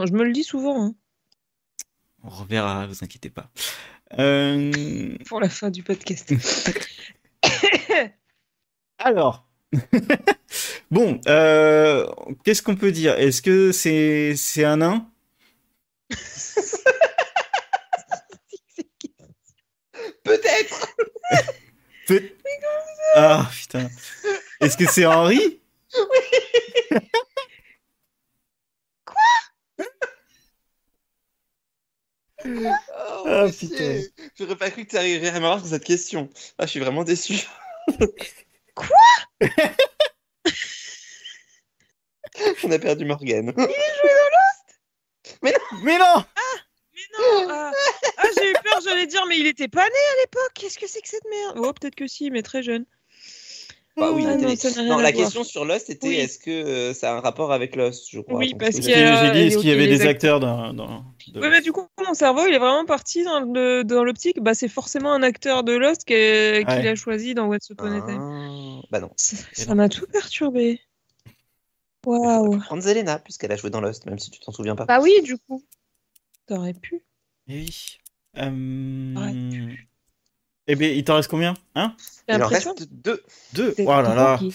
Euh, (laughs) euh, Ah,
hein, (laughs) ah. Oh, Ah non, ça n'a rien à voir.
Ah, Bah oui, la télé. Non, la question sur Lost était
Oui.
est-ce que euh, ça a un rapport avec Lost, je crois.
Oui,
donc,
parce
c'est-
Parce
qu'il
que
y a-
J'ai dit, est-ce
et
qu'il y avait
ok,
des
les
acteurs dans. dans- de-
Ouais, mais du coup, mon cerveau, il est vraiment parti dans, le- dans l'optique. Bah, c'est forcément un acteur de Lost que- qu'il
Ouais.
a choisi dans What's Upon a Time.
Ah, Bah non.
Ça ça m'a tout perturbé. Waouh.
Prendre Zelena, puisqu'elle a joué dans Lost, même si tu t'en souviens pas.
Bah oui, du coup. T'aurais pu.
Eh oui. Euh,
Ouais.
Eh bien, il t'en reste combien Un
J'ai
Il en
l'impression
reste deux.
Deux
que
Oh là là
qui-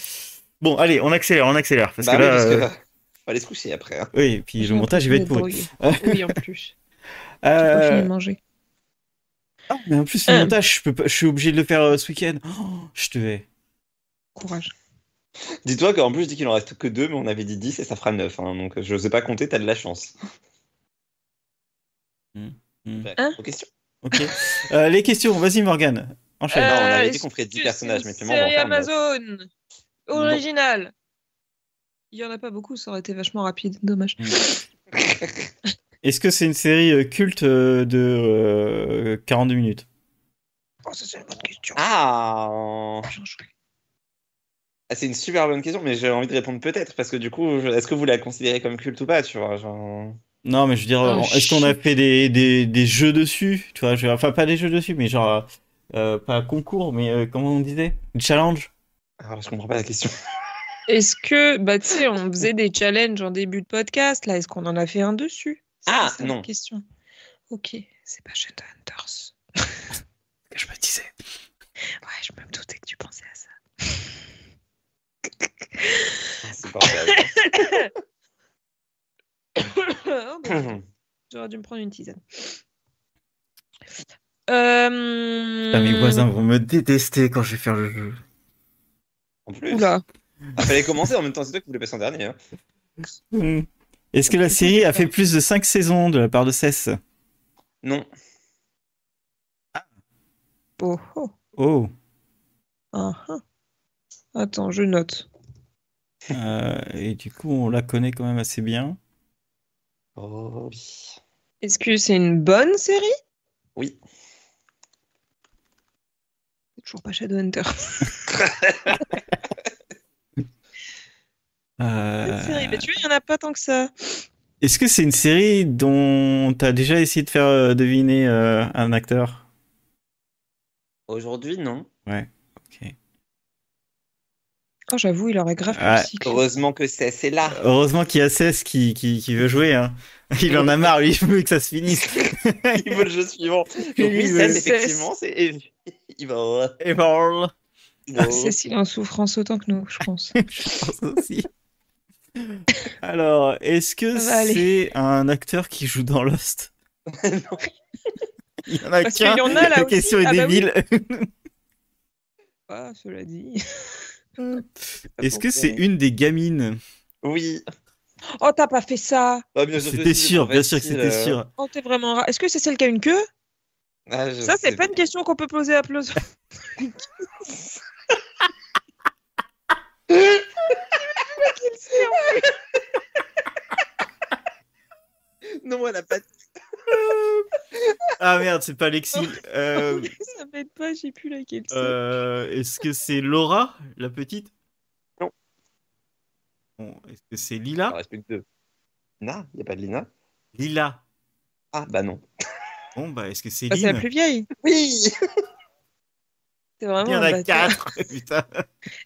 Bon, allez, on accélère, on accélère. Parce
Bah
que
oui,
là.
parce que,
euh,
euh, (laughs) faut aller se coucher après. hein.
Oui, et puis le
j'ai
montage, il va être
l'impression
pourri.
d'être droguée. Oui, en plus. J'ai pas fini
Euh,
de manger.
ah, mais en plus, le
Euh.
montage, je, peux pas- je suis obligé de le faire euh, ce week-end. Oh, je te hais.
Courage.
Dis-toi qu'en plus, je dis qu'il en reste que deux, mais on avait dit 10 et ça fera 9. donc euh, je sais pas compter, t'as de la chance. Bah,
Hmm. Hmm.
Ouais,
Hein
aux questions.
Ok. Euh, les questions, vas-y, Morgane. Enchaîne.
non, on avait
Euh,
dit qu'on ferait 10
Juste
personnages,
une
mais finalement, on va en
Série
faire neuf.
Amazon
Non.
originale. Il y en a pas beaucoup, ça aurait été vachement rapide, dommage.
(laughs) Est-ce que c'est une série euh, culte euh, de euh, 42 minutes
Oh, ça c'est une bonne question.
Ah
J'en jouerai.
Ah, C'est une super bonne question, mais j'ai envie de répondre peut-être, parce que du coup, je- est-ce que vous la considérez comme culte ou pas, tu vois genre...
Non, mais je veux dire,
Ah,
euh, est-ce qu'on a
shit.
fait des, des, des jeux dessus Tu vois, je- enfin, pas des jeux dessus, mais genre, euh, euh, pas concours, mais euh, comment on disait Challenge
Alors, ah, je comprends pas la (laughs) question.
Est-ce que, bah, tu sais, on faisait des challenges en début de podcast, là, est-ce qu'on en a fait un dessus C'était
Ah,
ça, la
non.
question. Ok, c'est pas Shadowhunters.
Je me disais.
Ouais, je me doutais que tu pensais à ça.
(laughs) Ah, C'est pas grave.
Oh, bah, J'aurais dû me prendre une tisane. Euh...
Putain, Ah, mes voisins vont me détester quand je vais faire le jeu.
(coughs) en plus,
Oula.
il fallait commencer en même temps, c'est toi qui voulais passer en dernier. hein.
Hmm. Est-ce que la série a fait plus de 5 saisons de la part de Cess
Non.
Oh, oh.
Oh
Ah, ah. Attends, je note.
Euh, Et du coup, on la connaît quand même assez bien.
Oh oui.
Est-ce que c'est une bonne série
Oui.
C'est Toujours pas Shadowhunter. Bonne
Euh,
série, mais tu vois, il y en a pas tant que ça.
Est-ce que c'est une série dont t'as déjà essayé de faire euh, deviner euh, un acteur
Aujourd'hui, non.
Ok.
Oh, j'avoue, il aurait grave pu
Ouais.
cycler.
Heureusement que c'est c'est là.
Heureusement qu'il y a Cess qui, qui, qui veut jouer. hein. (laughs) Il en a marre, lui, il veut que ça se finisse.
(laughs) il veut le jeu suivant. Donc,
Il
oui,
veut
ça,
le
c'est
cesse.
effectivement, c'est. Il va. oh,
Et ben, bon,
Ah, Cécile est en souffrance autant que nous, je pense.
(laughs) je pense aussi. Alors, est-ce que
Ça va aller.
c'est un acteur qui joue dans Lost
(laughs) Non.
Il y en a
Parce
qu'un.
qu'il y en a, là,
La
aussi.
question est
Ah bah oui. (laughs)
débile.
Ah, cela dit. (laughs)
Est-ce que
hein.
c'est une des gamines
Oui.
Oh, t'as pas fait ça
Bah, bien sûr que
C'était
si,
sûr,
mais
bien sûr que
facile,
c'était
euh,
sûr.
Oh, t'es vraiment rare. Est-ce que c'est celle qui a une queue
ah, je
Ça, c'est
sais (laughs)
pas une question qu'on peut poser à (laughs) Pleuson.
Non, elle a pas.
Ah merde, c'est pas Lexi. Euh,
ça m'aide pas, j'ai plus laquelle c'est.
euh, est-ce que c'est Laura, la petite
Non.
Bon, est-ce que c'est
Il en
Lila
reste plus que Ah, deux. Lina Il n'y a pas de Lina
Lila.
Ah, bah non.
Bon, bah, est-ce que c'est
Ah, c'est la
Lynn
plus vieille.
Oui
C'est vraiment
Il y en
un
a
bâtard.
quatre
(laughs)
Putain.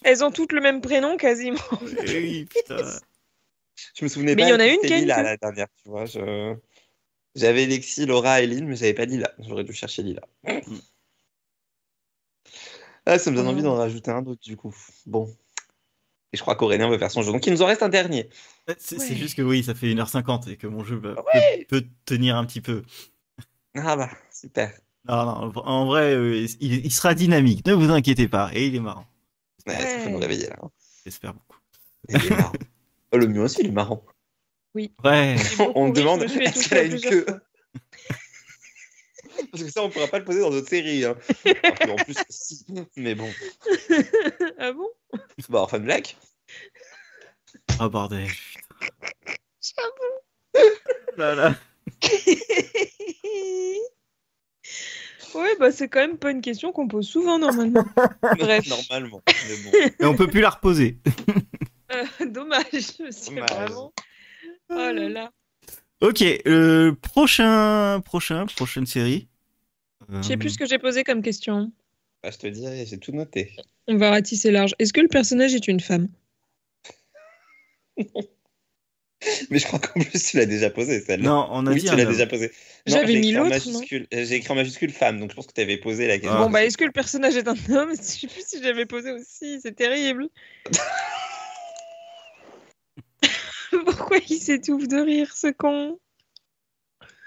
Elles ont toutes le même prénom
(laughs)
quasiment.
Eh oui, putain.
(laughs) Je me souvenais
Mais
pas.
il y en a
que
une
c'était
qui a une
Lila
queue.
la dernière, tu vois. je- J'avais Lexi, Laura et Lynn, mais j'avais pas Lila. J'aurais dû chercher Lila.
Mm.
Ah, ça me donne envie d'en rajouter un d'autre, du coup. Bon. Et je crois qu'Aurélien veut faire son jeu. Donc il nous en reste un dernier.
C'est,
Ouais.
c'est juste que oui, ça fait 1h50 et que mon jeu bah, peut- peut, tenir un petit peu.
Ah bah, super.
Non, non, en vrai, euh, il, il sera dynamique, ne vous inquiétez pas. Et il est marrant,
Ouais, Ça fait
Ouais.
nous réveiller, là.
j'espère beaucoup.
Il est
(laughs)
marrant. Oh, le mien aussi, il est marrant.
Ouais.
J'ai beaucoup
On me
ri, je
demande,
me suis
est-ce
étouffée
qu'elle a une
plusieurs
queue
fois.
(laughs) Parce que ça, on pourra pas le poser dans d'autres séries. hein. Alors que, en plus, si. Mais bon.
Ah bon
Bah, Orphan Black.
Ah bordel. Oh Là, là.
ouais, bah c'est quand même pas une question qu'on pose souvent normalement. (laughs) Bref.
(laughs) Normalement. Mais bon.
Et on peut plus la reposer.
Euh, dommage, c'est
Dommage.
vraiment. Oh là là.
Ok, euh, prochain, prochain, prochaine série. Euh,
Je sais
Ah
plus ce que j'ai posé comme question.
Bah, je te dirai, j'ai tout noté.
On va ratisser large. Est-ce que le personnage est une femme
Mais je crois qu'en plus, tu l'as déjà posée, celle-là.
Non, on a
oui,
dit.
tu
un
l'as
homme.
déjà posée. Non,
J'avais
j'ai
mis
écrit en
l'autre,
majuscule- euh, J'ai écrit en majuscule femme, donc je pense que tu avais posé la question.
Ah.
Bon bah est-ce que le personnage est un (laughs) homme Je sais plus si j'avais posé aussi, c'est
(laughs)
terrible. Pourquoi il s'étouffe de rire ce con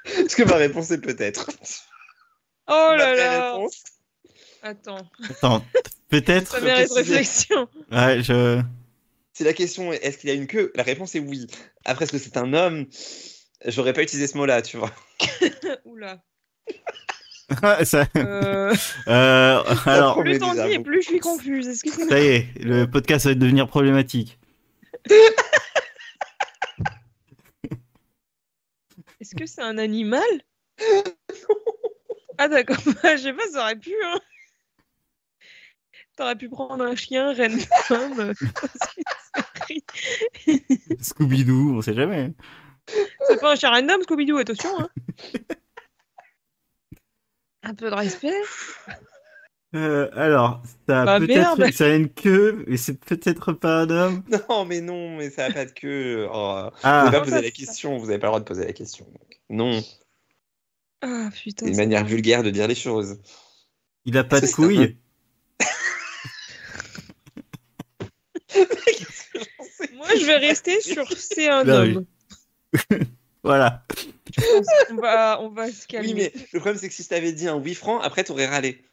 Parce que ma réponse est peut-être.
Oh
Ma
là
vraie
là
réponse.
Attends,
Attends, peut-être.
ça mérite
préciser.
réflexion. (laughs)
Ouais, je. (laughs)
Si la question est est-ce qu'il a une queue, la réponse est oui. Après, est-ce que c'est un homme J'aurais pas utilisé ce mot-là, tu vois.
Oula.
Ça-
(laughs)
Euh,
euh, alors,
mais
plus t'en
déjà,
dis et
bon.
plus je suis confuse. Excusez-moi.
(laughs)
ça y est, le podcast va devenir problématique.
Est-ce que c'est un animal Ah d'accord, (laughs) je sais pas, ça aurait pu. Hein. T'aurais pu prendre un chien, reine femme. (laughs)
Scooby-Doo, on sait jamais.
c'est pas un chien random, Scooby-Doo, attention. Hein. Un peu de respect.
Euh, alors, ça a
Bah,
peut-être
merde.
ça a une queue, mais c'est peut-être pas un homme.
Non, mais non, mais ça n'a pas de queue. Oh. Vous
Ah,
n'avez
Ah,
pas posé
ça,
la
c'est
question, vous n'avez pas le droit de poser la question. donc. Non,
Ah
c'est
putain.
une
c'est-
manière vulgaire de dire les choses.
(laughs)
il a pas de
c'est un homme.
couilles.
(laughs)
Moi je vais rester sur c'est un
Bah oui.
homme.
Voilà.
On va, on va se calmer.
Oui, mais le problème, c'est que si je t'avais dit un oui franc, après, t'aurais râlé.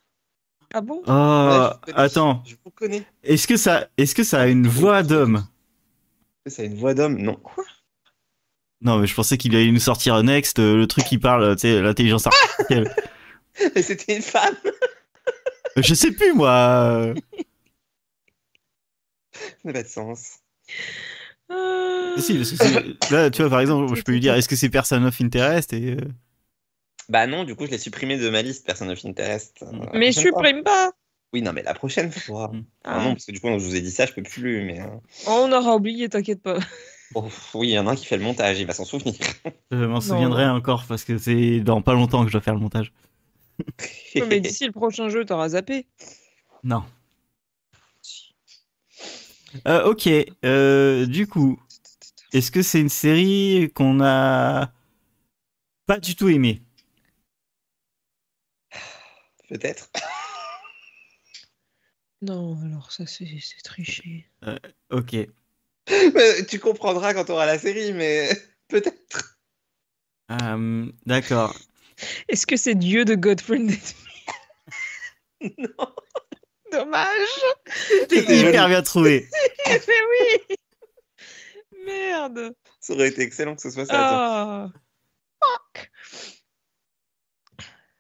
Ah bon
Oh,
Ouais, je connais.
attends.
Je vous connais.
Est-ce que ça, est-ce que ça a une voix d'homme
Ça a une voix d'homme Non.
Non, mais je pensais qu'il allait nous sortir un next, euh, le truc qui parle, tu sais, l'intelligence artificielle.
(laughs) Mais c'était une femme.
Euh, je sais plus moi. euh,
Ça n'a pas de sens.
Ah.
Si, parce que c'est- là, tu vois, par exemple, je peux lui dire, est-ce que c'est Person of Interest et euh,
Bah non, du coup, je l'ai supprimé de ma liste, personne of Interest. Euh, la
Ah, Mais
prochaine fois.
supprime pas.
Oui, non, mais la prochaine fois.
Mm.
Ah non, parce que du coup, je vous ai dit ça, je peux plus, mais. hein.
Ah, On aura oublié, t'inquiète
(laughs)
pas.
Oh, oui, il y en a un qui fait le montage, il va s'en souvenir.
je m'en souviendrai encore parce que c'est dans pas longtemps que je dois faire le montage.
Non, mais d'ici le prochain jeu, t'auras zappé.
Non. Euh, ok, euh, du coup, est-ce que c'est une série qu'on a pas du tout aimée
(laughs) Peut-être.
Non, alors ça, c'est c'est triché.
Ok.
Mais tu comprendras quand tu auras la série, mais (laughs) peut-être.
Euh, D'accord.
Est-ce que c'est Dieu de Godfriend
(laughs) Non.
Dommage
T'es hyper bien trouvé.
Eh ben
Mais oui Merde
Ça aurait été excellent que ce soit ça.
Ah Fuck.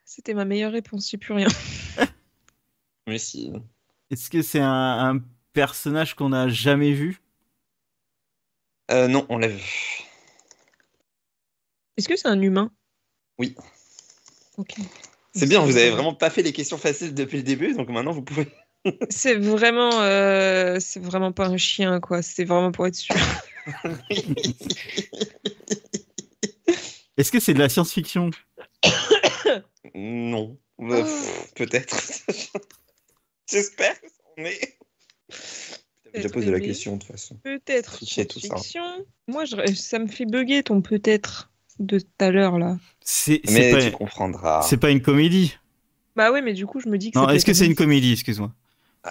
C'était ma meilleure réponse, j'ai plus rien.
Mais si.
Est-ce que c'est un, un personnage qu'on a jamais vu
Euh, non, on l'a vu.
Est-ce que c'est un humain
Oui.
Ok.
C'est bien, vous avez vraiment pas fait les questions faciles depuis le début, donc maintenant vous pouvez.
C'est vraiment, euh, c'est vraiment pas un chien, quoi. C'est vraiment pour être sûr.
Est-ce que c'est de la science-fiction
Non. Euh, pff, Peut-être. (laughs) J'espère qu'on est. J'ai déjà posé la
Aimé.
question de toute façon.
Peut-être
Tricher, tout ça.
science-fiction. Moi, je- ça me fait bugger ton peut-être de tout à l'heure là.
C'est c'est
Mais
pas-
tu comprendras.
c'est pas une comédie.
Bah oui, mais du coup, je me dis que.
Non,
c'est
est-ce que
peut-être
c'est une comédie Excuse-moi.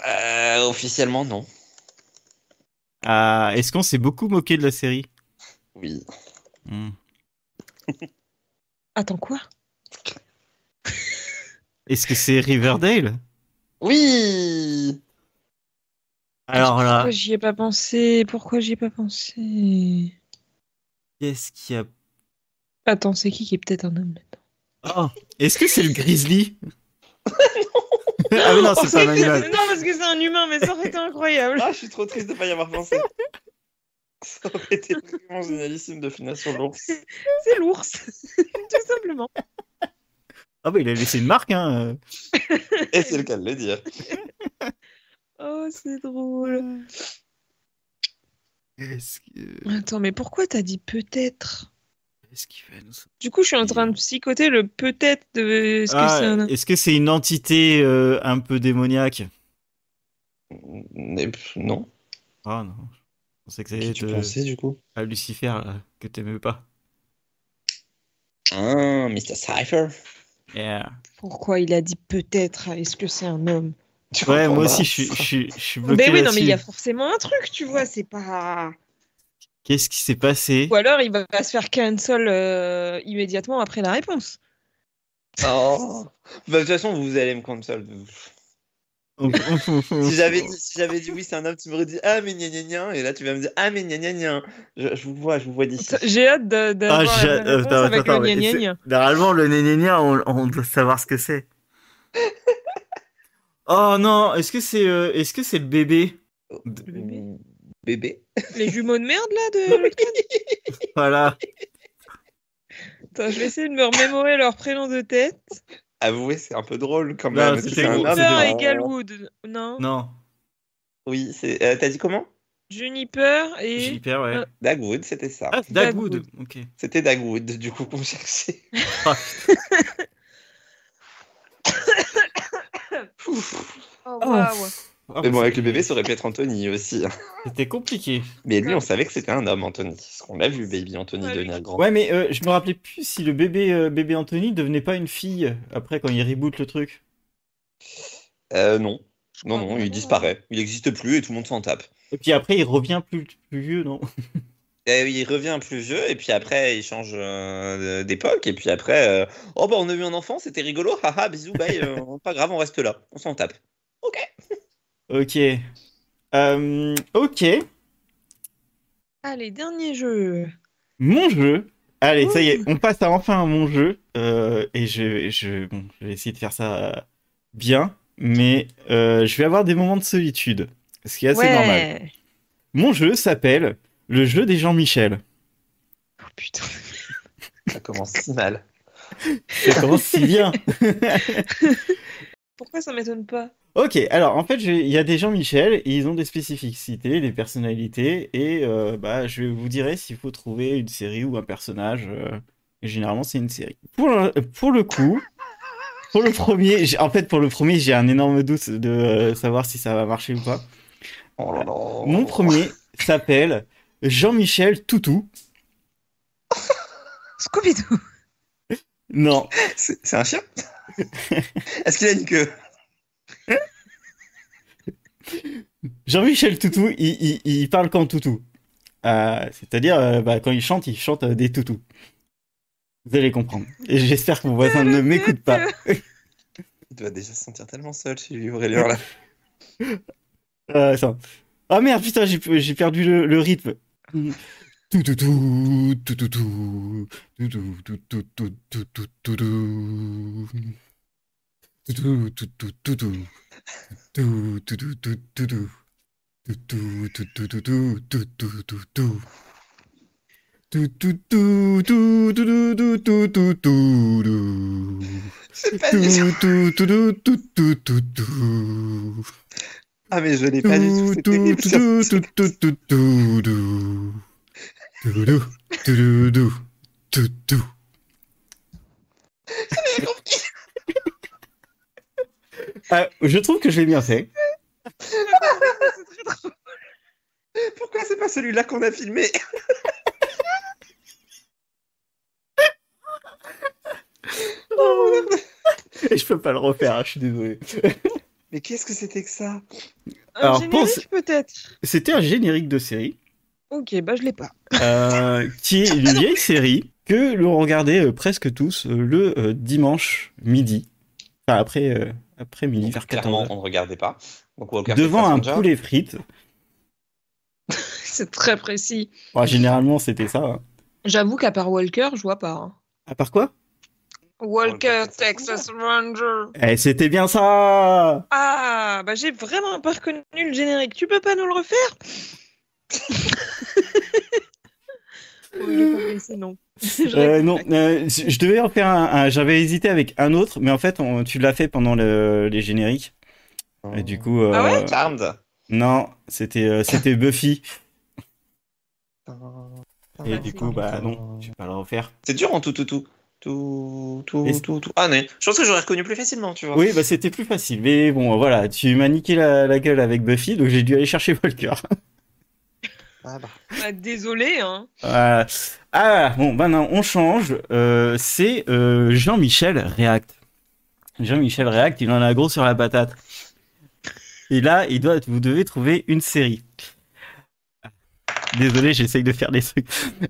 Euh, officiellement, non.
Ah, est-ce qu'on s'est beaucoup moqué de la série
Oui.
Hmm.
Attends quoi
Est-ce que c'est Riverdale
Oui
Alors là,
Pourquoi j'y ai pas pensé Pourquoi j'y ai pas pensé
qu'est-ce qu'il y a
Attends, c'est qui qui est peut-être un homme là-dedans
Oh, est-ce que c'est le
(laughs)
grizzly Ah mais non, c'est pas un animal.
Oh, Non, parce que c'est un humain, mais ça aurait été (laughs) incroyable.
Ah, je suis trop triste de pas y avoir pensé. (laughs) Ça aurait été
(laughs)
vraiment génialissime de finir sur l'ours.
C'est l'ours, tout simplement.
Ah bah il a laissé une marque, hein.
Et c'est le cas de le dire.
Oh, c'est drôle.
Est-ce que-
Attends, mais pourquoi t'as dit peut-être
est-ce qu'il va nous-
Du coup, je suis en train de psychoter le peut-être de. Est-ce que
Ah,
c'est un.
Est-ce que c'est une entité euh, un peu démoniaque
Mais, pff, Non.
Ah non. Je pensais que
Qui
c'était
tu
euh,
pensais du coup
à Lucifer là, que t'aimais pas.
Ah, Mr. Cypher.
Yeah.
Pourquoi il a dit peut-être Est-ce que c'est un homme
Tu
Ouais, moi
comprendras.
aussi, je suis, je suis, je suis bloqué.
Ben oui, non, Bah. mais il y a
là-dessus.
forcément un truc, tu vois, c'est pas.
Qu'est-ce qui s'est passé
Ou alors il va va se faire cancel euh, immédiatement après la réponse.
Oh. Bah, de toute façon, vous allez me console.
(laughs)
Si j'avais dit, si j'avais dit oui, c'est un homme, tu m'aurais dit ah, mais gna gna gna. Et là, tu vas me dire ah, mais gna gna gna. Je, je vous vois, je vous vois d'ici.
Ça- J'ai hâte de- d'avoir
Ah,
la
j'ai-
bonne
euh,
réponse
attends,
avec
attends,
le
mais
gna gna
c'est-
gna.
Normalement, le nénénia, on, on doit savoir ce que c'est. (laughs) Oh non, est-ce que c'est euh, est-ce que c'est le bébé
bébé.
Mm, Bébé.
Les jumeaux de merde là
(laughs)
de l'autre con
Voilà.
Attends, je vais essayer de me remémorer leur prénom de tête.
Avouez, c'est un peu drôle quand
Non,
même. parce que
c'était
c'est un
gros.
homme.
Ah, c'est
Juniper
bien.
et Galwood. Non.
Non,
Oui, c'est. euh, T'as dit comment
Juniper et.
Juniper, ouais.
Euh,
Dagwood, c'était ça.
Ah, Dagwood. Ok.
C'était Dagwood, du coup, qu'on cherchait.
Ah,
Oh,
Oh.
waouh.
ah,
Mais bon, avec le bébé, ça aurait pu être Anthony aussi. hein.
C'était compliqué.
Mais lui, on savait que c'était un homme, Anthony. Parce qu'on l'a vu, baby Anthony
Ouais,
devenir grand.
Ouais, mais euh, je me rappelais plus si le bébé euh, bébé Anthony devenait pas une fille euh, après quand il reboot le truc.
Euh, non.
Je
Non,
crois
non,
vraiment.
il disparaît. Il n'existe plus et tout le monde s'en tape.
Et puis après, il revient plus plus vieux, non
Euh, il revient plus vieux et puis après il change euh, d'époque et puis après euh, oh bah on a eu un enfant c'était rigolo haha bisous bye euh, pas grave on reste là on s'en tape ok
Ok. Euh, ok.
Allez, dernier jeu.
Mon jeu. Allez, ça y est, on passe à enfin à mon jeu. Euh, et je, je, bon, je vais essayer de faire ça euh, bien, mais euh, je vais avoir des moments de solitude, ce qui est assez
ouais.
normal. Mon jeu s'appelle le jeu des Jean-Michel.
Oh, putain.
ça commence si mal
Ça commence si bien.
Pourquoi ça m'étonne pas
Ok, alors en fait, j'ai- il y a des Jean-Michel, et ils ont des spécificités, des personnalités, et euh, bah, je vous dirai s'il faut trouver une série ou un personnage. euh, et généralement, c'est une série. Pour le, pour le coup, pour le premier, j'ai- en fait, pour le premier, j'ai un énorme doute de euh, savoir si ça va marcher ou pas.
oh là là
Mon premier s'appelle Jean-Michel Toutou.
Scooby-Doo.
Non,
c'est c'est un (laughs) chien est-ce qu'il a une queue
Jean-Michel Toutou, il, il- il parle quand Toutou. Euh, C'est-à-dire, euh, bah, quand il chante, il chante euh, des toutous. Vous allez comprendre. Et j'espère que mon voisin ne m'écoute pas.
il doit déjà se sentir tellement seul chez lui Aurélien là
Euh, attends. Ah merde, putain, j'ai j'ai perdu le, le rythme. Tout, tout, tout, tout, tout, tout, tout, tout, tout, tout, tout, tout, tout, tout. Tout, tout, tout, tout, tout, tout. Tout, tout, tout, tout, tout, tout. Tout, tout, tout, tout, tout, tout, tout, tout, tout, tout. Tout, tout, tout, tout, tout, tout, tout, tout, tout, tout.
j'ai pas du tout
Tout, tout, tout, tout, tout, tout, tout.
ah mais je l'ai pas du (laughs) tout c'est terrible ça.
Ah, je trouve que je l'ai bien fait.
pourquoi c'est pas celui-là qu'on a filmé (laughs)
Et je peux pas le refaire, hein, je suis désolé.
mais qu'est-ce que c'était que ça
Un
Alors,
générique
pense-
peut-être.
C'était un générique de série,
Ok, bah je l'ai pas. (laughs)
euh, qui est une vieille série que l'on regardait euh, presque tous euh, le euh, dimanche midi. Enfin, après, euh, après midi, vers 14
clairement
heures.
on ne regardait pas Donc, Walker
Devant
Texas
un
Ranger.
poulet frites.
c'est très précis.
Bon, généralement, c'était ça. hein.
J'avoue qu'à part Walker, je vois pas. hein.
À part quoi
Walker,
Walker Texas Ranger.
Eh, c'était bien ça
Ah, bah j'ai vraiment pas reconnu (laughs) le générique. Tu peux pas nous le refaire pour une école blessée, non. (laughs) Je
Euh,
rigole.
non, euh, je je devais en faire un. un- J'avais hésité avec un autre, mais en fait, on- tu l'as fait pendant le- les génériques. Et du coup,
Ah ouais
euh,
Oh. Charmed.
non, c'était euh, c'était (laughs) Buffy. Et
Ah,
du
c'est
coup, bah non, je vais pas le refaire.
C'est dur en tout, tout, tout. Tout, tout,
Et c'est-
tout, tout. Ah, mais je pense que j'aurais reconnu plus facilement, tu vois.
Oui, bah c'était plus facile. Mais bon, voilà, tu m'as niqué la, la gueule avec Buffy, donc j'ai dû aller chercher Volker.
Ah, bah.
Bah, désolé, hein.
Voilà. Ah, bon, bah non, on change. Euh, c'est euh, Jean-Michel React. Jean-Michel React, il en a gros sur la patate. Et là, il doit, vous devez trouver une série. Désolé, j'essaye de faire des trucs. (laughs)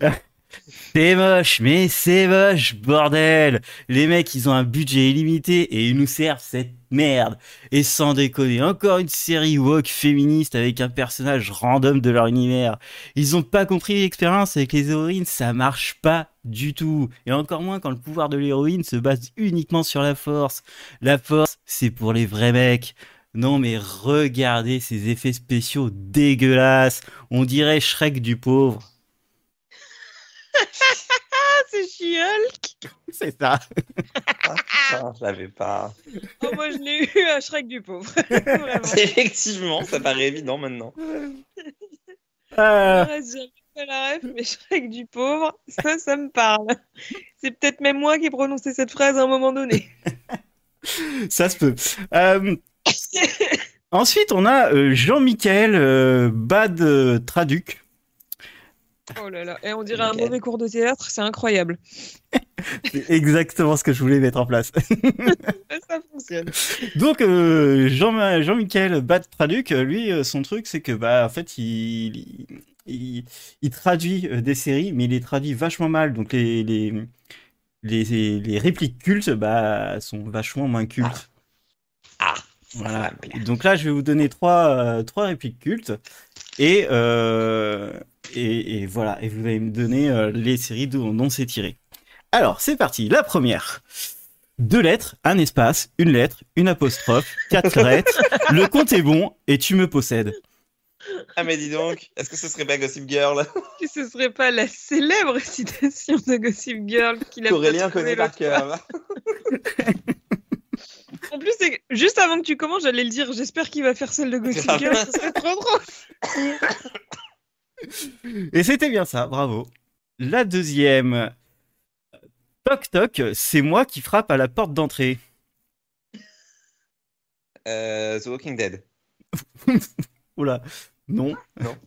C'est moche, mais c'est moche, bordel. Les mecs, ils ont un budget illimité et ils nous servent cette merde. Et sans déconner, encore une série woke féministe avec un personnage random de leur univers. Ils ont pas compris l'expérience avec les héroïnes, ça marche pas du tout. Et encore moins quand le pouvoir de l'héroïne se base uniquement sur la force. La force, c'est pour les vrais mecs. Non mais regardez ces effets spéciaux dégueulasses. On dirait Shrek du pauvre.
Ah, c'est chial.
(laughs) C'est ça.
Ah, je l'avais pas. (laughs)
Oh, moi, je l'ai eu à Shrek du pauvre. (laughs) Vraiment.
Effectivement, ça paraît évident maintenant.
Ah,
Le reste, j'avais pas la ref, mais Shrek du pauvre, ça, ça me parle. C'est peut-être même moi qui ai prononcé cette phrase à un moment donné.
ça se peut. (laughs) Euh, ensuite, on a euh, Jean-Michel euh, Bad euh, Traduc.
Oh là là, et on dirait un
Ok.
mauvais cours de théâtre, c'est incroyable.
C'est exactement ce que je voulais mettre en place.
Ça fonctionne.
Donc euh, Jean Jean-Michel Bad Traduc, euh, lui euh, son truc c'est que bah en fait il il, il- il traduit euh, des séries mais il les traduit vachement mal donc les les les, les- les répliques cultes bah sont vachement moins cultes.
Ah, ça
Voilà.
va me plaire.
Donc là je vais vous donner trois euh, trois répliques cultes et euh, et, et voilà et vous allez me donner euh, les séries dont, dont c'est tiré. Alors c'est parti la première. Deux lettres, un espace, une lettre, une apostrophe, quatre lettres. Le compte est bon et tu me possèdes.
Ah, mais dis donc, est-ce que ce serait pas Gossip Girl
Et ce serait pas la célèbre citation de Gossip Girl
(laughs)
qu'il a
qu'Aurélien
pas trouvée
connaît par
l'autre fois.
cœur
En plus, c'est que juste avant que tu commences, j'allais le dire, j'espère qu'il va faire celle de Gossip
Grave.
Girl, ce serait trop drôle.
Et c'était bien ça, bravo. La deuxième. Toc toc, c'est moi qui frappe à la porte d'entrée.
Euh, The Walking Dead.
Oula, non.
Non.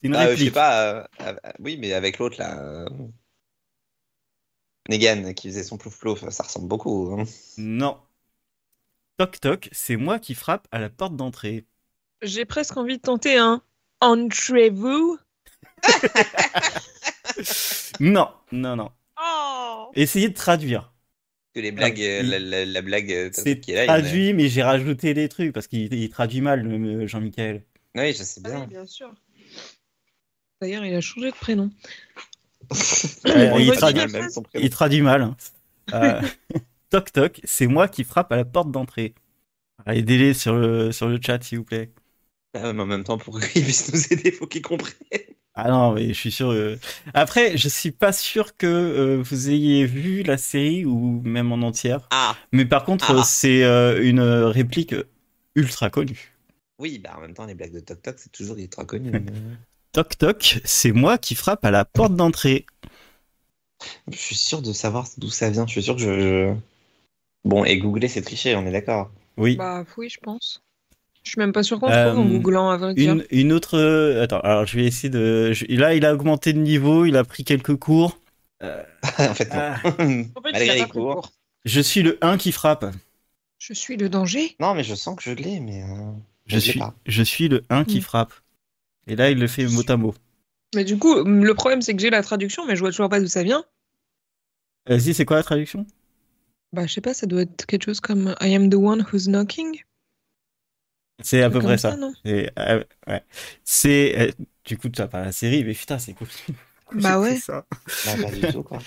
C'est une
Ah, euh, je sais
réplique.
pas. euh, euh, oui, mais avec l'autre là. euh, Negan qui faisait son plouf plouf, ça ressemble beaucoup. hein.
Non. Toc toc, c'est moi qui frappe à la porte d'entrée.
J'ai presque envie de tenter un entrez-vous.
Non, non, non.
Oh
Essayez de traduire.
Que les blagues, euh,
Ah, il-
la, la- la blague euh,
C'est
qui est là. il y en a-
traduit, mais j'ai rajouté des trucs parce qu'il il traduit mal, le- le Jean-Michel.
Oui, je sais
Ah oui,
bien.
bien sûr. D'ailleurs, il a changé de prénom.
Ouais,
Bon,
il
il
traduit.
traduit même son prénom.
Il traduit mal.
(laughs)
hein. Euh, toc toc, c'est moi qui frappe à la porte d'entrée. Ah, Aidez-les sur le, sur le chat, s'il vous plaît.
Ah, mais en même temps, pour qu'il puisse nous aider, faut qu'il comprenne.
Ah non, mais je suis sûr. euh, Après, je suis pas sûr que euh, vous ayez vu la série ou même en entière.
Ah,
Mais par contre,
Ah.
euh, c'est euh, une euh, réplique ultra connue.
oui, bah en même temps, les blagues de Toc Toc, c'est toujours ultra connu.
Toc toc, c'est moi qui frappe à la porte d'entrée.
je suis sûr de savoir d'où ça vient. Je suis sûr que je. je- Bon, et googler, c'est tricher, on est d'accord. (laughs)
Oui.
Bah oui, je pense. Je suis même pas sûre qu'on
Euh,
trouve en googlant, à vrai dire.
Une, une autre. euh, Attends, alors je vais essayer de. je- Là, il a augmenté de niveau, il a pris quelques cours.
en fait, non.
Ah,
Euh, En fait,
(laughs) Malgré
il a
les
pas pris
cours.
cours.
je suis le 1 qui frappe.
Je suis le danger.
non, mais je sens que je l'ai, mais. euh,
Je
je l'ai
suis,
pas.
je suis le 1 qui
Mm.
frappe. Et là, il le fait mot à mot.
Mais du coup, le problème, c'est que j'ai la traduction, mais je vois toujours pas d'où ça vient.
Vas-y, c'est quoi la traduction
Bah, je sais pas, ça doit être quelque chose comme I am the one who's knocking.
C'est à peu
Comme
près ça.
non
C'est, euh, ouais. C'est, euh, du coup, tu as pas la série, mais putain, c'est cool.
Bah ouais.
Non, pas du tout, quoi.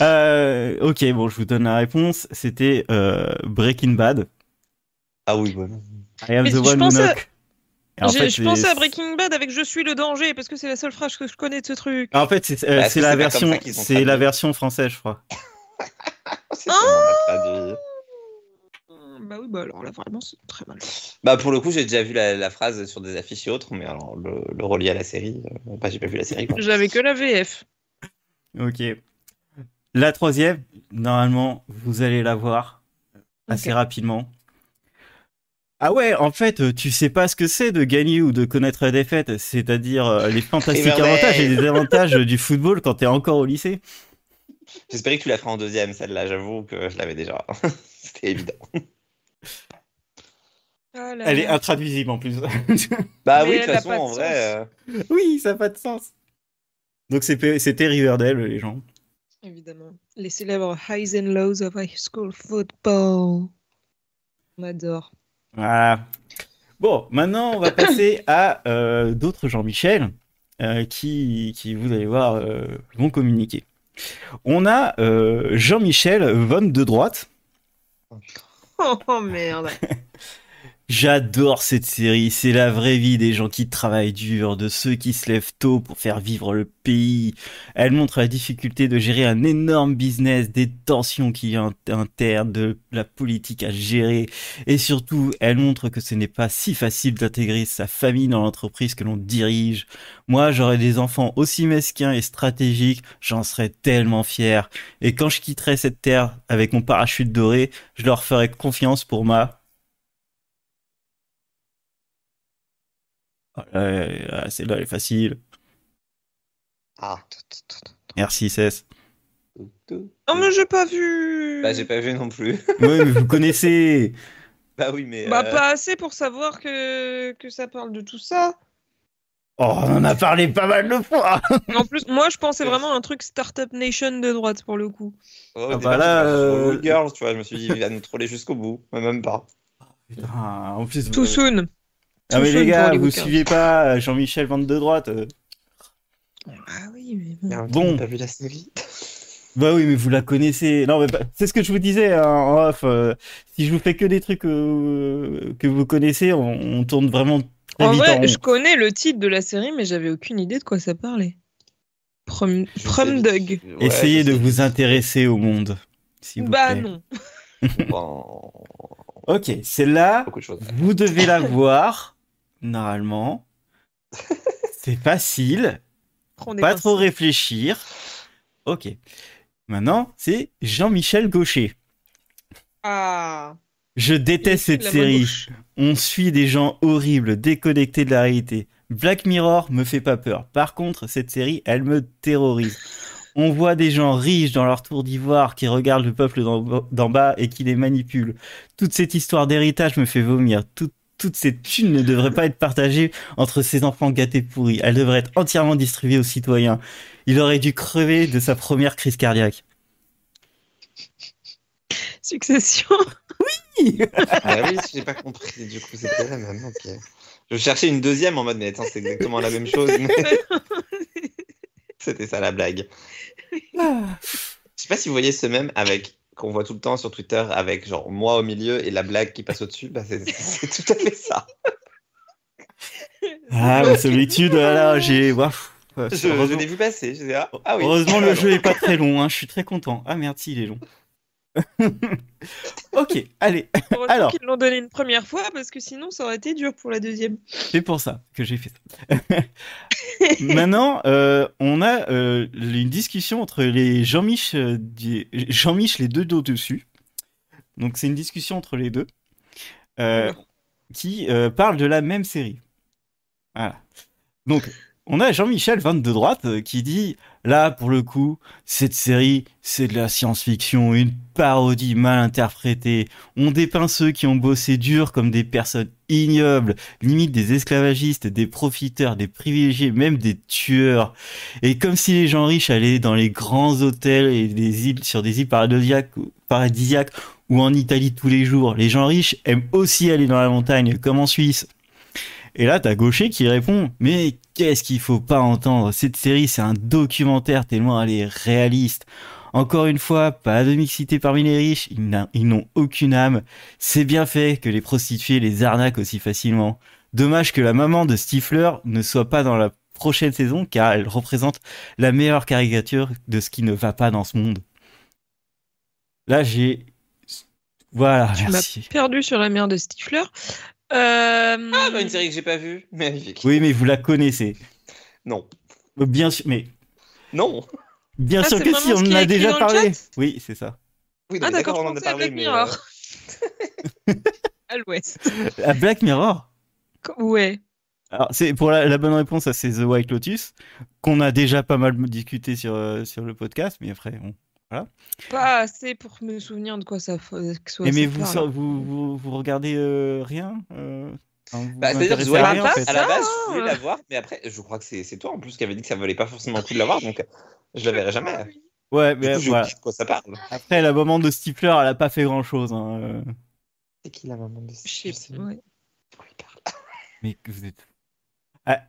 Euh, ok, bon, je vous donne la réponse. C'était euh, Breaking Bad.
(laughs) Ah oui, bon.
I am
Mais
the
je
one who
pense à-
knock. Et en
J'ai-
fait,
je pensais
c'est-
à Breaking Bad avec Je suis le danger parce que c'est la seule phrase que je connais de ce truc.
En fait, c'est euh,
Bah,
c'est
c'est
la
pas comme
version,
ça qu'ils ont
c'est la
traduit.
version française, je crois.
Ah
C'est sûrement mal traduit.
Bah oui, bah alors là vraiment c'est très mal.
Bah pour le coup, j'ai déjà vu la, la phrase sur des affiches et autres, mais alors le, le relier à la série, euh, bah, j'ai pas vu la série. quoi.
J'avais que la VF.
Ok. La troisième, normalement, vous allez la voir assez
Ok.
rapidement. Ah ouais, en fait, euh, tu sais pas ce que c'est de gagner ou de connaître la défaite, c'est-à-dire euh, les fantastiques
merveilles.
avantages et les avantages euh, du football quand t'es encore au lycée.
J'espérais que tu la ferais en deuxième, celle-là, j'avoue que je l'avais déjà. (laughs) C'était évident.
Ah là
Elle est
là.
intraduisible en plus.
Bah
Mais
oui, de toute
elle a
façon,
pas de
en
sens.
vrai, euh,
(laughs) oui, ça n'a pas de sens. Donc c'est- c'était Riverdale, les gens.
Évidemment. Les célèbres highs and lows of high school football. On adore.
Voilà. Bon, maintenant, on va passer à euh, d'autres Jean-Michel euh, qui, qui, vous allez voir, euh, vont communiquer. On a euh, Jean-Michel Von de droite.
euh,
Oh, oh, (laughs) merde.
J'adore cette série, c'est la vraie vie des gens qui travaillent dur, de ceux qui se lèvent tôt pour faire vivre le pays. Elle montre la difficulté de gérer un énorme business, des tensions qui y a in- internes, de la politique à gérer, et surtout, elle montre que ce n'est pas si facile d'intégrer sa famille dans l'entreprise que l'on dirige. Moi, j'aurais des enfants aussi mesquins et stratégiques, j'en serais tellement fier. Et quand je quitterai cette terre avec mon parachute doré, je leur ferai confiance pour ma Oh là là, là, celle-là, elle est facile.
Ah.
Merci, Cess.
Non, mais j'ai pas vu.
Bah j'ai pas vu non plus. (laughs)
Oui, mais vous connaissez.
Bah oui, mais.
Bah,
euh,
pas assez pour savoir que, que ça parle de tout ça.
Oh, on en a parlé pas mal de fois.
En plus, moi, je pensais vraiment à un truc Startup Nation de droite pour le coup.
oh, au
Ah,
départ,
bah là,
j'étais pas trop
euh,
girl, tu vois, je me suis dit, il va nous troller jusqu'au bout, mais même pas.
Putain, en plus.
Too
vous-
soon.
Ah, mais
Too
les
soon pour
gars, vous
Hollywood, hein.
suivez pas euh, Jean-Michel Vente de droite. euh.
Ah oui, mais bon.
Bon.
Bon. T'as vu la série
Bah oui, mais vous la connaissez. Non, mais bah, c'est ce que je vous disais hein, en off. euh, si je vous fais que des trucs euh, que vous connaissez, on, on tourne vraiment très
En
vite en
vrai,
rond.
je connais le titre de la série, mais j'avais aucune idée de quoi ça parlait. Prum,
Je
Prum
sais-
Dog.
Ouais,
Essayez
je
de
sais-
vous intéresser au monde. s'il vous
Bah
plaît.
non.
Bon,
Ok, celle-là,
beaucoup de choses.
Vous devez la voir, normalement. C'est facile,
Prends des
pas
pincettes.
trop réfléchir. Ok. Maintenant, c'est Jean-Michel Gaucher.
Ah.
Je déteste
Il est
cette
issu de la main
série.
gauche.
On suit des gens horribles, déconnectés de la réalité. Black Mirror me fait pas peur. Par contre, cette série, elle me terrorise. On voit des gens riches dans leur tour d'ivoire qui regardent le peuple d'en- d'en bas et qui les manipulent. Toute cette histoire d'héritage me fait vomir. Tout- toute cette thune ne devrait pas être partagée entre ces enfants gâtés pourris. Elle devrait être entièrement distribuée aux citoyens. Il aurait dû crever de sa première crise cardiaque.
Succession. (laughs)
Ah oui, j'ai pas compris, du coup, c'était la même, ok. Je cherchais une deuxième en mode, mais attends, c'est exactement la
(laughs)
même chose, mais c'était ça la blague. Je sais pas si vous voyez ce même avec qu'on voit tout le temps sur Twitter avec genre moi au milieu et la blague qui passe au-dessus, bah c'est- c'est tout à fait ça.
Ah, la solitude, là, j'ai... Ouf.
Je, je l'ai vu passer, je disais, ah, ah oui.
Heureusement, le
Alors,
jeu est pas très long, hein, je suis très content. Ah merde, si, il est
(laughs)
long. (laughs) ok, allez, Alors.
Alors. Ils l'ont donné une première fois parce que sinon ça aurait été dur pour la deuxième.
c'est pour ça que j'ai fait ça. (laughs) Maintenant, euh, on a euh, une discussion entre les Jean-Mich, euh, du- Jean-Mich les deux dos dessus. Donc, c'est une discussion entre les deux euh, qui euh, parle de la même série. Voilà. Donc, on a Jean-Michel 22 droite euh, qui dit Là, pour le coup, cette série, c'est de la science-fiction, une parodie mal interprétée. On dépeint ceux qui ont bossé dur comme des personnes ignobles, limite des esclavagistes, des profiteurs, des privilégiés, même des tueurs. Et comme si les gens riches allaient dans les grands hôtels et des îles, sur des îles paradisiaques, paradisiaques ou en Italie tous les jours. Les gens riches aiment aussi aller dans la montagne, comme en Suisse. Et là, t'as Gaucher qui répond Mais qu'est-ce qu'il faut pas entendre Cette série, c'est un documentaire tellement elle est réaliste. Encore une fois, pas de mixité parmi les riches, ils n'a- ils n'ont aucune âme. C'est bien fait que les prostituées les arnaquent aussi facilement. Dommage que la maman de Stifler ne soit pas dans la prochaine saison car elle représente la meilleure caricature de ce qui ne va pas dans ce monde. Là, j'ai. Voilà,
Tu m'as
Ah, merci.
perdu sur la mère de Stifler. Euh,
Ah, bah, une série que j'ai pas vue. Magnifique.
Oui, mais vous la connaissez.
Non.
Bien sûr, mais
Non.
bien
Ah,
sûr
c'est
que si,
vraiment
on
ce
en
qui est
a
écrit
déjà
dans le
parlé. Oui, c'est ça.
Oui, non,
Ah
mais
d'accord,
on
je
en a
pensais à
parlé,
Black
mais.
Mirror.
euh,
(laughs) À l'ouest.
La Euh, Black Mirror.
Ouais.
Alors, c'est pour la, la bonne réponse, ça, c'est The White Lotus, qu'on a déjà pas mal discuté sur, euh, sur le podcast, mais après, on...
Pas assez pour me souvenir de quoi ça fa- que soit.
Eh, mais
ça
vous,
parle.
sor- vous, vous, vous regardez euh, rien euh, enfin, vous
Bah,
vous
c'est-à-dire que
intéressez
Zoé,
à
à,
rien,
Landa,
en fait.
la base,
Ah.
je voulais la voir, mais après, je crois que c'est c'est toi en plus qui avait dit que ça valait pas forcément le coup de la voir, donc euh, je la verrai
Ah
jamais. Du
Ouais,
coup,
mais
j'ai
voilà.
oublié de quoi ça parle.
Après, la maman de Stifler, elle a pas fait grand-chose. hein, euh.
C'est qui la maman de
Je sais pas, ouais.
Mais que vous êtes... Ah,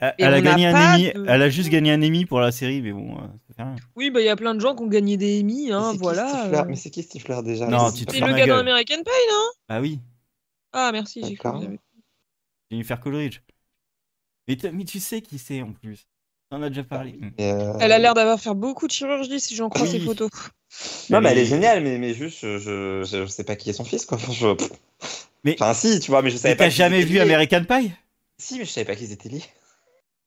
ah,
Et
elle a
on n'a
gagné un
pas
Emmy.
de-
Elle a juste gagné un Emmy pour la série, mais bon, euh, ça fait rien.
Oui, bah il y a plein de gens qui ont gagné des Emmy,
Mais
hein,
c'est qui,
voilà.
Stifler
euh.
Mais c'est qui Stifler déjà
Non,
Mais
tu te
c'est
C'est
fous de ma
le gars dans
gueule.
American Pie, non
Bah oui,
Ah merci, j'ai cru.
D'accord.
que
Jennifer Coolidge. Mais, t'as- mais tu sais qui c'est vous en plus. T'en as déjà parlé. Mm.
Mais, euh,
Elle a l'air d'avoir fait beaucoup de chirurgie si j'en crois
Oui.
ses photos.
Non, mais elle est géniale, mais, mais juste, je, je, je sais pas qui est son fils, quoi. Enfin, je-
Mais-
Enfin, si, tu vois, mais je savais
Mais
pas.
t'as
qu'ils
jamais
étaient
vu
liés.
American Pie
Si, mais je savais pas qu'ils étaient liés. (laughs)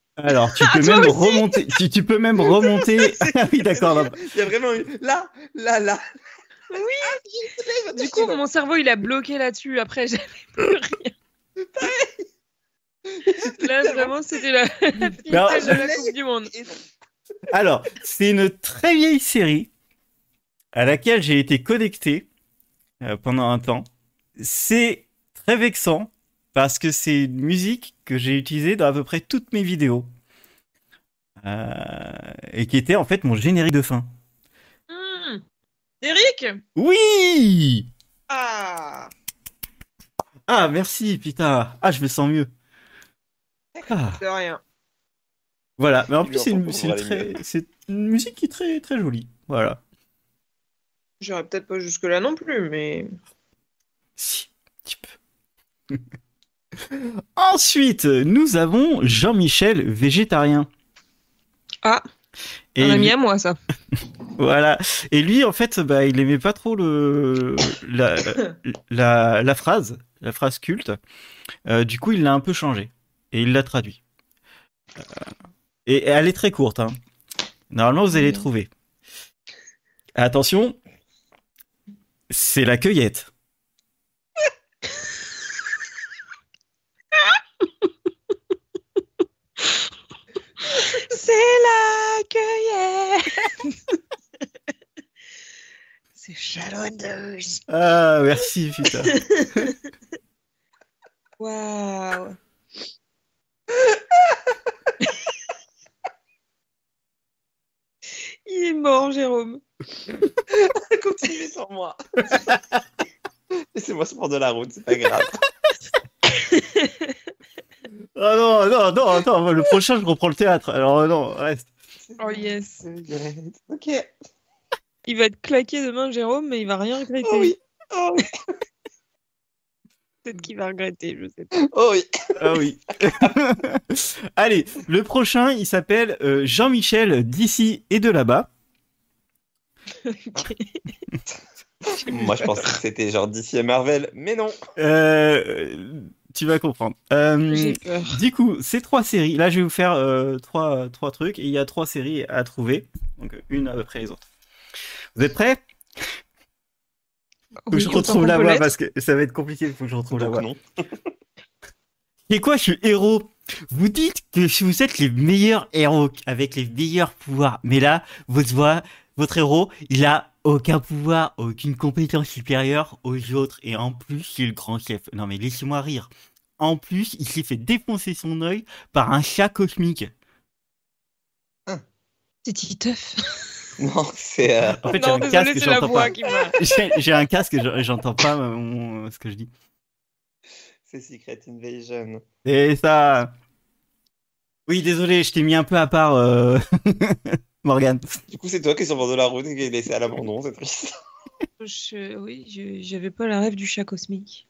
alors tu peux
Toi
même
aussi
remonter tu, tu peux même (laughs) remonter ah oui d'accord (laughs) non.
Il y a vraiment eu là, là, là.
Oui.
Ah, je sais pas, je-
Du coup, mon cerveau, il a bloqué là-dessus. Après, (laughs) j'avais plus rien. Là, vraiment, c'était la, (laughs) la petite
Non.
tâche de la Coupe du Monde.
Et non.
alors c'est une très vieille série à laquelle j'ai été connecté euh, pendant un temps c'est très vexant parce que c'est une musique que j'ai utilisée dans à peu près toutes mes vidéos. Euh, et qui était en fait mon générique de fin.
Hmm. Eric
Oui
Ah
Ah, merci, putain. Ah, je me sens mieux. Ah,
De rien.
voilà. Mais en
Tu
plus,
lui
c'est une,
entends
c'est une
pour aller
très- c'est une musique qui est très, très jolie. Voilà.
J'irai peut-être pas jusque-là non plus, mais.
Si, tu peux. (laughs) Ensuite, nous avons Jean-Michel Végétarien.
Ah. Un ami à moi, ça.
Voilà. Et lui, en fait, bah, il aimait pas trop le la, la, la phrase, la phrase culte. Euh, du coup, il l'a un peu changée et il l'a traduit. Euh, et, et elle est très courte. hein. Normalement, vous allez les trouver. Attention, c'est la cueillette.
C'est la cueillette. (laughs) C'est chalonneuse.
Ah, merci, putain.
Waouh. (laughs) Il est mort, Jérôme.
(laughs) Continuez sans moi. Laissez-moi ce bord de la route, c'est pas grave. (laughs)
Ah non, non, non, attends, le prochain, je reprends le théâtre. Alors non, reste.
Oh yes.
Ok.
Il va être claqué demain, Jérôme, mais il va rien regretter.
Oh oui. Oh oui.
Peut-être qu'il va regretter, je sais pas.
Oh oui.
Ah oui. (laughs) Allez, le prochain, il s'appelle euh, Jean-Michel d'ici et de là-bas. Euh,
Moi, je pensais que c'était genre DC et Marvel, mais non.
Euh, tu vas comprendre. Euh,
J'ai peur.
du coup, ces trois séries, là, je vais vous faire euh, trois, trois trucs et il y a trois séries à trouver. Donc, euh, une après les autres. Vous êtes prêts Faut que
Oui,
je
autant
retrouve
qu'on
la
peut
voix
l'être.
parce que ça va être compliqué. Faut que je retrouve la
Donc
voix.
non.
Et quoi, je suis héros Vous dites que si vous êtes les meilleurs héros avec les meilleurs pouvoirs, mais là, votre voix, votre héros, il a aucun pouvoir, aucune compétence supérieure aux autres, et en plus, c'est le grand chef. Non mais laissez-moi rire. En plus, il s'est fait défoncer son œil par un chat cosmique.
C'est Titeuf.
Non, c'est. euh,
En fait, j'ai
non,
un
désolé,
casque,
c'est la
j'entends
voix
pas.
qui m'a.
(laughs) J'ai j'ai un casque, je- j'entends pas euh, mon- ce que je dis.
c'est Secret Invasion.
Et ça. Oui, désolé, je t'ai mis un peu à part, euh... (laughs) Morgane.
Du coup, c'est toi qui es sur le bord de la route et qui est laissé à l'abandon, c'est triste.
(laughs) Je- Oui, je- j'avais pas la rêve du chat cosmique.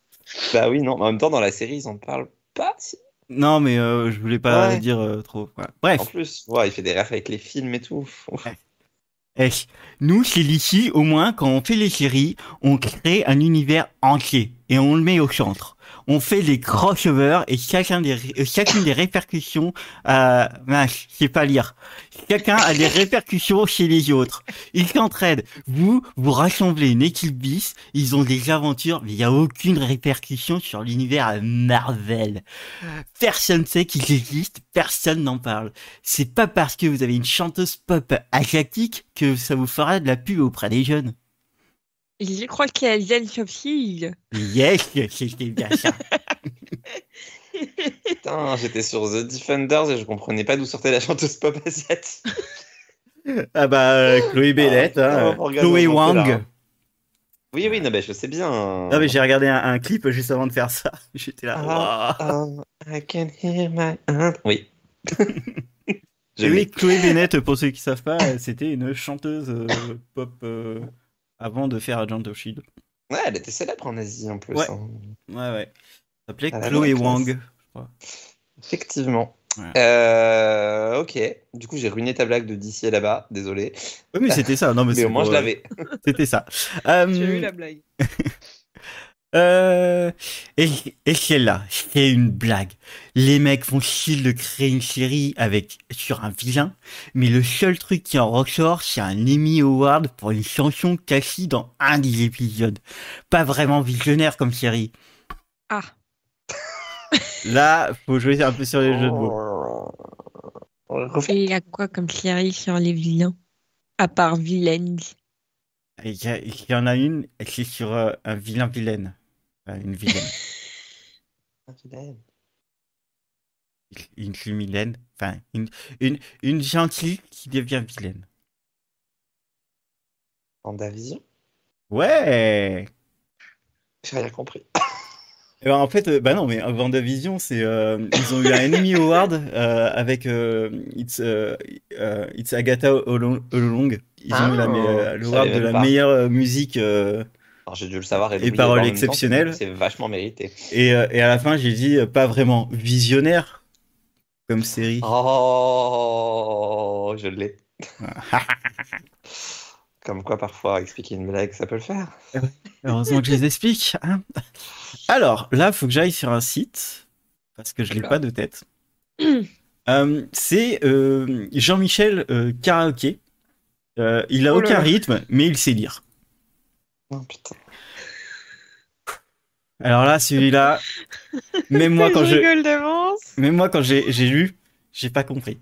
Bah oui, non. mais En même temps, dans la série, ils en parlent pas. si-
Non, mais euh, je voulais pas
Ouais.
dire euh, trop. voilà.
(laughs) En
Bref,
plus, ouais, il fait des refs avec les films et tout. Oh, Ouf.
eh, nous, chez Litchi, au moins, quand on fait les séries, on crée un univers entier et on le met au centre. On fait des crossovers et chacun des, ré- euh, chacune des répercussions, euh, mince, je sais pas lire. Chacun a des répercussions chez les autres. Ils s'entraident. Vous, vous rassemblez une équipe bis, ils ont des aventures, mais il n'y a aucune répercussion sur l'univers Marvel. Personne sait qu'ils existent, personne n'en parle. C'est pas parce que vous avez une chanteuse pop asiatique que ça vous fera de la pub auprès des jeunes.
Je crois qu'elle vient de fille.
Yes, (laughs) c'était bien ça.
Putain, j'étais sur The Defenders et je comprenais pas d'où sortait la chanteuse pop asiatique.
ah bah, euh, Chloé Bennett,
putain,
hein,
Ah, on va regarder
Chloé
un peu là,
Wang.
hein. Oui, oui, non, mais je sais bien.
Non Ah, mais j'ai regardé un, un clip juste avant de faire ça. (laughs) J'étais là.
Ah.
waouh.
Um, I can hear my hand. Oui. Je
Et
l'ai.
oui, Chloé Bennett, pour ceux qui savent pas, euh, c'était une chanteuse euh, pop euh, avant de faire Agent of Shield.
Ouais, elle était célèbre en Asie en plus.
Ouais.
hein.
E Ouais, ouais. Ça s'appelait
Ah, la
Chloé
classe.
Wang.
Effectivement.
Ouais.
Euh, ok. Du coup, j'ai ruiné ta blague de d'ici et là-bas. Désolé.
Oui, mais c'était ça. Non, mais,
Ah. Mais
c'est
au moins,
pour,
je
euh,
l'avais.
C'était
(laughs)
ça. Euh,
J'ai eu la blague.
Euh, et, et celle-là, c'est une blague. Les mecs font chill de créer une série avec, sur un vilain, mais le seul truc qui en ressort, c'est un Emmy Award pour une chanson cachée dans un des épisodes. Pas vraiment visionnaire comme série.
Ah,
Là, faut jouer un peu sur les jeux de mots.
Oh. Refais.
et il y a quoi comme série sur les vilains À part vilaine.
Il y, a- il y en a une, c'est sur euh, un vilain vilaine. Enfin, une (laughs) vilaine. une vilaine. Enfin, une, une, une gentille qui devient vilaine.
Vendavision
Ouais!
J'ai rien compris.
Eh ben, en fait, euh, bah non, mais euh, WandaVision, c'est euh, ils ont eu un Emmy Award euh, avec euh, It's, euh, euh, It's Agatha All All Along. Ils ont eu la
Ah,
me- euh,
je
l'award de
savais même
la
pas.
meilleure euh, musique euh,
Alors, j'ai dû le savoir et, l'oublier
paroles
en même temps, c'est-
exceptionnelles.
C'est vachement mérité.
et, euh, et à la fin, j'ai dit euh, pas vraiment Ah, visionnaire comme série. (laughs)
Oh, je l'ai. Comme quoi, parfois, expliquer une blague, ça peut le faire.
Heureusement que je les explique. hein. Alors, là, faut que j'aille sur un site, parce que je l'ai
Oula.
pas de tête. Euh, c'est euh, Jean-Michel euh, Karaoké. Euh, il a
Oh là
aucun
là.
rythme, mais il sait lire.
Non, Oh, putain.
Alors là, celui-là, même moi quand je,
rigole d'avance.
même moi quand j'ai j'ai lu, j'ai pas compris.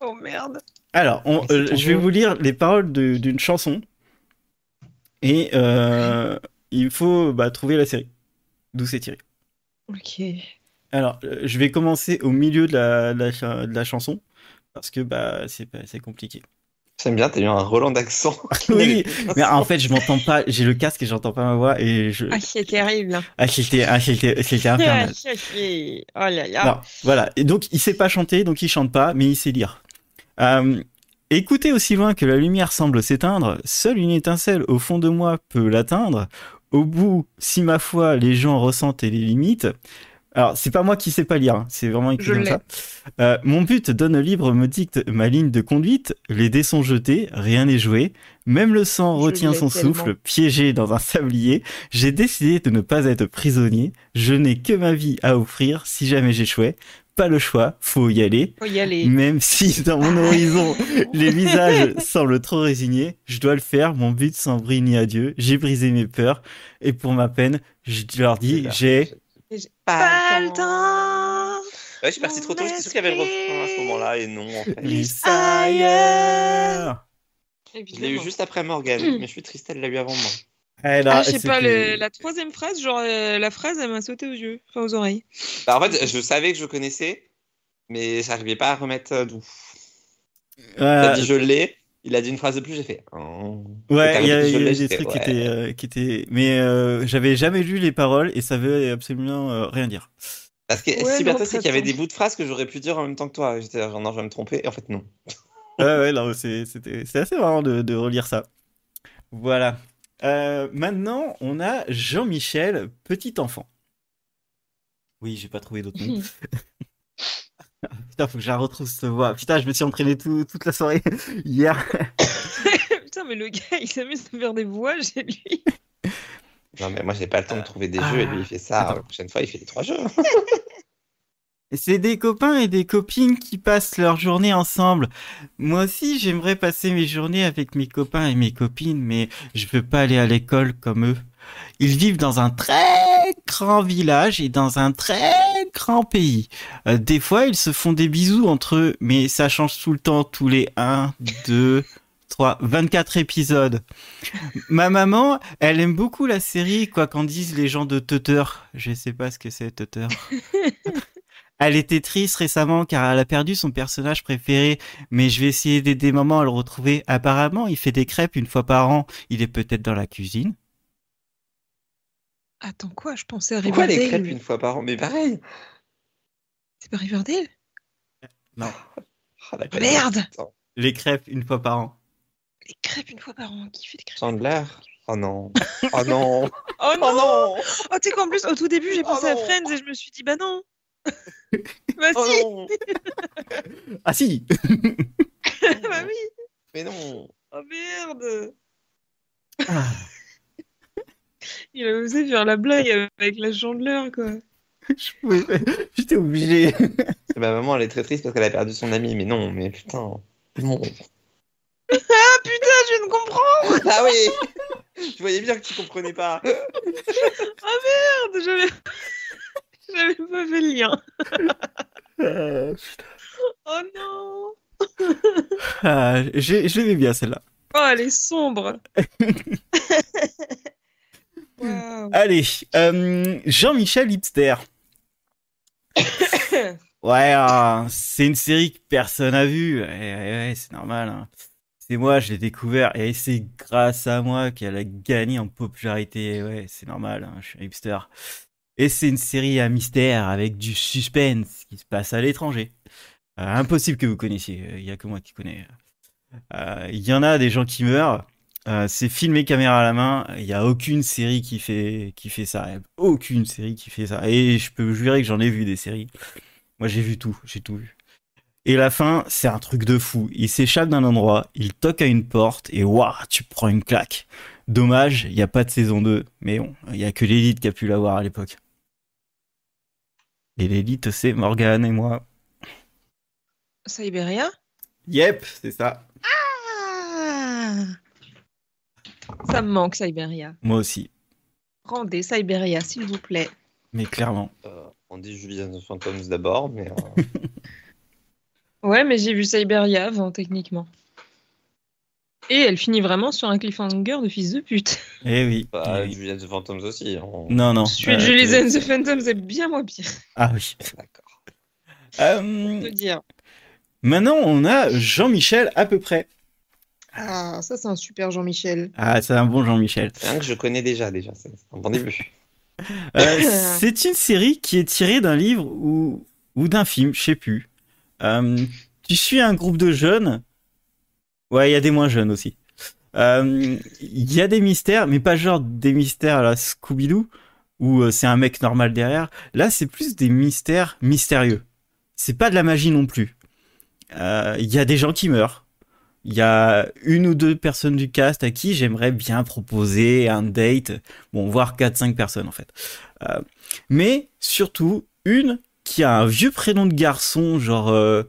Oh merde.
Alors, on-
Mais c'est
euh,
ton
je vais
jeu.
vous lire les paroles de- d'une chanson et euh, il faut bah, trouver la série d'où c'est tiré.
Ok.
Alors, euh, je vais commencer au milieu de la, de la cha- de la chanson parce que bah c'est pas- c'est compliqué.
J'aime bien, t'as eu un Roland
(laughs)
d'accent.
Oui, mais en fait, je m'entends pas. J'ai le casque et j'entends pas ma voix et je.
Ah, c'est terrible.
Ah, c'était ah, c'était- c'était
Ah,
infernal.
c'est- oh là là.
Non, voilà. Et donc, il sait pas chanter, donc il chante pas, mais il sait lire. Euh, écoutez aussi loin que la lumière semble s'éteindre, seule une étincelle au fond de moi peut l'atteindre. Au bout, si ma foi, les gens ressentent les limites. Alors, c'est pas moi qui sais pas lire, hein, c'est vraiment écrit
Je
comme
l'ai.
ça. Euh, mon but donne libre me dicte ma ligne de conduite. Les dés sont jetés, rien n'est joué. Même le sang
Je
retient
l'ai
son
tellement.
souffle, piégé dans un sablier. J'ai décidé de ne pas être prisonnier. Je n'ai que ma vie à offrir si jamais j'échouais. Pas le choix, faut y aller.
Faut y aller.
Même (laughs) si dans mon horizon, les visages semblent trop résignés, je dois le faire, mon but sans brille ni adieu. J'ai brisé mes peurs et pour ma peine, je leur dis, j'ai...
J'ai
Pas le temps.
Ouais, je suis parti trop tôt, j'étais sûr qu'il y avait le refrain à ce moment-là, et non, en fait.
Lise
ailleurs.
Je l'ai eu juste après
Mm.
Morgan, mais je suis triste, elle l'a eu avant moi.
Elle a-
Ah, je sais pas,
c'était-
le- la troisième phrase, genre euh, la phrase, elle m'a sauté aux yeux, enfin aux oreilles.
Bah, en fait, je savais que je connaissais, mais j'arrivais pas à remettre euh, d'où. T'as
Euh,
dit je l'ai, il a dit une phrase de plus, j'ai fait. Oh.
Ouais,
T'as
il y a, il
répété, je
y a
l'ai,
des
j'étais,
trucs qui
ouais.
étaient, euh, qui étaient, mais euh, j'avais jamais lu les paroles et ça veut absolument euh, rien dire.
Parce que
Ouais,
si
mais
bien c'est
après,
qu'il y avait
attends.
des bouts de phrases que j'aurais pu dire en même temps que toi. J'étais là, genre non, je vais me tromper, et en fait, non.
Ouais, ouais, non, c'est c'était- c'est assez marrant de, de relire ça. Voilà. Euh, maintenant, on a Jean-Michel, petit enfant. Oui, j'ai pas trouvé d'autre nom. (laughs) Ah, Putain, faut que je la retrouve cette voix. Putain, je me suis entraîné tout- toute la soirée (laughs) hier.
(laughs) Putain, mais le gars, il s'amuse à faire des voix chez lui.
Non, mais moi, j'ai pas le temps de trouver des
Ah.
jeux, et lui, il fait ça.
Attends.
La prochaine fois, il fait les trois jeux.
Et C'est des copains et des copines qui passent leur journée ensemble. Moi aussi, j'aimerais passer mes journées avec mes copains et mes copines, mais je peux pas aller à l'école comme eux. Ils vivent dans un très grand village et dans un très grand pays. Euh, des fois, ils se font des bisous entre eux, mais ça change tout le temps, tous les 1, 2, 3, 24 épisodes. Ma maman, elle aime beaucoup la série, quoi qu'en disent les gens de Tutter. Je sais pas ce que c'est Tutter. Elle était triste récemment car elle a perdu son personnage préféré, mais je vais essayer d'aider maman à le retrouver. Apparemment, il fait des crêpes une fois par an. Il est peut-être dans la cuisine.
Attends, quoi Je pensais à
Pourquoi les crêpes
Riverdale.
une fois par an Mais pareil
C'est pas Riverdale
Ah, la peine.
Merde
Attends,
Les crêpes une fois par an.
Les crêpes une fois par an, qui fait des crêpes
Chandler Oh non Oh non
Oh
Oh
non
non
Oh, tu sais qu'en plus, au tout début, j'ai
Oh
pensé à
non.
Friends et je me suis dit, bah non Bah
Oh
si
non
Ah si
(laughs) Bah oui
Mais non
Oh merde
Ah.
Il a osé faire la blague avec la chandeleur, quoi.
(laughs)
Ah,
Je pouvais pas- J'étais obligé.
Et Ma maman, elle est très triste parce qu'elle a perdu son ami, mais non, mais putain Non
Ah, je ne comprends
(laughs) Ah oui Je voyais bien que tu comprenais pas
J'avais... (laughs) J'avais pas fait le
(laughs)
lien. Oh non
Ah, je je l'aimais bien celle-là.
Oh, elle est
(laughs)
sombre.
(coughs)
Waouh.
Allez, euh, Jean-Michel Hipster. Ouais, hein, c'est une série que personne n'a vue. Ouais, ouais, ouais, c'est normal. hein. C'est moi, je l'ai découvert. Et c'est grâce à moi qu'elle a gagné en popularité. Ouais, c'est normal. hein, je suis un hipster. Et c'est une série à mystère avec du suspense qui se passe à l'étranger. Euh, impossible que vous connaissiez. Il n'y a que moi qui connais. Euh, Il y en a des gens qui meurent. Euh, c'est filmé caméra à la main. Il n'y a aucune série qui fait, qui fait ça. Aucune série qui fait ça. Et je peux vous jurer que j'en ai vu des séries. Moi, j'ai vu tout, j'ai tout vu. Et la fin, c'est un truc de fou. Il s'échappe d'un endroit, il toque à une porte et waouh, tu prends une claque. Dommage, il n'y a pas de saison 2. Mais bon, il n'y a que l'élite qui a pu l'avoir à l'époque. Et l'élite, c'est Morgane et moi.
Sibéria
Yep, c'est ça.
Ah Ça me manque, Sibéria.
Moi aussi.
Rendez Sibéria, s'il vous plaît.
Mais clairement.
Euh, on dit Julien de Phantoms d'abord, mais euh,
Ouais, mais j'ai vu Sibéria avant, techniquement. Et elle finit vraiment sur un cliffhanger de fils de pute.
Eh oui.
bah,
Eh oui.
Julien de Phantoms aussi. hein. on-
Non, non.
Suite
euh,
Julie
t'es-
and the Phantom, c'est bien moins (laughs) pire,
Ah oui.
D'accord.
je
Euh,
peux dire.
maintenant, on a Jean-Michel à peu près.
Ah, ça, c'est un super Jean-Michel.
Ah, c'est un bon Jean-Michel.
C'est un que je connais déjà, déjà. C'est un bon début.
Euh, c'est une série qui est tirée d'un livre ou, ou d'un film, je sais plus. Euh, tu suis un groupe de jeunes. Ouais, il y a des moins jeunes aussi. Euh, Il y a des mystères, mais pas genre des mystères à la Scooby-Doo, où euh, c'est un mec normal derrière. Là, c'est plus des mystères mystérieux. C'est pas de la magie non plus. Euh, Il y a des gens qui meurent. Il y a une ou deux personnes du cast à qui j'aimerais bien proposer un date. Bon, voire 4-5 personnes en fait mais surtout une qui a un vieux prénom de garçon, genre euh,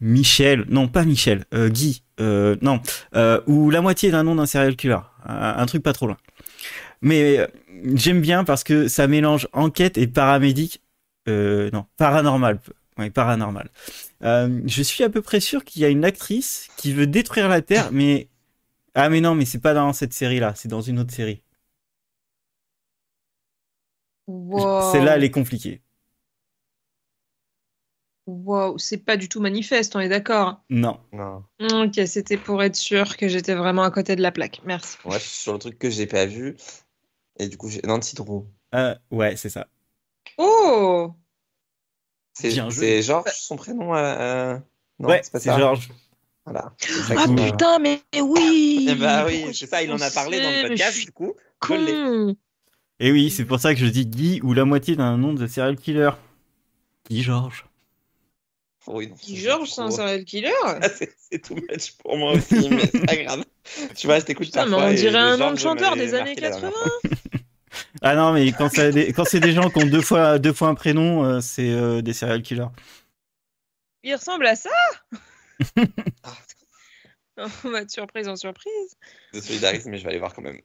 Michel, non pas Michel, euh, Guy, euh, non, euh, ou la moitié d'un nom d'un serial killer, un, un truc pas trop loin. Mais euh, j'aime bien parce que ça mélange enquête et paramédic, euh, non, paranormal, ouais, paranormal. Euh, je suis à peu près sûr qu'il y a une actrice qui veut détruire la Terre, mais ah mais non, mais c'est pas dans cette série-là, c'est dans une autre série.
Wow.
Celle-là, elle est compliquée.
Wow, c'est pas du tout manifeste, on est d'accord.
Non.
Non.
Ok, c'était pour être sûr que j'étais vraiment à côté de la plaque. Merci.
Moi, je suis sur le truc que j'ai pas vu. Et du coup, j'ai- Nancy Drew.
Euh, ouais, c'est ça.
Oh
C'est
Bien joué.
c'est Georges, son prénom euh, euh, Non,
ouais,
c'est pas
c'est
ça.
Georges.
Voilà.
Ah
Ouh.
putain, mais oui
Eh bah oui,
Pourquoi
c'est
j'ai
ça, il en a
pensé,
parlé dans le
mais je
podcast,
suis
du coup. je l'ai.
Con
Et oui, c'est pour ça que je dis Guy ou la moitié d'un nom de serial killer. Guy Georges.
Oh oui, non,
Qui, Georges, c'est un
trop-
serial killer
Ah, c'est- C'est too much pour moi aussi, mais c'est pas grave. Tu vois, je t'écoute
Putain, mais
parfois
on
et
dirait un
Georges
nom de chanteur
m'avait
des années
marqué la dernière
80
fois.
Ah non, mais quand, ça- des- quand c'est des gens qui ont deux fois, deux fois un prénom, euh, c'est euh, des serial killers.
Il ressemble à (laughs) ça
Ah,
On va de Oh, bah, surprise en surprise.
De solidarisme, mais je vais aller voir quand même.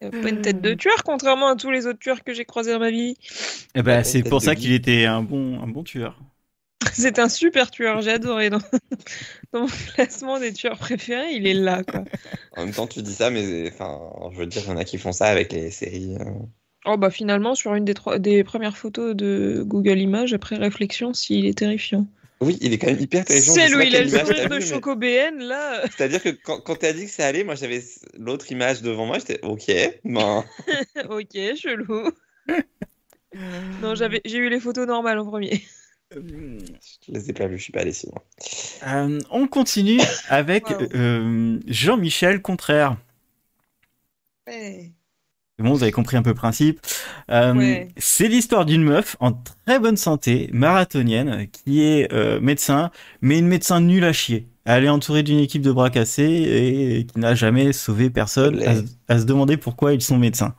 Il a Pas une tête de tueur, contrairement à tous les autres tueurs que j'ai croisés dans ma vie. (laughs)
Eh ben,
Ouais,
c'est
tête
pour
de
ça
Guy.
qu'il était un bon, un bon tueur.
C'est un super tueur, j'ai adoré. Dans... (laughs) dans mon classement des tueurs préférés, il est là, quoi.
En même temps, tu dis ça, mais enfin, je veux dire, il y en a qui font ça avec les séries. euh.
Oh bah finalement, sur une des, trois- des premières photos de Google Images, après réflexion, s'il est terrifiant.
Oui, il est quand même hyper terrifiant. je sais
Celle où
pas
il a
quelle
le
image
sourire
t'as
de
vue, mais-
Choco BN, là... (laughs) euh,
C'est-à-dire que quand, quand t'as dit que ça allait, moi j'avais l'autre image devant moi, j'étais ok, ben.
ok, chelou. non, j'avais- j'ai eu les photos normales en premier.
Je les ai pas vus, je suis pas allé si loin.
Euh, on continue avec
Wow.
euh, Jean-Michel Contraire.
Eh,
Bon, vous avez compris un peu le principe. Euh,
Ouais.
C'est l'histoire d'une meuf en très bonne santé, marathonienne, qui est euh, médecin, mais une médecin nulle à chier. Elle est entourée d'une équipe de bras cassés et, qui n'a jamais sauvé personne à, se- à se demander pourquoi ils sont médecins.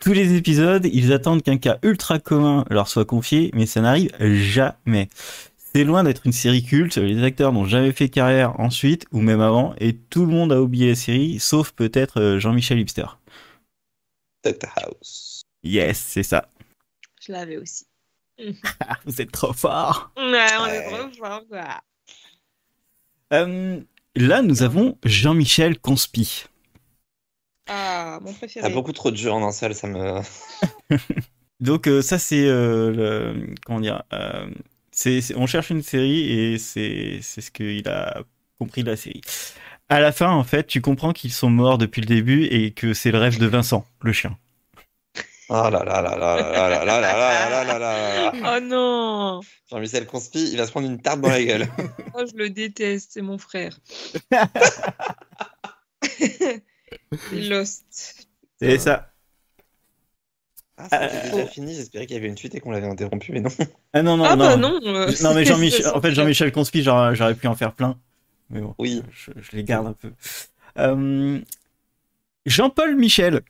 Tous les épisodes, ils attendent qu'un cas ultra commun leur soit confié, mais ça n'arrive jamais. C'est loin d'être une série culte, les acteurs n'ont jamais fait carrière ensuite ou même avant, et tout le monde a oublié la série, sauf peut-être euh, Jean-Michel Hipster.
Tête House.
Yes, c'est ça.
Je l'avais aussi.
Vous êtes trop fort.
Ouais, on est
Ouais.
trop fort, quoi.
Euh, là, nous avons Jean-Michel Conspi.
Ah, mon
T'as
préféré.
beaucoup trop de jeux en un seul, ça me. oh
Donc euh, ça, c'est euh, le comment dire. euh, c'est c'est- on cherche une série et c'est c'est ce qu'il a compris de la série. À la fin, en fait, tu comprends qu'ils sont morts depuis le début et que c'est le rêve de Vincent, le chien.
Oh là là là là là là là là là là là là là là.
Oh non
Jean-Michel Conspi, il va se prendre une tarte dans la gueule.
Moi, je le déteste, c'est mon (laughs) frère. Lost.
C'est ça.
Ah, c'était déjà fini, j'espérais qu'il y avait une suite et qu'on l'avait interrompu, mais non.
Ah non, non,
ah
non.
bah non. euh,
Non, mais Jean-Michel,
(laughs) c'est-
en fait, Jean-Michel Conspi, j'aurais j'aurais pu en faire plein. Mais bon,
Oui.
je, je les garde un peu. Euh, Jean-Paul Michel.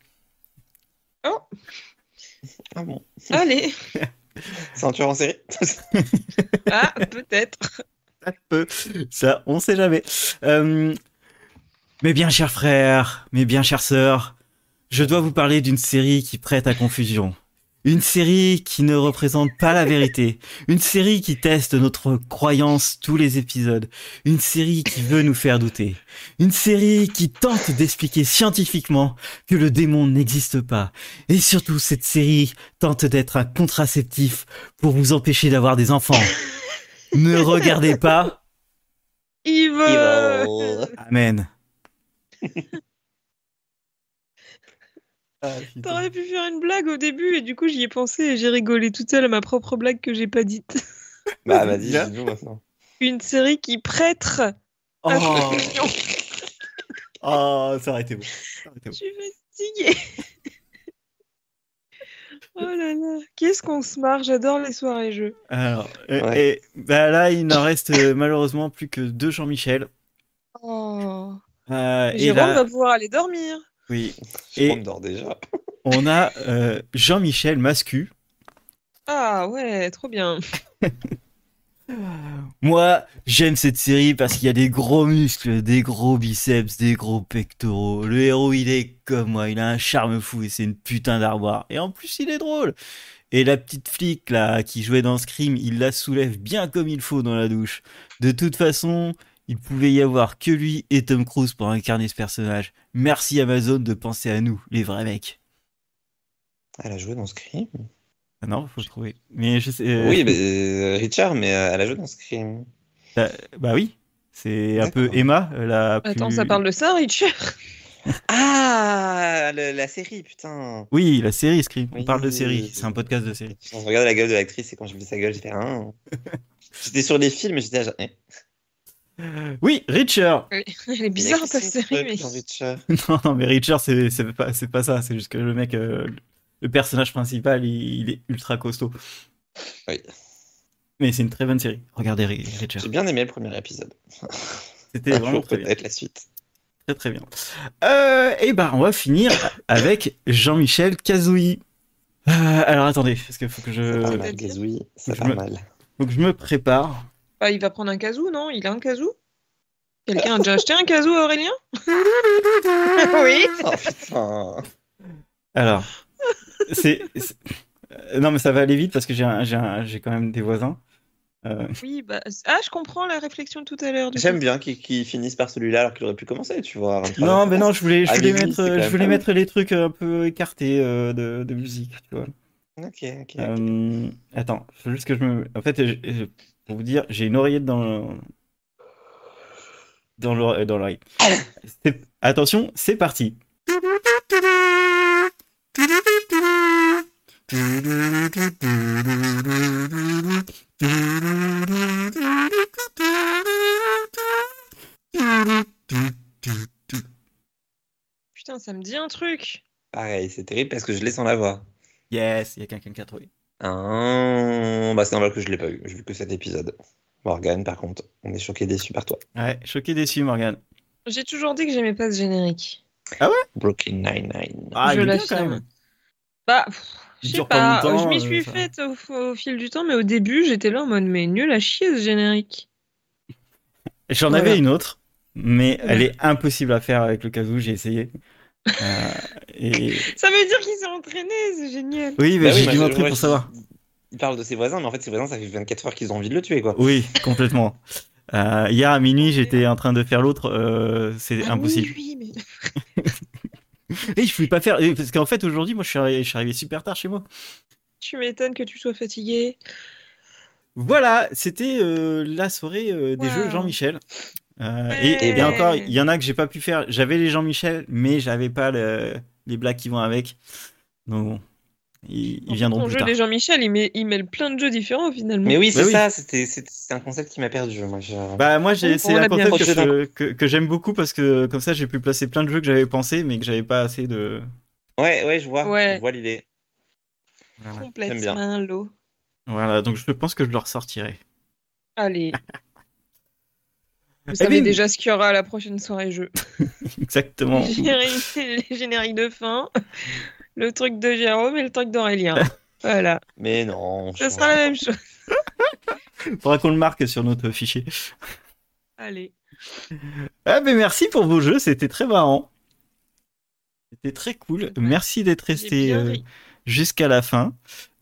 Ah bon.
Allez,
C'est un tueur en série
ah peut-être.
Ça peut. Ça, on sait jamais. Euh, mes bien chers frères, mes bien chères sœurs, je dois vous parler d'une série qui prête à confusion. Une série qui ne représente pas la vérité. Une série qui teste notre croyance tous les épisodes. Une série qui veut nous faire douter. Une série qui tente d'expliquer scientifiquement que le démon n'existe pas. Et surtout, cette série tente d'être un contraceptif pour vous empêcher d'avoir des enfants. Ne regardez pas.
Yves.
Yves.
Amen. Ah,
T'aurais pu faire une blague au début et du coup j'y ai pensé et j'ai rigolé toute seule à ma propre blague que j'ai pas dite.
Bah, vas-y,
Là.
dis-nous maintenant.
Une série qui prêtre. à
Oh,
confusion.
oh, ça aurait été beau. Ça aurait été (laughs)
Je
beau.
suis fatiguée. (laughs) oh là là, qu'est-ce qu'on se marre, j'adore les soirées jeux.
Alors, euh,
Ouais.
et, bah là, il n'en reste euh, malheureusement plus que deux Jean-Michel.
Oh.
Euh, et
Jérôme
là,
va pouvoir aller dormir.
oui,
Je
Et-
crois qu'on dort déjà.
on a euh, Jean-Michel Mascu.
Ah ouais, trop bien.
Moi, j'aime cette série parce qu'il y a des gros muscles, des gros biceps, des gros pectoraux. Le héros, il est comme moi, il a un charme fou et c'est une putain d'armoire. Et en plus, il est drôle. Et la petite flic là qui jouait dans Scream, il la soulève bien comme il faut dans la douche. De toute façon, il pouvait y avoir que lui et Tom Cruise pour incarner ce personnage. Merci Amazon de penser à nous, les vrais mecs.
Elle a joué dans Scream
Ah non, faut le trouver. Mais je sais. euh,
Oui, mais, euh, Richard, mais euh, elle a joué dans Scream.
bah, bah oui. C'est un peu
D'accord.
Emma, euh, la plus...
Attends, ça parle de ça, Richard (laughs)
Ah, le- la série, putain.
Oui, la série Scream. On
Oui.
parle de série. C'est un podcast de série.
Je regarde la gueule de l'actrice et quand j'ai vu sa gueule, j'ai
(laughs)
fait un. J'étais sur les films, j'étais là, genre, eh,
Oui, Richard.
Elle est bizarre ta série, mais.
Richard.
(laughs) Non, non, mais Richard, c'est c'est pas, c'est pas ça. C'est juste que le mec, euh, le personnage principal, il, il est ultra costaud.
Oui.
Mais c'est une très bonne série. Regardez Ri- Richard.
J'ai bien aimé le premier épisode.
C'était
Un
vraiment
jour,
très bien.
peut-être la suite.
Très, très bien. Euh, et ben, on va finir avec Jean-Michel Kazouy. Euh, alors attendez, parce qu'il faut que
Ça part
je,
mal, Gazouille, ça
Euh, je
part
me-
mal.
faut que je me prépare.
Bah, il va prendre un casou, non Il a un casou Quelqu'un a déjà acheté un casou à Aurélien (laughs) Oui.
Oh
(laughs)
putain.
Alors, c'est, c'est- euh, non mais ça va aller vite parce que j'ai un- j'ai un- j'ai quand même des voisins. Euh,
Oui, bah. Ah, je comprends la réflexion de tout à l'heure. du coup.
J'aime bien qu'ils qu'ils finissent par celui-là alors qu'il aurait pu commencer, tu vois. à 23
Non,
heures.
mais non, je voulais, je
Ah,
voulais
Lily,
mettre,
c'est quand
euh, je
même
voulais
pas
mettre les trucs un peu écartés euh, de, de musique, tu vois.
Ok, ok.
Euh, attends, faut juste que je me. En fait, euh, je- je- pour vous dire, j'ai une oreillette dans le- dans l'ore- euh, dans l'oreille. C'est- Attention, c'est parti.
Putain, ça me dit un truc.
Pareil, c'est terrible parce que je l'ai sans la voix.
Yes, il y a quelqu'un qui a trouvé.
Ah, bah c'est normal que je l'ai pas eu. J'ai vu que cet épisode. Morgane, par contre, on est choqué déçu par toi.
Ouais, choqué déçu, Morgan.
J'ai toujours dit que j'aimais pas ce générique.
Brooklyn Nine-Nine.
Ah,
Je
il est bien
l'affirme.
quand même.
Bah, pff,
Il
je sais
dure pas
pas,
longtemps,
je m'y
euh,
suis
ça.
faite au, f- au fil du temps, mais au début, j'étais là en mode, mais nul à chier ce générique.
J'en
Voilà.
avais une autre, mais
Ouais.
elle est impossible à faire avec le casou, j'ai essayé. Euh, et...
Ça veut dire qu'ils sont entraînés, c'est génial.
Oui, mais
Bah oui,
j'ai
bah,
dû
je-
m'entraîner
ouais,
pour
je-
savoir.
Il parle de ses voisins, mais en fait, ses voisins, ça fait 24 heures qu'ils ont envie de le tuer,
Mmh.
quoi.
Oui, complètement. Euh, hier à minuit, j'étais en train de faire l'autre, euh, c'est
Ah
impossible.
Oui, oui, mais... (laughs)
Et je pouvais pas faire, et parce qu'en fait aujourd'hui, moi je suis, arrivé, je suis arrivé super tard chez moi.
Tu m'étonnes que tu sois fatigué.
Voilà, c'était euh, la soirée euh, des
Wow.
jeux Jean-Michel. Euh,
Ouais.
et, et
Ouais.
encore, il y en a que j'ai pas pu faire. J'avais les Jean-Michel, mais j'avais pas le- les blagues qui vont avec. Donc bon, ils, ils viendront
Ton
plus
jeu
tard.
des Jean-Michel, il, met- il mêle plein de jeux différents finalement.
Mais oui, c'est
Bah oui.
ça, c'était c'est c'est un concept qui m'a perdu. Moi, je...
Bah moi j'ai-
On-
c'est
on
un
l'a bien
concept que,
fait.
je- que- que j'aime beaucoup parce que comme ça j'ai pu placer plein de jeux que j'avais pensé mais que j'avais pas assez de.
Ouais, ouais, je vois,
Ouais.
je vois l'idée. Voilà. J'aime bien.
Complètement l'eau.
Voilà, donc je pense que je le ressortirai.
Allez. Vous
Eh
savez
bien-
déjà ce qu'il y aura à la prochaine soirée jeu.
Exactement.
(laughs) Générique- les génériques de fin, le truc de Jérôme et le truc
(laughs)
d'Aurélien. Voilà,
Mais non.
ce sera la même chose.
Faudra qu'on le marque sur notre fichier.
Allez.
Ah ben merci pour vos jeux, c'était très marrant. C'était très cool.
Ouais.
Merci d'être
j'ai
resté
bien
euh,
ri.
jusqu'à la fin.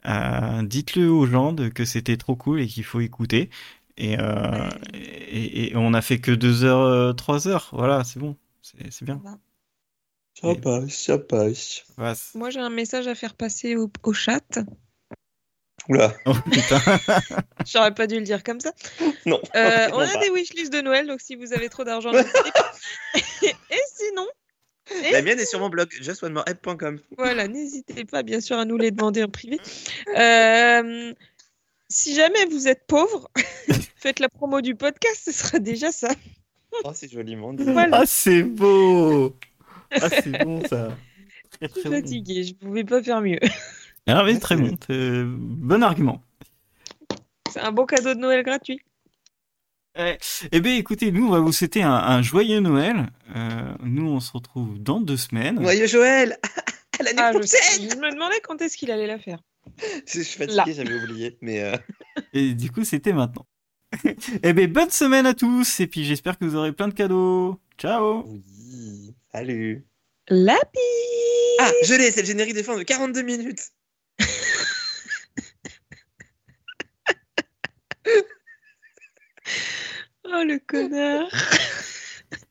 Euh, Dites-le aux gens de- que c'était trop cool et qu'il faut écouter. Et, euh, et, et on a fait que 2 heures, euh, 3 heures. Voilà, c'est bon. C'est c'est bien.
Ça passe, ça passe.
Voilà, c'est-
Moi j'ai un message à faire passer au, au chat.
Oula.
Oh, putain.
J'aurais pas dû le dire comme ça.
Non. (laughs)
Euh,
Non,
on a
bah.
des wishlists de Noël, donc si vous avez trop d'argent, (laughs) n'hésitez pas. et sinon, et
La mienne est sur mon blog, justonemorehelp.com.
Voilà, n'hésitez pas bien sûr à nous les demander en privé. Euh, si jamais vous êtes pauvre, (laughs) faites la promo du podcast, ce sera déjà ça.
Oh, c'est joliment dit.
Voilà.
Ah, c'est
(laughs)
beau. Ah, c'est bon ça. Très,
Je suis
très bon.
fatiguée, je pouvais pas faire mieux.
Ah, mais très bon. euh, bon argument.
C'est un beau cadeau de Noël gratuit.
Eh bien, écoutez, nous, on va vous souhaiter un, un joyeux Noël. Euh, nous, on se retrouve dans deux semaines.
Noyeux Joël (laughs) À l'année
Ah, je,
prochaine
je me demandais quand est-ce qu'il allait la faire.
Je suis
Là.
fatigué, j'avais oublié. Mais euh,
Et du coup, c'était maintenant. (laughs) eh bien, bonne semaine à tous. Et puis, j'espère que vous aurez plein de cadeaux. Ciao.
oui, salut.
Lapi
Ah, je l'ai, c'est le générique de fin de 42 minutes.
Oh le connard